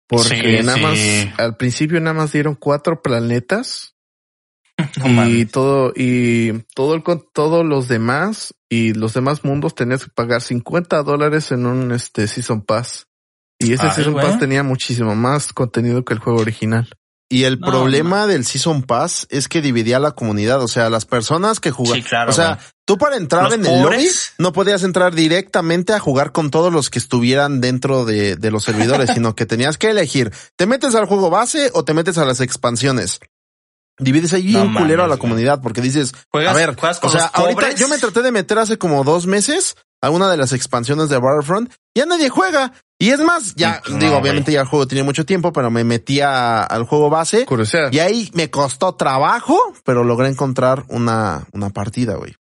[SPEAKER 5] Porque
[SPEAKER 6] Sí,
[SPEAKER 5] nada
[SPEAKER 6] sí.
[SPEAKER 5] más, al principio nada más dieron cuatro planetas
[SPEAKER 4] No
[SPEAKER 5] y
[SPEAKER 1] "Mm,
[SPEAKER 4] mames.
[SPEAKER 5] todo y todo el con- todos los demás y los demás mundos tenías que pagar 50 dólares en un este season pass y ese
[SPEAKER 4] Ay,
[SPEAKER 5] season
[SPEAKER 4] Ah, güey.
[SPEAKER 5] pass tenía muchísimo más contenido que el juego original
[SPEAKER 1] Y el
[SPEAKER 4] No,
[SPEAKER 1] problema del Season Pass es que dividía a la comunidad, o sea, las personas que jugaban.
[SPEAKER 4] Sí, claro,
[SPEAKER 1] o sea,
[SPEAKER 4] güey.
[SPEAKER 1] tú para entrar
[SPEAKER 4] Los
[SPEAKER 1] en el lobby
[SPEAKER 4] pobres.
[SPEAKER 1] no podías entrar directamente a jugar con todos los que estuvieran dentro de, de los
[SPEAKER 4] (laughs)
[SPEAKER 1] servidores, sino que tenías que elegir, ¿te metes al juego base o te metes a las expansiones? Divides ahí
[SPEAKER 4] No
[SPEAKER 1] un culero a la
[SPEAKER 4] mames, güey.
[SPEAKER 1] comunidad porque dices,
[SPEAKER 4] Juegas-
[SPEAKER 1] a ver,
[SPEAKER 4] juegas con
[SPEAKER 1] o sea,
[SPEAKER 4] los
[SPEAKER 1] ahorita
[SPEAKER 4] pobres.
[SPEAKER 1] yo me traté de meter hace como dos meses a una de las expansiones de Battlefront, ya nadie juega. Y es más, ya,
[SPEAKER 4] No,
[SPEAKER 1] digo,
[SPEAKER 4] güey.
[SPEAKER 1] obviamente ya el juego tiene mucho tiempo, pero me metí a- al juego base
[SPEAKER 5] curiosidad
[SPEAKER 1] y ahí me costó trabajo, pero logré encontrar una, una partida, güey.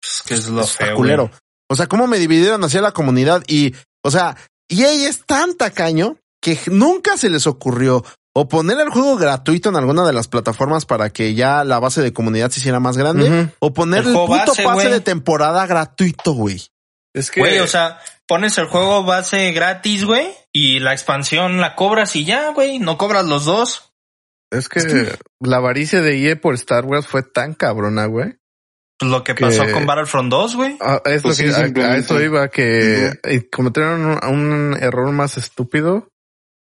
[SPEAKER 4] Pues, que es lo
[SPEAKER 1] Está
[SPEAKER 4] feo,
[SPEAKER 1] culero.
[SPEAKER 4] güey.
[SPEAKER 1] O sea, cómo me dividieron hacia la comunidad y, o sea, EA es tan tacaño que nunca se les ocurrió o poner el juego gratuito en alguna de las plataformas para que ya la base de comunidad se hiciera más grande
[SPEAKER 5] Ujú.
[SPEAKER 1] o poner
[SPEAKER 4] El
[SPEAKER 1] el,
[SPEAKER 4] juego
[SPEAKER 1] puto
[SPEAKER 4] base,
[SPEAKER 1] pase
[SPEAKER 4] güey.
[SPEAKER 1] de temporada gratuito, güey.
[SPEAKER 5] es que
[SPEAKER 4] Güey, o sea, pones el juego base gratis, güey, y la expansión la cobras y ya, güey, no cobras los dos.
[SPEAKER 5] es que la avaricia de EA por Star Wars fue tan cabrona güey
[SPEAKER 4] Pues lo que
[SPEAKER 5] Que-
[SPEAKER 4] pasó con Battlefront 2, güey.
[SPEAKER 5] Ah, es
[SPEAKER 7] Pues
[SPEAKER 5] lo
[SPEAKER 7] sí,
[SPEAKER 5] que, a- a,
[SPEAKER 7] simplemente.
[SPEAKER 5] eso iba que eh, cometieron un, un error más estúpido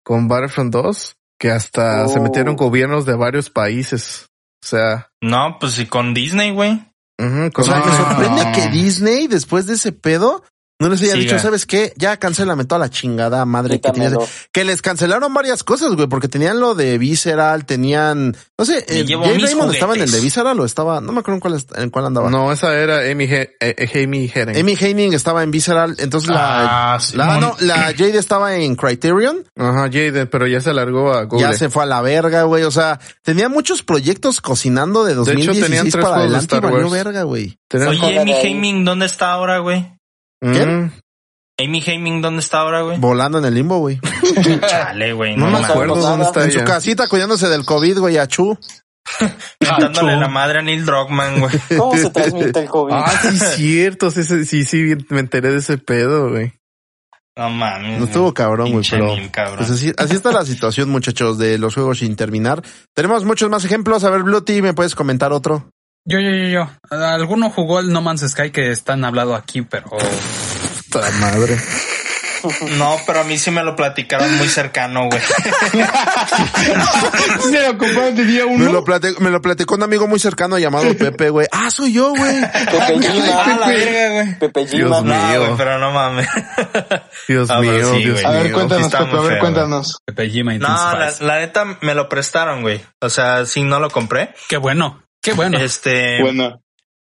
[SPEAKER 5] con Battlefront 2 que hasta se
[SPEAKER 3] Oh.
[SPEAKER 5] metieron gobiernos de varios países o sea
[SPEAKER 4] No, pues y con Disney, güey.
[SPEAKER 5] Ujú,
[SPEAKER 1] O sea,
[SPEAKER 5] con-
[SPEAKER 1] me
[SPEAKER 6] No.
[SPEAKER 1] sorprende que Disney, después de ese pedo, no les haya
[SPEAKER 4] Siga.
[SPEAKER 1] dicho, ¿sabes qué? Ya cancélame toda la chingada madre que tienes.
[SPEAKER 3] Quítamelo.
[SPEAKER 1] Que les cancelaron varias cosas, güey, porque tenían lo de Visceral, tenían, no sé,
[SPEAKER 4] Me
[SPEAKER 1] eh,
[SPEAKER 4] llevo
[SPEAKER 1] Jay
[SPEAKER 4] mis
[SPEAKER 1] Raymond estaba en el de
[SPEAKER 4] juguetes.
[SPEAKER 1] Visceral o estaba, no me acuerdo en cuál, est- en cuál andaba.
[SPEAKER 5] No, esa era Amy, He- eh, eh, Amy Hering.
[SPEAKER 1] Amy Heining estaba en Visceral, entonces la,
[SPEAKER 6] Ah, sí,
[SPEAKER 1] la, ah,
[SPEAKER 6] mon-
[SPEAKER 1] no, la Jade estaba en Criterion,
[SPEAKER 5] Ajá, Jaden, pero ya se largó a Google. Este,
[SPEAKER 1] ya se fue a la verga, güey, o sea, tenía muchos proyectos cocinando de
[SPEAKER 5] hecho,
[SPEAKER 1] 2016
[SPEAKER 5] tenían tres
[SPEAKER 1] para
[SPEAKER 5] juegos de
[SPEAKER 1] adelante y
[SPEAKER 5] Star
[SPEAKER 1] valió
[SPEAKER 5] Wars.
[SPEAKER 1] verga, güey.
[SPEAKER 5] Tenemos-
[SPEAKER 4] Oye,
[SPEAKER 3] Joder,
[SPEAKER 4] Amy
[SPEAKER 3] ahí.
[SPEAKER 4] Haming, ¿dónde está ahora, güey?
[SPEAKER 5] Mm,
[SPEAKER 4] Amy Haming, ¿dónde está ahora,
[SPEAKER 1] (laughs)
[SPEAKER 4] güey?
[SPEAKER 1] Volando en el limbo, güey.
[SPEAKER 4] Chale, güey.
[SPEAKER 5] no
[SPEAKER 4] No,
[SPEAKER 5] me
[SPEAKER 4] mames.
[SPEAKER 5] acuerdo
[SPEAKER 3] nada.
[SPEAKER 5] dónde está
[SPEAKER 1] En su
[SPEAKER 5] ella.
[SPEAKER 1] casita cuidándose del COVID, güey, a Chu.
[SPEAKER 4] Dándole
[SPEAKER 6] Pancho.
[SPEAKER 4] la madre a Neil Druckmann, güey.
[SPEAKER 3] ¿Cómo se transmite el COVID?
[SPEAKER 5] Ah, sí, es cierto. Sí, sí, sí, sí, me enteré de ese pedo, güey.
[SPEAKER 4] (laughs) No mames.
[SPEAKER 1] No estuvo cabrón, güey,
[SPEAKER 4] Pinche
[SPEAKER 1] pero.
[SPEAKER 4] Neil, cabrón.
[SPEAKER 1] Pues así, así está la situación, muchachos, de los juegos sin terminar. Tenemos muchos más ejemplos. A ver, Bluti, ¿me puedes comentar otro?
[SPEAKER 2] Yo, yo, yo, yo. Alguno jugó el No Man's Sky que están hablado aquí, pero
[SPEAKER 5] Puta madre.
[SPEAKER 4] No, pero a mí sí me lo platicaron muy cercano, (laughs) güey.
[SPEAKER 7] Se lo compraron de día
[SPEAKER 1] Me lo,
[SPEAKER 7] uno.
[SPEAKER 1] platicó, me lo platicó un amigo muy cercano llamado Pepe, güey. Ah, soy yo, güey.
[SPEAKER 3] Pepe
[SPEAKER 4] Ah, la
[SPEAKER 3] Gima.
[SPEAKER 4] verga, güey.
[SPEAKER 3] Pepe
[SPEAKER 5] Dios
[SPEAKER 3] Gima.
[SPEAKER 5] mío.
[SPEAKER 4] No, güey, pero no mames.
[SPEAKER 5] Dios
[SPEAKER 4] Ah, pero
[SPEAKER 5] mío,
[SPEAKER 4] sí,
[SPEAKER 5] Dios
[SPEAKER 4] güey.
[SPEAKER 7] A ver,
[SPEAKER 5] mío.
[SPEAKER 4] sí
[SPEAKER 7] cuéntanos,
[SPEAKER 4] está
[SPEAKER 7] Pepe, a
[SPEAKER 4] muy
[SPEAKER 7] ver,
[SPEAKER 4] feo,
[SPEAKER 7] cuéntanos.
[SPEAKER 2] Pepe Gima y
[SPEAKER 4] No,
[SPEAKER 2] Team
[SPEAKER 4] la,
[SPEAKER 2] Spice.
[SPEAKER 4] la neta me lo prestaron, güey. O sea, sí, no lo compré.
[SPEAKER 2] Qué bueno, qué bueno.
[SPEAKER 4] Este,
[SPEAKER 7] Bueno,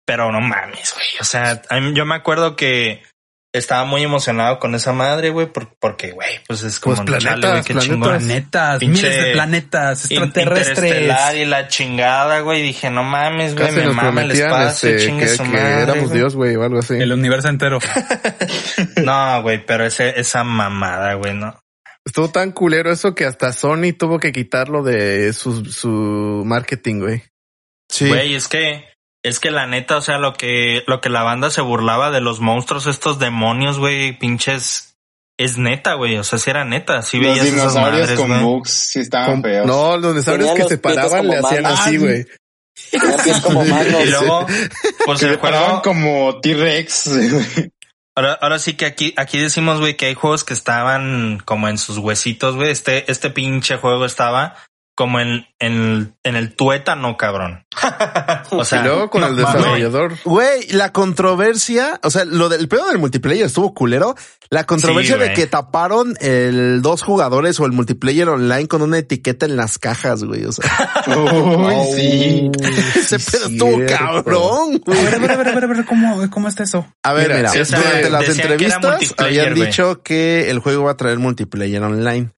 [SPEAKER 4] pero no mames, güey. O sea, a mí- yo me acuerdo que estaba muy emocionado con esa madre, güey, por- porque, güey, pues es como
[SPEAKER 5] Pues
[SPEAKER 4] no, chale,
[SPEAKER 5] planetas,
[SPEAKER 4] güey, qué
[SPEAKER 5] planetas.
[SPEAKER 4] chingón.
[SPEAKER 2] planetas,
[SPEAKER 4] Pinche
[SPEAKER 2] miles de planetas
[SPEAKER 4] In-
[SPEAKER 2] extraterrestres.
[SPEAKER 4] Interestelar y la chingada, güey. Dije, no mames, güey,
[SPEAKER 5] Casi
[SPEAKER 4] me
[SPEAKER 5] nos
[SPEAKER 4] mama el
[SPEAKER 5] prometían
[SPEAKER 4] espacio,
[SPEAKER 5] este,
[SPEAKER 4] chingue
[SPEAKER 5] que,
[SPEAKER 4] su
[SPEAKER 5] que
[SPEAKER 4] madre,
[SPEAKER 5] éramos
[SPEAKER 4] güey.
[SPEAKER 5] Dios, güey, o algo así.
[SPEAKER 2] El universo entero.
[SPEAKER 4] No, güey, pero ese, esa mamada, güey, no.
[SPEAKER 5] Estuvo tan culero eso que hasta Sony tuvo que quitarlo de su, su marketing, güey.
[SPEAKER 1] Sí.
[SPEAKER 4] Güey, es que, es que la neta, o sea, lo que, lo que la banda se burlaba de los monstruos, estos demonios, güey, pinches, es neta, güey. O sea, si era neta, si
[SPEAKER 7] los
[SPEAKER 4] veías esas
[SPEAKER 7] dinosaurios
[SPEAKER 4] madres,
[SPEAKER 7] con
[SPEAKER 4] güey.
[SPEAKER 7] bugs sí estaban
[SPEAKER 5] Con-
[SPEAKER 7] feos.
[SPEAKER 5] no, los dinosaurios
[SPEAKER 3] Tenían
[SPEAKER 5] que
[SPEAKER 3] los
[SPEAKER 5] se
[SPEAKER 3] pies
[SPEAKER 5] paraban
[SPEAKER 3] como
[SPEAKER 5] le hacían
[SPEAKER 3] manos.
[SPEAKER 5] así, güey.
[SPEAKER 3] Tenía pies como manos.
[SPEAKER 5] (laughs)
[SPEAKER 4] (laughs) Y luego, pues
[SPEAKER 7] que
[SPEAKER 4] el
[SPEAKER 7] se paraban
[SPEAKER 4] juego,
[SPEAKER 7] como T-Rex. (laughs)
[SPEAKER 4] ahora, ahora sí que aquí, aquí decimos, güey, que hay juegos que estaban como en sus huesitos, güey. Este, este pinche juego estaba como en, en, en el tuétano, cabrón. o sea,
[SPEAKER 5] y luego con
[SPEAKER 4] no
[SPEAKER 5] el
[SPEAKER 4] mames.
[SPEAKER 5] desarrollador.
[SPEAKER 1] Güey, la controversia, o sea, lo del pedo del multiplayer estuvo culero. La controversia
[SPEAKER 4] Sí,
[SPEAKER 1] de
[SPEAKER 4] güey.
[SPEAKER 1] que taparon el dos jugadores o el multiplayer online con una etiqueta en las cajas, güey. O sea, (laughs)
[SPEAKER 7] Uy, sí.
[SPEAKER 1] ese
[SPEAKER 5] sí,
[SPEAKER 1] pedo estuvo
[SPEAKER 5] cierto.
[SPEAKER 1] cabrón,
[SPEAKER 2] A
[SPEAKER 1] güey.
[SPEAKER 2] ver, a ver, a ver, a ver, a ver, ¿cómo, cómo está eso?
[SPEAKER 1] A ver, mira,
[SPEAKER 5] Mira,
[SPEAKER 4] o sea,
[SPEAKER 1] durante las
[SPEAKER 4] decían que era
[SPEAKER 1] entrevistas
[SPEAKER 4] multiplayer,
[SPEAKER 1] habían
[SPEAKER 4] güey.
[SPEAKER 1] dicho que el juego va a traer multiplayer online.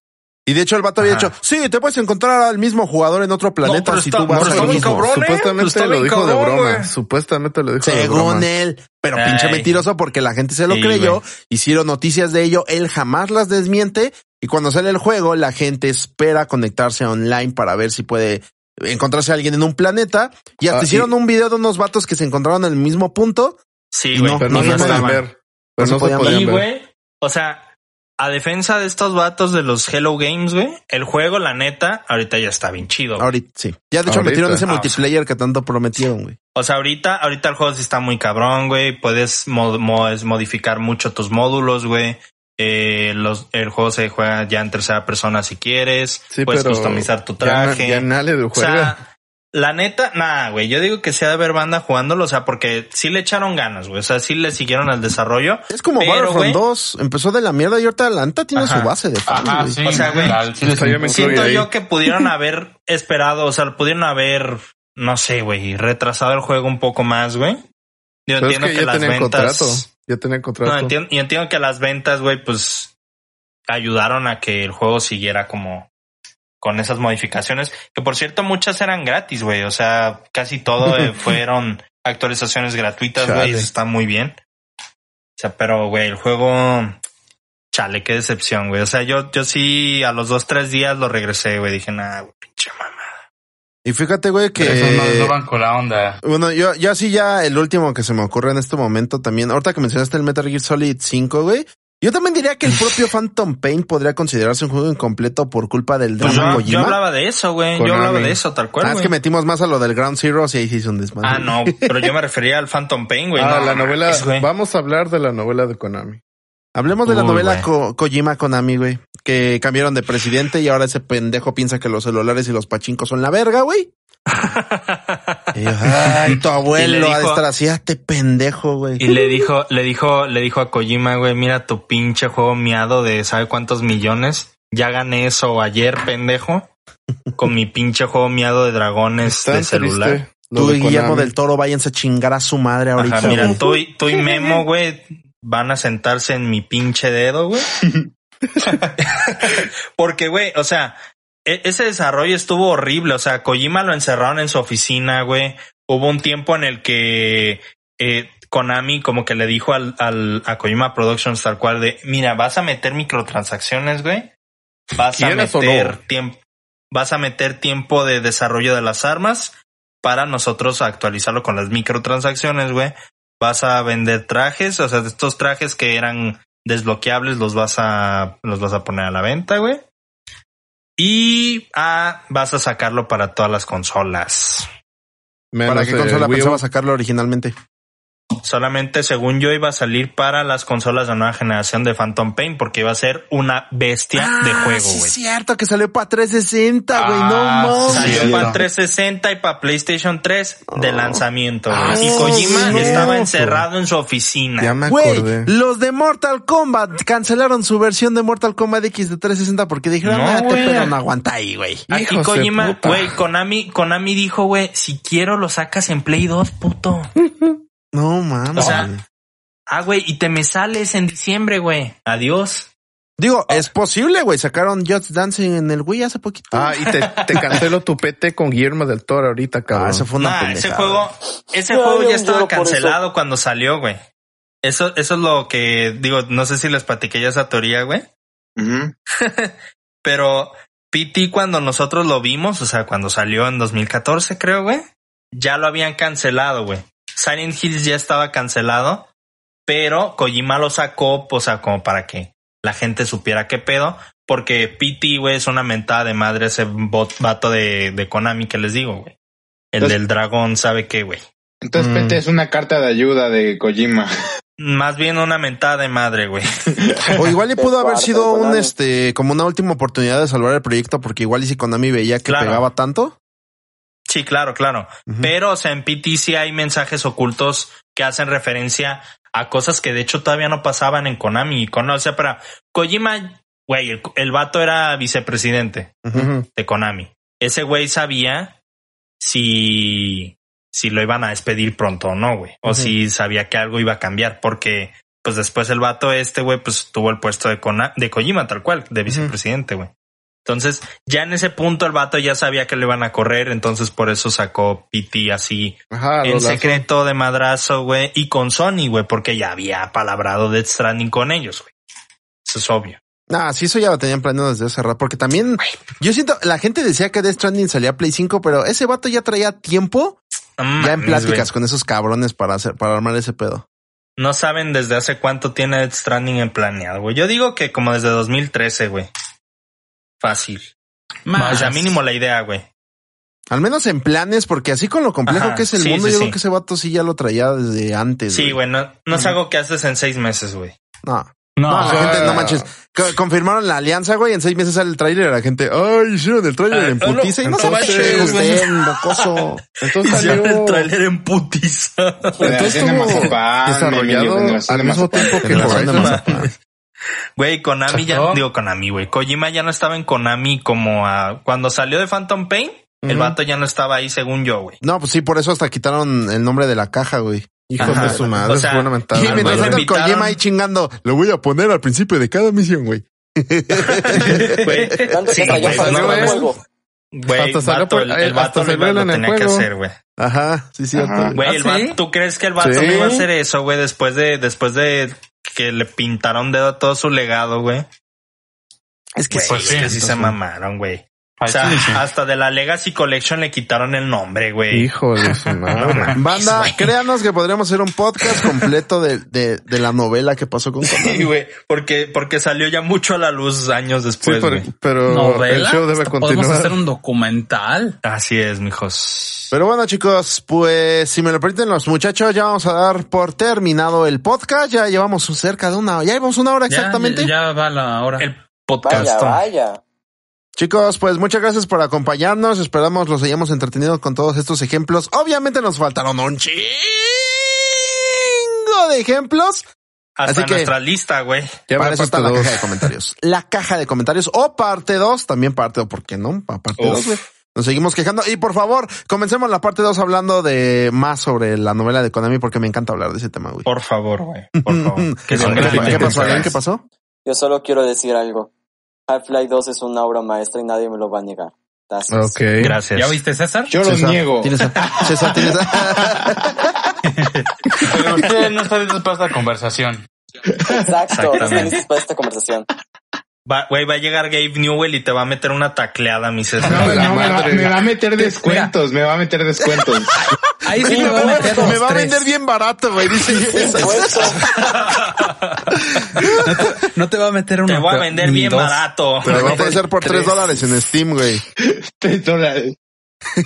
[SPEAKER 1] Y de hecho el vato había
[SPEAKER 4] Ajá.
[SPEAKER 1] dicho, sí, te puedes encontrar al mismo jugador en otro planeta
[SPEAKER 4] pero
[SPEAKER 1] si
[SPEAKER 4] está-
[SPEAKER 1] tú vas
[SPEAKER 4] pero
[SPEAKER 1] al
[SPEAKER 4] está muy
[SPEAKER 1] mismo".
[SPEAKER 4] cabrón, ¿eh? Pues
[SPEAKER 5] Supuestamente
[SPEAKER 4] está
[SPEAKER 5] lo
[SPEAKER 4] bien
[SPEAKER 5] dijo de
[SPEAKER 4] cabrón,
[SPEAKER 5] broma.
[SPEAKER 4] güey.
[SPEAKER 5] Supuestamente lo dijo de
[SPEAKER 1] Según
[SPEAKER 5] broma.
[SPEAKER 1] él, pero pinche
[SPEAKER 4] Ay.
[SPEAKER 1] mentiroso porque la gente se lo
[SPEAKER 4] Sí,
[SPEAKER 1] creyó,
[SPEAKER 4] güey.
[SPEAKER 1] hicieron noticias de ello, él jamás las desmiente y cuando sale el juego la gente espera conectarse online para ver si puede encontrarse a alguien en un planeta y hasta
[SPEAKER 5] Ah,
[SPEAKER 1] hicieron
[SPEAKER 5] y-
[SPEAKER 1] un video de unos vatos que se encontraron en el mismo punto.
[SPEAKER 4] Sí,
[SPEAKER 1] Y
[SPEAKER 4] güey.
[SPEAKER 1] no,
[SPEAKER 5] Pero no,
[SPEAKER 4] y
[SPEAKER 5] se
[SPEAKER 4] no
[SPEAKER 5] podían
[SPEAKER 4] estaban.
[SPEAKER 5] ver. Pero
[SPEAKER 1] se
[SPEAKER 5] no se
[SPEAKER 1] podían
[SPEAKER 5] podían
[SPEAKER 4] Y,
[SPEAKER 5] ver.
[SPEAKER 4] güey, o sea, a defensa de estos vatos de los Hello Games, güey, el juego, la neta, ahorita ya está bien chido. güey.
[SPEAKER 1] Ahorita sí. Ya de hecho
[SPEAKER 5] Ahorita.
[SPEAKER 1] metieron ese
[SPEAKER 4] Oh. Ah, o sea.
[SPEAKER 1] multiplayer que tanto prometieron, güey.
[SPEAKER 4] O sea, ahorita, ahorita el juego sí está muy cabrón, güey. Puedes mo- mo- es modificar mucho tus módulos, güey. Eh, los, el juego se juega ya en tercera persona si quieres.
[SPEAKER 5] Sí,
[SPEAKER 4] Puedes
[SPEAKER 5] pero
[SPEAKER 4] customizar tu
[SPEAKER 5] ya na-
[SPEAKER 4] traje.
[SPEAKER 5] Ya, nadie lo
[SPEAKER 4] O sea,
[SPEAKER 5] juega.
[SPEAKER 4] la neta, nada, güey. Yo digo que sea de haber banda jugándolo, o sea, porque sí le echaron ganas, güey. O sea, sí le siguieron al desarrollo.
[SPEAKER 1] Es como
[SPEAKER 4] Pero,
[SPEAKER 1] Battlefront
[SPEAKER 4] güey.
[SPEAKER 1] 2, empezó de la mierda y ahorita la neta tiene
[SPEAKER 4] Ajá.
[SPEAKER 1] su base de fans,
[SPEAKER 6] Ajá,
[SPEAKER 1] güey.
[SPEAKER 6] sí.
[SPEAKER 4] O sea, güey,
[SPEAKER 6] tal, sí,
[SPEAKER 5] hasta
[SPEAKER 6] sí.
[SPEAKER 5] yo me incluyo
[SPEAKER 4] Siento
[SPEAKER 5] ahí.
[SPEAKER 4] yo
[SPEAKER 5] (laughs)
[SPEAKER 4] que pudieron haber esperado, o sea, pudieron haber, no sé, güey, retrasado el juego un poco más, güey. Yo
[SPEAKER 5] Pero es
[SPEAKER 4] entiendo
[SPEAKER 5] que
[SPEAKER 4] que,
[SPEAKER 5] ya
[SPEAKER 4] las
[SPEAKER 5] tenían contrato.
[SPEAKER 4] ventas.
[SPEAKER 5] Ya tenían
[SPEAKER 4] No,
[SPEAKER 5] contrato.
[SPEAKER 4] entiendo, y entiendo que las ventas, güey, pues ayudaron a que el juego siguiera como con esas modificaciones, que por cierto muchas eran gratis, güey, o sea, casi todo
[SPEAKER 5] (laughs)
[SPEAKER 4] eh, fueron actualizaciones gratuitas,
[SPEAKER 5] Chale.
[SPEAKER 4] güey, eso está muy bien. O sea, pero, güey, el juego, chale, qué decepción, güey, o sea, yo, yo sí a los dos, tres días lo regresé, güey, dije, nah, güey, pinche mamá.
[SPEAKER 1] Y fíjate, güey, que...
[SPEAKER 6] Pero Eso no, no van con la onda.
[SPEAKER 1] Bueno, yo, yo así ya el último que se me ocurre en este momento también. Ahorita que mencionaste el Metal Gear Solid 5, güey. Yo también diría que el
[SPEAKER 4] (laughs)
[SPEAKER 1] propio Phantom Pain podría considerarse un juego incompleto por culpa del
[SPEAKER 4] Pues
[SPEAKER 1] drama
[SPEAKER 4] yo, yo
[SPEAKER 1] Kojima.
[SPEAKER 4] hablaba de eso, güey, yo
[SPEAKER 5] Konami.
[SPEAKER 4] hablaba de eso, tal cual,
[SPEAKER 1] Ah, es
[SPEAKER 4] güey.
[SPEAKER 1] que metimos más a lo del Ground Zero y ahí se hizo un desmadre.
[SPEAKER 4] Ah, no, pero yo me refería al Phantom Pain, güey.
[SPEAKER 5] ah,
[SPEAKER 4] no
[SPEAKER 5] la
[SPEAKER 4] mames,
[SPEAKER 5] novela.
[SPEAKER 4] güey.
[SPEAKER 5] vamos a hablar de la novela de Konami.
[SPEAKER 1] Hablemos de la
[SPEAKER 4] Uy,
[SPEAKER 1] novela
[SPEAKER 4] güey.
[SPEAKER 1] Ko- Kojima Konami, güey. Que cambiaron de presidente y ahora ese pendejo piensa que los celulares y los pachincos son la verga,
[SPEAKER 4] (laughs)
[SPEAKER 1] güey. Y yo, Ay, tu abuelo ha de
[SPEAKER 4] dijo-
[SPEAKER 1] estar así, "Ah, este pendejo, güey.
[SPEAKER 4] Y le dijo, le dijo, le dijo a Kojima, güey, mira tu pinche juego miado de sabe cuántos millones. Ya gané eso ayer, pendejo. Con mi pinche juego miado de dragones
[SPEAKER 5] Tan
[SPEAKER 4] de celular.
[SPEAKER 5] triste lo
[SPEAKER 1] Tú
[SPEAKER 5] de
[SPEAKER 1] y Guillermo
[SPEAKER 5] Konami.
[SPEAKER 1] del Toro váyanse a chingar a su madre ahorita.
[SPEAKER 4] Ajá, mira,
[SPEAKER 1] güey.
[SPEAKER 4] tú y, tú y Memo, güey, van a sentarse en mi pinche
[SPEAKER 5] (laughs)
[SPEAKER 4] dedo, güey. Porque, güey, o sea, e- ese desarrollo estuvo horrible. O sea, Kojima lo encerraron en su oficina, güey. Hubo un tiempo en el que eh, Konami como que le dijo al, al- a Kojima Productions tal cual de, mira, vas a meter microtransacciones, güey. Vas a
[SPEAKER 5] ¿Quieres o
[SPEAKER 4] meter
[SPEAKER 5] no?
[SPEAKER 4] tiempo. vas a meter tiempo de desarrollo de las armas para nosotros actualizarlo con las microtransacciones, güey. Vas a vender trajes, o sea, estos trajes que eran desbloqueables los vas a los vas a poner a la venta, güey. Y ah, vas a sacarlo para todas las consolas.
[SPEAKER 5] Menos
[SPEAKER 1] ¿Para qué
[SPEAKER 5] el
[SPEAKER 1] consola
[SPEAKER 5] Wii U.
[SPEAKER 1] pensaba sacarlo originalmente?
[SPEAKER 4] Solamente, según yo, iba a salir para las consolas de nueva generación de Phantom Pain porque iba a ser una bestia de
[SPEAKER 1] Ah,
[SPEAKER 4] juego,
[SPEAKER 1] sí
[SPEAKER 4] güey.
[SPEAKER 1] es cierto que salió para 360, güey.
[SPEAKER 6] Ah,
[SPEAKER 1] no
[SPEAKER 6] sí,
[SPEAKER 1] mames.
[SPEAKER 4] Salió
[SPEAKER 6] cierto.
[SPEAKER 4] para 360 y para PlayStation 3 de lanzamiento. güey.
[SPEAKER 1] Ah,
[SPEAKER 4] y
[SPEAKER 1] sí,
[SPEAKER 4] Kojima
[SPEAKER 1] cierto.
[SPEAKER 4] estaba encerrado en su oficina.
[SPEAKER 5] Ya me acordé.
[SPEAKER 1] Güey, los de Mortal Kombat cancelaron su versión de Mortal Kombat X de 360 porque dijeron,
[SPEAKER 4] No,
[SPEAKER 1] ah, este
[SPEAKER 4] güey.
[SPEAKER 1] pedo no aguanta ahí, güey.
[SPEAKER 4] Aquí
[SPEAKER 5] Hijos de
[SPEAKER 4] Kojima,
[SPEAKER 5] puta.
[SPEAKER 4] güey, Konami, Konami dijo, güey, si quiero lo sacas en Play 2, puto.
[SPEAKER 1] No mames.
[SPEAKER 4] O sea, ah, güey, y te me sales en diciembre, güey. Adiós.
[SPEAKER 1] Digo, es posible, güey. Sacaron Just Dancing en el Wii hace poquito.
[SPEAKER 5] Ah, y te, te cancelo tu PT con Guillermo del Toro ahorita,
[SPEAKER 1] Ah,
[SPEAKER 5] cabrón.
[SPEAKER 1] eso fue una
[SPEAKER 4] Nah, ese
[SPEAKER 1] pendejada.
[SPEAKER 4] juego, ese
[SPEAKER 3] Yo
[SPEAKER 4] juego ya
[SPEAKER 3] lloro
[SPEAKER 4] estaba
[SPEAKER 3] por eso.
[SPEAKER 4] cancelado cuando salió, güey. Eso, eso es lo que digo, no sé si les platiqué ya esa teoría, güey.
[SPEAKER 7] Ujú.
[SPEAKER 4] Pero PT cuando nosotros lo vimos, o sea, cuando salió en 2014, creo, güey, ya lo habían cancelado, güey. Silent Hills ya estaba cancelado, pero Kojima lo sacó, pues, o sea, como para que la gente supiera qué pedo, porque PT, güey, es una mentada de madre ese bot- vato de, de Konami que les digo, güey. El
[SPEAKER 7] Entonces-
[SPEAKER 4] del dragón sabe qué, güey.
[SPEAKER 7] Entonces,
[SPEAKER 5] Mm.
[SPEAKER 7] Pete es una carta de ayuda de Kojima.
[SPEAKER 4] Más bien una mentada de madre, güey.
[SPEAKER 1] O igual
[SPEAKER 5] (laughs)
[SPEAKER 1] y pudo haber
[SPEAKER 3] Cuarto,
[SPEAKER 1] sido un
[SPEAKER 3] Konami.
[SPEAKER 1] este, como una última oportunidad de salvar el proyecto, porque igual y si Konami veía que
[SPEAKER 4] Claro.
[SPEAKER 1] pegaba tanto.
[SPEAKER 4] Sí, claro, claro.
[SPEAKER 1] Ujú.
[SPEAKER 4] Pero, o sea, en PT sí hay mensajes ocultos que hacen referencia a cosas que de hecho todavía no pasaban en Konami. Y Kon- o sea, para Kojima, güey, el, el vato era vicepresidente
[SPEAKER 5] Ujú.
[SPEAKER 4] de Konami. Ese güey sabía si, si lo iban a despedir pronto o no, güey. O si sabía que algo iba a cambiar, porque pues después el vato este, güey, pues tuvo el puesto de, Kona- de Kojima, tal cual, de vicepresidente, güey. Entonces, ya en ese punto el vato ya sabía que lo iban a correr, entonces por eso sacó PT así
[SPEAKER 5] Ajá, lo
[SPEAKER 4] en
[SPEAKER 5] lanzó.
[SPEAKER 4] secreto de madrazo, güey, y con Sony, güey, porque ya había palabrado Death Stranding con ellos, güey. Eso es obvio.
[SPEAKER 1] Ah, sí, eso ya lo tenían planeado desde hace rato, porque también yo siento, la gente decía que Death Stranding salía a Play 5, pero ese vato ya traía tiempo ya
[SPEAKER 4] No mames,
[SPEAKER 1] en
[SPEAKER 4] güey.
[SPEAKER 1] pláticas con esos cabrones para hacer, para armar ese pedo.
[SPEAKER 4] No saben desde hace cuánto tiene Death Stranding en planeado, güey. Yo digo que como desde 2013, güey. Fácil.
[SPEAKER 2] Más.
[SPEAKER 4] O sea, mínimo la idea, güey.
[SPEAKER 1] Al menos en planes, porque así con lo complejo
[SPEAKER 4] Ajá,
[SPEAKER 1] que es el
[SPEAKER 4] sí,
[SPEAKER 1] mundo,
[SPEAKER 4] sí,
[SPEAKER 1] yo
[SPEAKER 4] sí.
[SPEAKER 1] creo que ese vato sí ya lo traía desde antes.
[SPEAKER 4] Sí, güey, no, no es algo que haces en seis meses, güey.
[SPEAKER 1] No.
[SPEAKER 6] No,
[SPEAKER 1] No, la
[SPEAKER 6] o sea,
[SPEAKER 1] gente, no manches. Co- Confirmaron la alianza, güey. En seis meses sale el tráiler. La gente, ay, hicieron el tráiler
[SPEAKER 4] Ah,
[SPEAKER 1] en
[SPEAKER 4] no, no,
[SPEAKER 1] putiza. Y no se
[SPEAKER 4] no
[SPEAKER 1] manches,
[SPEAKER 4] manches,
[SPEAKER 1] usted, (laughs)
[SPEAKER 4] güey.
[SPEAKER 1] mocoso.
[SPEAKER 5] Entonces salió
[SPEAKER 4] en putis.
[SPEAKER 7] Federación de
[SPEAKER 5] estuvo
[SPEAKER 7] Mazapán, Emilio,
[SPEAKER 5] desarrollado
[SPEAKER 7] Federación
[SPEAKER 5] al
[SPEAKER 7] de
[SPEAKER 5] mismo
[SPEAKER 7] Mazapán.
[SPEAKER 5] tiempo que
[SPEAKER 1] Federación de
[SPEAKER 5] Horizon.
[SPEAKER 4] (laughs) Güey, Konami ya,
[SPEAKER 6] Sacó.
[SPEAKER 4] digo Konami, güey. Kojima ya no estaba en Konami como a, cuando salió de Phantom Pain, el
[SPEAKER 5] Ujú.
[SPEAKER 4] vato ya no estaba ahí según yo, güey.
[SPEAKER 1] No, pues sí, por eso hasta quitaron el nombre de la caja, güey.
[SPEAKER 5] Hijos
[SPEAKER 4] Ajá.
[SPEAKER 5] de su madre,
[SPEAKER 4] O sea,
[SPEAKER 5] fue una mentada.
[SPEAKER 1] Y
[SPEAKER 4] Tal
[SPEAKER 1] mientras
[SPEAKER 4] cual.
[SPEAKER 1] tanto el
[SPEAKER 4] Invitaron-
[SPEAKER 1] Kojima ahí chingando, lo voy a poner al principio de cada misión, güey.
[SPEAKER 4] (laughs) Güey,
[SPEAKER 3] Tanto
[SPEAKER 4] sí,
[SPEAKER 3] que hasta ya
[SPEAKER 4] güey,
[SPEAKER 3] salió
[SPEAKER 4] no,
[SPEAKER 3] en el
[SPEAKER 4] güey.
[SPEAKER 3] juego.
[SPEAKER 4] Güey,
[SPEAKER 5] Hasta salió
[SPEAKER 4] vato,
[SPEAKER 5] por-
[SPEAKER 4] el, el
[SPEAKER 5] hasta
[SPEAKER 4] vato
[SPEAKER 5] salió
[SPEAKER 4] lo
[SPEAKER 5] en el
[SPEAKER 4] tenía que
[SPEAKER 5] juego.
[SPEAKER 4] hacer, güey.
[SPEAKER 1] Ajá, sí, cierto.
[SPEAKER 7] Ajá.
[SPEAKER 1] güey.
[SPEAKER 4] Güey,
[SPEAKER 2] ¿Ah,
[SPEAKER 4] el
[SPEAKER 2] sí?
[SPEAKER 4] vato- ¿tú crees que el vato
[SPEAKER 5] Sí.
[SPEAKER 4] no iba a hacer eso, güey, después de, después de que le pintaron dedo a todo su legado, güey?
[SPEAKER 1] Es que
[SPEAKER 4] Güey,
[SPEAKER 6] Pues sí,
[SPEAKER 4] es que sí se
[SPEAKER 6] entonces.
[SPEAKER 4] mamaron, güey. O
[SPEAKER 6] Ahí
[SPEAKER 4] sea,
[SPEAKER 6] sí, sí.
[SPEAKER 4] hasta de la Legacy Collection le quitaron el nombre, güey.
[SPEAKER 5] Hijo de su
[SPEAKER 4] No
[SPEAKER 5] madre.
[SPEAKER 4] mames,
[SPEAKER 2] (laughs)
[SPEAKER 1] Banda,
[SPEAKER 4] güey.
[SPEAKER 1] créanos que podríamos hacer un podcast completo de, de, de la novela que pasó con Konami.
[SPEAKER 4] Sí, (laughs) güey, porque, porque salió ya mucho a la luz años
[SPEAKER 5] Sí,
[SPEAKER 4] después,
[SPEAKER 5] pero-
[SPEAKER 4] pues, güey.
[SPEAKER 5] pero el
[SPEAKER 2] ¿Novela?
[SPEAKER 5] show debe
[SPEAKER 2] Hasta Podemos hacer
[SPEAKER 5] continuar.
[SPEAKER 2] un documental.
[SPEAKER 4] Así es, mijos.
[SPEAKER 1] Pero bueno, chicos, pues si me lo permiten los muchachos, ya vamos a dar por terminado el podcast. Ya llevamos cerca de una, ya llevamos una hora
[SPEAKER 2] Ya,
[SPEAKER 1] exactamente.
[SPEAKER 2] Ya, ya va la hora.
[SPEAKER 4] El
[SPEAKER 3] Vaya,
[SPEAKER 4] podcast.
[SPEAKER 3] vaya.
[SPEAKER 1] Chicos, pues muchas gracias por acompañarnos. Esperamos los hayamos entretenido con todos estos ejemplos. Obviamente nos faltaron un chingo de ejemplos.
[SPEAKER 4] Hasta
[SPEAKER 1] Así que-
[SPEAKER 4] nuestra lista, güey.
[SPEAKER 5] Ya va
[SPEAKER 1] para eso está
[SPEAKER 5] parte
[SPEAKER 1] la
[SPEAKER 5] dos.
[SPEAKER 1] caja de comentarios. La caja de comentarios o parte 2, también parte 2, ¿por qué no? Pa- Parte 2, güey. Nos seguimos quejando. Y por favor, comencemos la parte 2 hablando de más sobre la novela de Konami porque me encanta hablar de ese tema, güey.
[SPEAKER 4] Por favor, güey. Por favor.
[SPEAKER 1] ¿Qué,
[SPEAKER 4] Que son
[SPEAKER 1] ¿Qué-
[SPEAKER 4] grandes
[SPEAKER 1] qué pasó, Adrián?
[SPEAKER 4] pensadores.
[SPEAKER 1] ¿Qué pasó?
[SPEAKER 3] Yo solo quiero decir algo. Half-Life 2 es una obra maestra y nadie me lo va a negar. Gracias.
[SPEAKER 5] Ok.
[SPEAKER 4] Gracias.
[SPEAKER 2] ¿Ya viste, César?
[SPEAKER 7] Yo lo
[SPEAKER 1] César,
[SPEAKER 7] niego.
[SPEAKER 1] ¿tienes, César, ¿tienes,
[SPEAKER 6] Pero ustedes no están listos para esta conversación.
[SPEAKER 3] Exacto, no
[SPEAKER 4] Exactamente.
[SPEAKER 3] están listos para esta conversación.
[SPEAKER 4] Va, güey, va a llegar Gabe Newell y te va a meter una tacleada, mis
[SPEAKER 7] No,
[SPEAKER 4] esmeraldas.
[SPEAKER 7] no, me, va,
[SPEAKER 5] madre.
[SPEAKER 7] me va a meter descuentos, me va a meter (laughs) descuentos.
[SPEAKER 2] Ahí (laughs) sí
[SPEAKER 1] (laughs) me,
[SPEAKER 2] me va a meter
[SPEAKER 1] va,
[SPEAKER 2] los
[SPEAKER 1] me va a
[SPEAKER 2] tres.
[SPEAKER 1] vender bien barato, güey.
[SPEAKER 2] (laughs)
[SPEAKER 1] Dice,
[SPEAKER 4] (laughs)
[SPEAKER 3] Supuesto.
[SPEAKER 2] No te, no te va a meter una.
[SPEAKER 4] Te voy a
[SPEAKER 2] pero-
[SPEAKER 4] vender
[SPEAKER 2] ni
[SPEAKER 4] bien
[SPEAKER 2] dos.
[SPEAKER 4] barato.
[SPEAKER 1] Pero va a ofrecer por
[SPEAKER 2] Tres.
[SPEAKER 1] 3 dólares en Steam, güey.
[SPEAKER 7] Tres dólares.
[SPEAKER 3] Te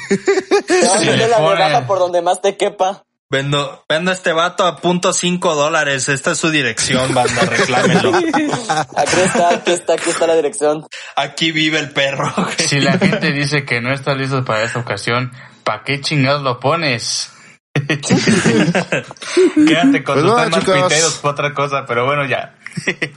[SPEAKER 3] vas a
[SPEAKER 4] Sí,
[SPEAKER 3] meter la
[SPEAKER 4] pobre.
[SPEAKER 3] rebaja por donde más te quepa.
[SPEAKER 4] Vendo, vendo a este vato a punto cinco dólares. Esta es su dirección, banda, reclámelo.
[SPEAKER 3] Aquí está, aquí está, aquí está la dirección.
[SPEAKER 4] Aquí vive el perro. güey.
[SPEAKER 6] Si la gente dice que no está listo para esta ocasión, ¿pa' qué chingados lo pones? (laughs) Quédate con
[SPEAKER 1] Pues
[SPEAKER 6] tus
[SPEAKER 1] bueno,
[SPEAKER 6] temas
[SPEAKER 1] chicos.
[SPEAKER 6] piteros para otra cosa, pero bueno, ya.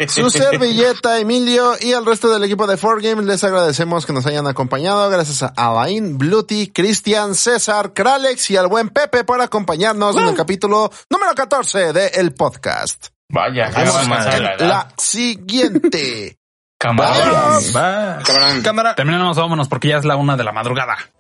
[SPEAKER 1] Su servilleta, Emilio y al resto del equipo de 4Game les agradecemos que nos hayan acompañado. Gracias a Alain, Bluti, Cristian, César, Kralex y al buen Pepe por acompañarnos en el capítulo número 14 de el podcast.
[SPEAKER 6] Vaya, ya
[SPEAKER 4] Vamos
[SPEAKER 6] va más
[SPEAKER 4] a
[SPEAKER 6] a la edad.
[SPEAKER 1] La siguiente.
[SPEAKER 6] Camarón.
[SPEAKER 4] Va.
[SPEAKER 7] Cabrón.
[SPEAKER 4] Cámara.
[SPEAKER 2] Terminamos, vámonos, porque ya es la una de la madrugada.